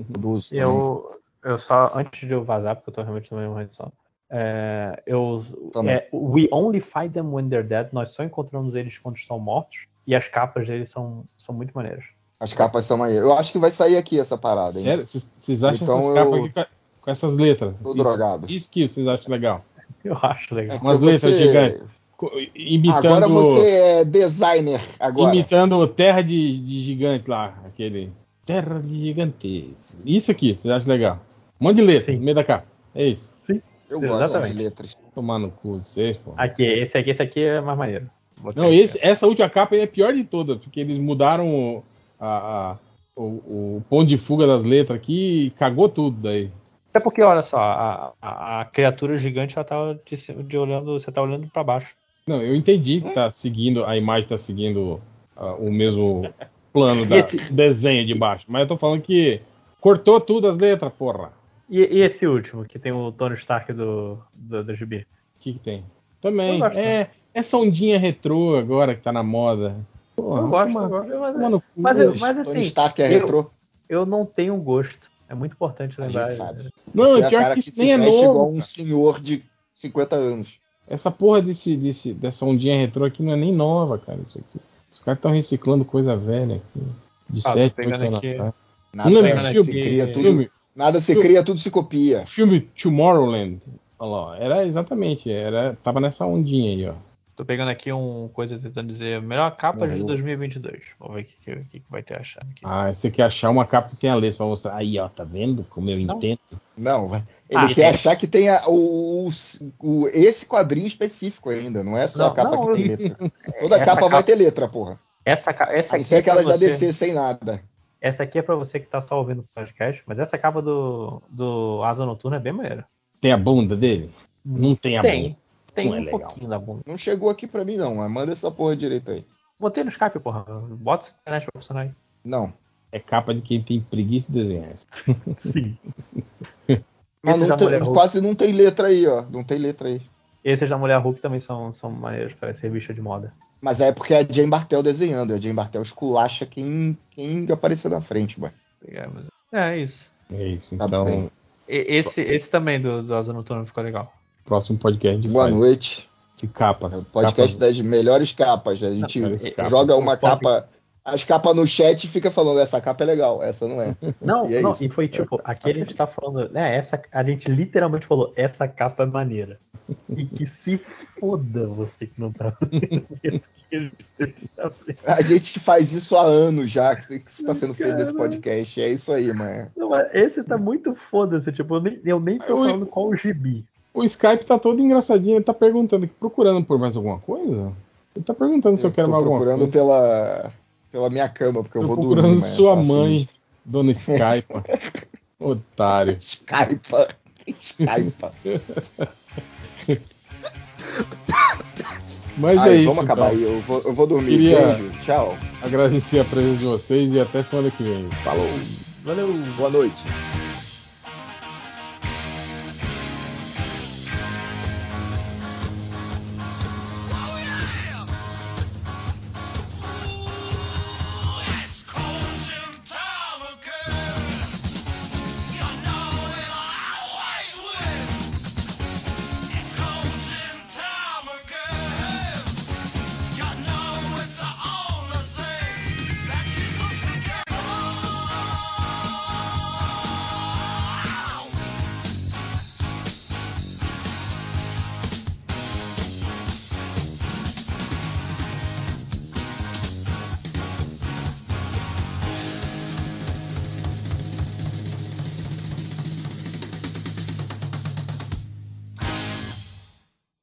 Speaker 4: Dudoso.
Speaker 2: Eu, eu só, antes de eu vazar, porque eu tô realmente também uma rede só. é, eu,
Speaker 4: Também.
Speaker 2: é, we only find them when they're dead. Nós só encontramos eles quando estão mortos. E as capas deles são, são muito maneiras.
Speaker 4: As capas são aí. Eu acho que vai sair aqui essa parada, hein?
Speaker 3: Sério? Vocês- Vocês acham
Speaker 4: Então
Speaker 3: essas
Speaker 4: eu-
Speaker 3: capas aqui com- com essas letras?
Speaker 4: Tô
Speaker 3: Isso-
Speaker 4: drogado.
Speaker 3: Isso que vocês acham legal.
Speaker 2: Eu acho legal.
Speaker 3: Umas
Speaker 4: Porque
Speaker 3: letras
Speaker 4: você-
Speaker 3: gigantes. Co- Imitando,
Speaker 4: Agora você é designer agora.
Speaker 3: imitando o Terra de, de Gigante lá. Aquele. Terra de Gigantes. Isso aqui, vocês acham legal. Um monte de letra
Speaker 2: Sim.
Speaker 3: no meio da capa. É isso.
Speaker 4: Eu gosto
Speaker 2: Exatamente.
Speaker 4: de letras.
Speaker 3: Tomar no cu de vocês, pô.
Speaker 2: Aqui, esse aqui, esse aqui é mais maneiro. Vou
Speaker 3: Não,
Speaker 2: ter-
Speaker 3: esse- essa última capa aí é a pior de todas, porque eles mudaram o, a- a- o- o ponto de fuga das letras aqui e cagou tudo daí.
Speaker 2: Até porque, olha só, a, a- a criatura gigante ela tá de, cima- de olhando, você tá olhando pra baixo.
Speaker 3: Não, eu entendi que
Speaker 2: É.
Speaker 3: tá seguindo, a imagem tá seguindo ah, o mesmo plano do
Speaker 2: E esse-
Speaker 3: desenho de baixo, mas eu tô falando que cortou tudo as letras, porra.
Speaker 2: E, e esse último, que tem o Tony Stark do, do, do Gibi?
Speaker 3: O que, que tem? Também.
Speaker 2: Eu gosto.
Speaker 3: É, essa ondinha retrô agora que tá na moda. Porra,
Speaker 2: eu gosto,
Speaker 3: toma-
Speaker 2: eu gosto. Mas,
Speaker 3: toma no cu.
Speaker 2: mas eu- mas assim,
Speaker 4: Tony Stark é
Speaker 2: eu-
Speaker 4: retrô.
Speaker 2: eu não tenho gosto. É muito importante
Speaker 4: A
Speaker 2: lembrar.
Speaker 4: gente sabe.
Speaker 3: Não,
Speaker 4: Você é
Speaker 3: pior
Speaker 4: cara
Speaker 3: que
Speaker 4: que,
Speaker 3: isso
Speaker 4: se
Speaker 3: nem é
Speaker 4: veste
Speaker 3: novo.
Speaker 4: igual um senhor de 50 anos.
Speaker 3: Essa porra desse, desse- dessa ondinha retrô aqui não é nem nova, cara. Isso aqui. Os caras estão reciclando coisa velha aqui. De
Speaker 2: Ah, tô
Speaker 3: 7, 8
Speaker 2: pegando
Speaker 3: anos
Speaker 2: aqui.
Speaker 3: atrás.
Speaker 4: Nada,
Speaker 3: Não,
Speaker 4: se,
Speaker 3: mas
Speaker 2: aqui-
Speaker 4: cria, tudo,
Speaker 3: Filme,
Speaker 4: nada se
Speaker 3: filme-
Speaker 4: cria, tudo se copia.
Speaker 3: filme Tomorrowland. Olha lá, ó, era exatamente, era, tava nessa ondinha aí, ó.
Speaker 2: Tô pegando aqui um coisa tentando dizer a melhor capa de
Speaker 3: Uhum.
Speaker 2: 2022. Vamos ver o que, que, que vai ter achado aqui.
Speaker 3: Ah, você quer achar uma capa que tem a letra pra mostrar. Aí, ó, tá vendo como eu
Speaker 2: Não.
Speaker 3: entendo?
Speaker 4: Não, vai- ele
Speaker 2: Ah,
Speaker 4: quer
Speaker 2: é.
Speaker 4: achar que tem a- o, o- esse quadrinho específico ainda, não é só
Speaker 2: Não,
Speaker 4: a capa
Speaker 2: não,
Speaker 4: que tem
Speaker 2: eu-
Speaker 4: letra. Toda
Speaker 2: Essa
Speaker 4: capa, vai
Speaker 2: capa-
Speaker 4: ter letra, porra.
Speaker 2: Essa, ca-
Speaker 4: A
Speaker 2: essa
Speaker 4: não
Speaker 2: aqui.
Speaker 4: ser
Speaker 2: É
Speaker 4: que
Speaker 2: pra
Speaker 4: elas já
Speaker 2: você,
Speaker 4: descer sem nada.
Speaker 2: essa aqui é pra você que tá só ouvindo o podcast, mas essa capa do, do Asa Noturna é bem maneira.
Speaker 3: Tem a bunda dele? Não tem a bunda.
Speaker 2: Hum, Tem. Tem
Speaker 3: Não é
Speaker 2: um
Speaker 3: legal.
Speaker 2: pouquinho da bunda.
Speaker 4: Não chegou aqui pra mim, não, mas manda essa porra direito aí.
Speaker 2: Botei no Skype, porra. Bota o internet pra funcionar aí.
Speaker 4: Não.
Speaker 3: É capa de quem tem preguiça de desenhar.
Speaker 4: Mas
Speaker 2: Esses
Speaker 4: não
Speaker 2: da
Speaker 4: tem-
Speaker 2: Mulher Hulk,
Speaker 4: quase não tem letra aí, ó. Não tem letra aí.
Speaker 2: esses da Mulher Hulk também são, são maneiros, parece revista de moda.
Speaker 4: Mas é porque é a Jane Bartel desenhando. A Jane Bartel esculacha quem, quem aparecer na frente, mano.
Speaker 2: Digamos. É isso.
Speaker 3: É isso.
Speaker 4: Tá
Speaker 3: Então,
Speaker 4: bem.
Speaker 2: E- esse, esse também do, do Asa Noturna ficou legal.
Speaker 3: próximo podcast a gente
Speaker 4: Boa
Speaker 3: faz
Speaker 4: noite.
Speaker 3: de
Speaker 4: É
Speaker 3: capas.
Speaker 4: o podcast
Speaker 3: capas.
Speaker 4: das melhores capas. A gente
Speaker 3: Melhores capas.
Speaker 4: joga uma
Speaker 2: Top.
Speaker 4: capa, as capas no chat e fica falando: essa capa é legal, essa não é.
Speaker 2: Não,
Speaker 4: E é
Speaker 2: não,
Speaker 4: isso.
Speaker 2: e foi tipo, aqui a gente tá falando, né, essa, a gente literalmente falou, essa capa é maneira. E que se foda você que não tá
Speaker 4: A gente faz isso há anos já, que está sendo feito nesse podcast. É isso aí, mano.
Speaker 2: Não, mas Esse tá muito foda-se, tipo, eu nem, eu nem tô
Speaker 3: Eu-
Speaker 2: falando qual o gibi.
Speaker 3: O Skype tá todo engraçadinho, ele tá perguntando, aqui, procurando por mais alguma coisa? Ele tá perguntando se eu,
Speaker 4: Eu
Speaker 3: quero
Speaker 4: tô
Speaker 3: mais alguma
Speaker 4: procurando
Speaker 3: coisa.
Speaker 4: pela, pela minha cama, porque eu
Speaker 3: Tô
Speaker 4: vou
Speaker 3: procurando
Speaker 4: dormir. mano.
Speaker 3: sua
Speaker 4: Tá
Speaker 3: mãe, dona Skype. Otário.
Speaker 4: Skypa. Skypa.
Speaker 3: Mas
Speaker 4: Ai,
Speaker 3: é isso.
Speaker 4: vamos acabar
Speaker 3: então.
Speaker 4: aí. Eu vou, eu vou dormir.
Speaker 3: Queria-
Speaker 4: Beijo. Tchau.
Speaker 3: Agradecer a presença de vocês e até semana que vem. Falou!
Speaker 2: Valeu!
Speaker 4: Boa noite.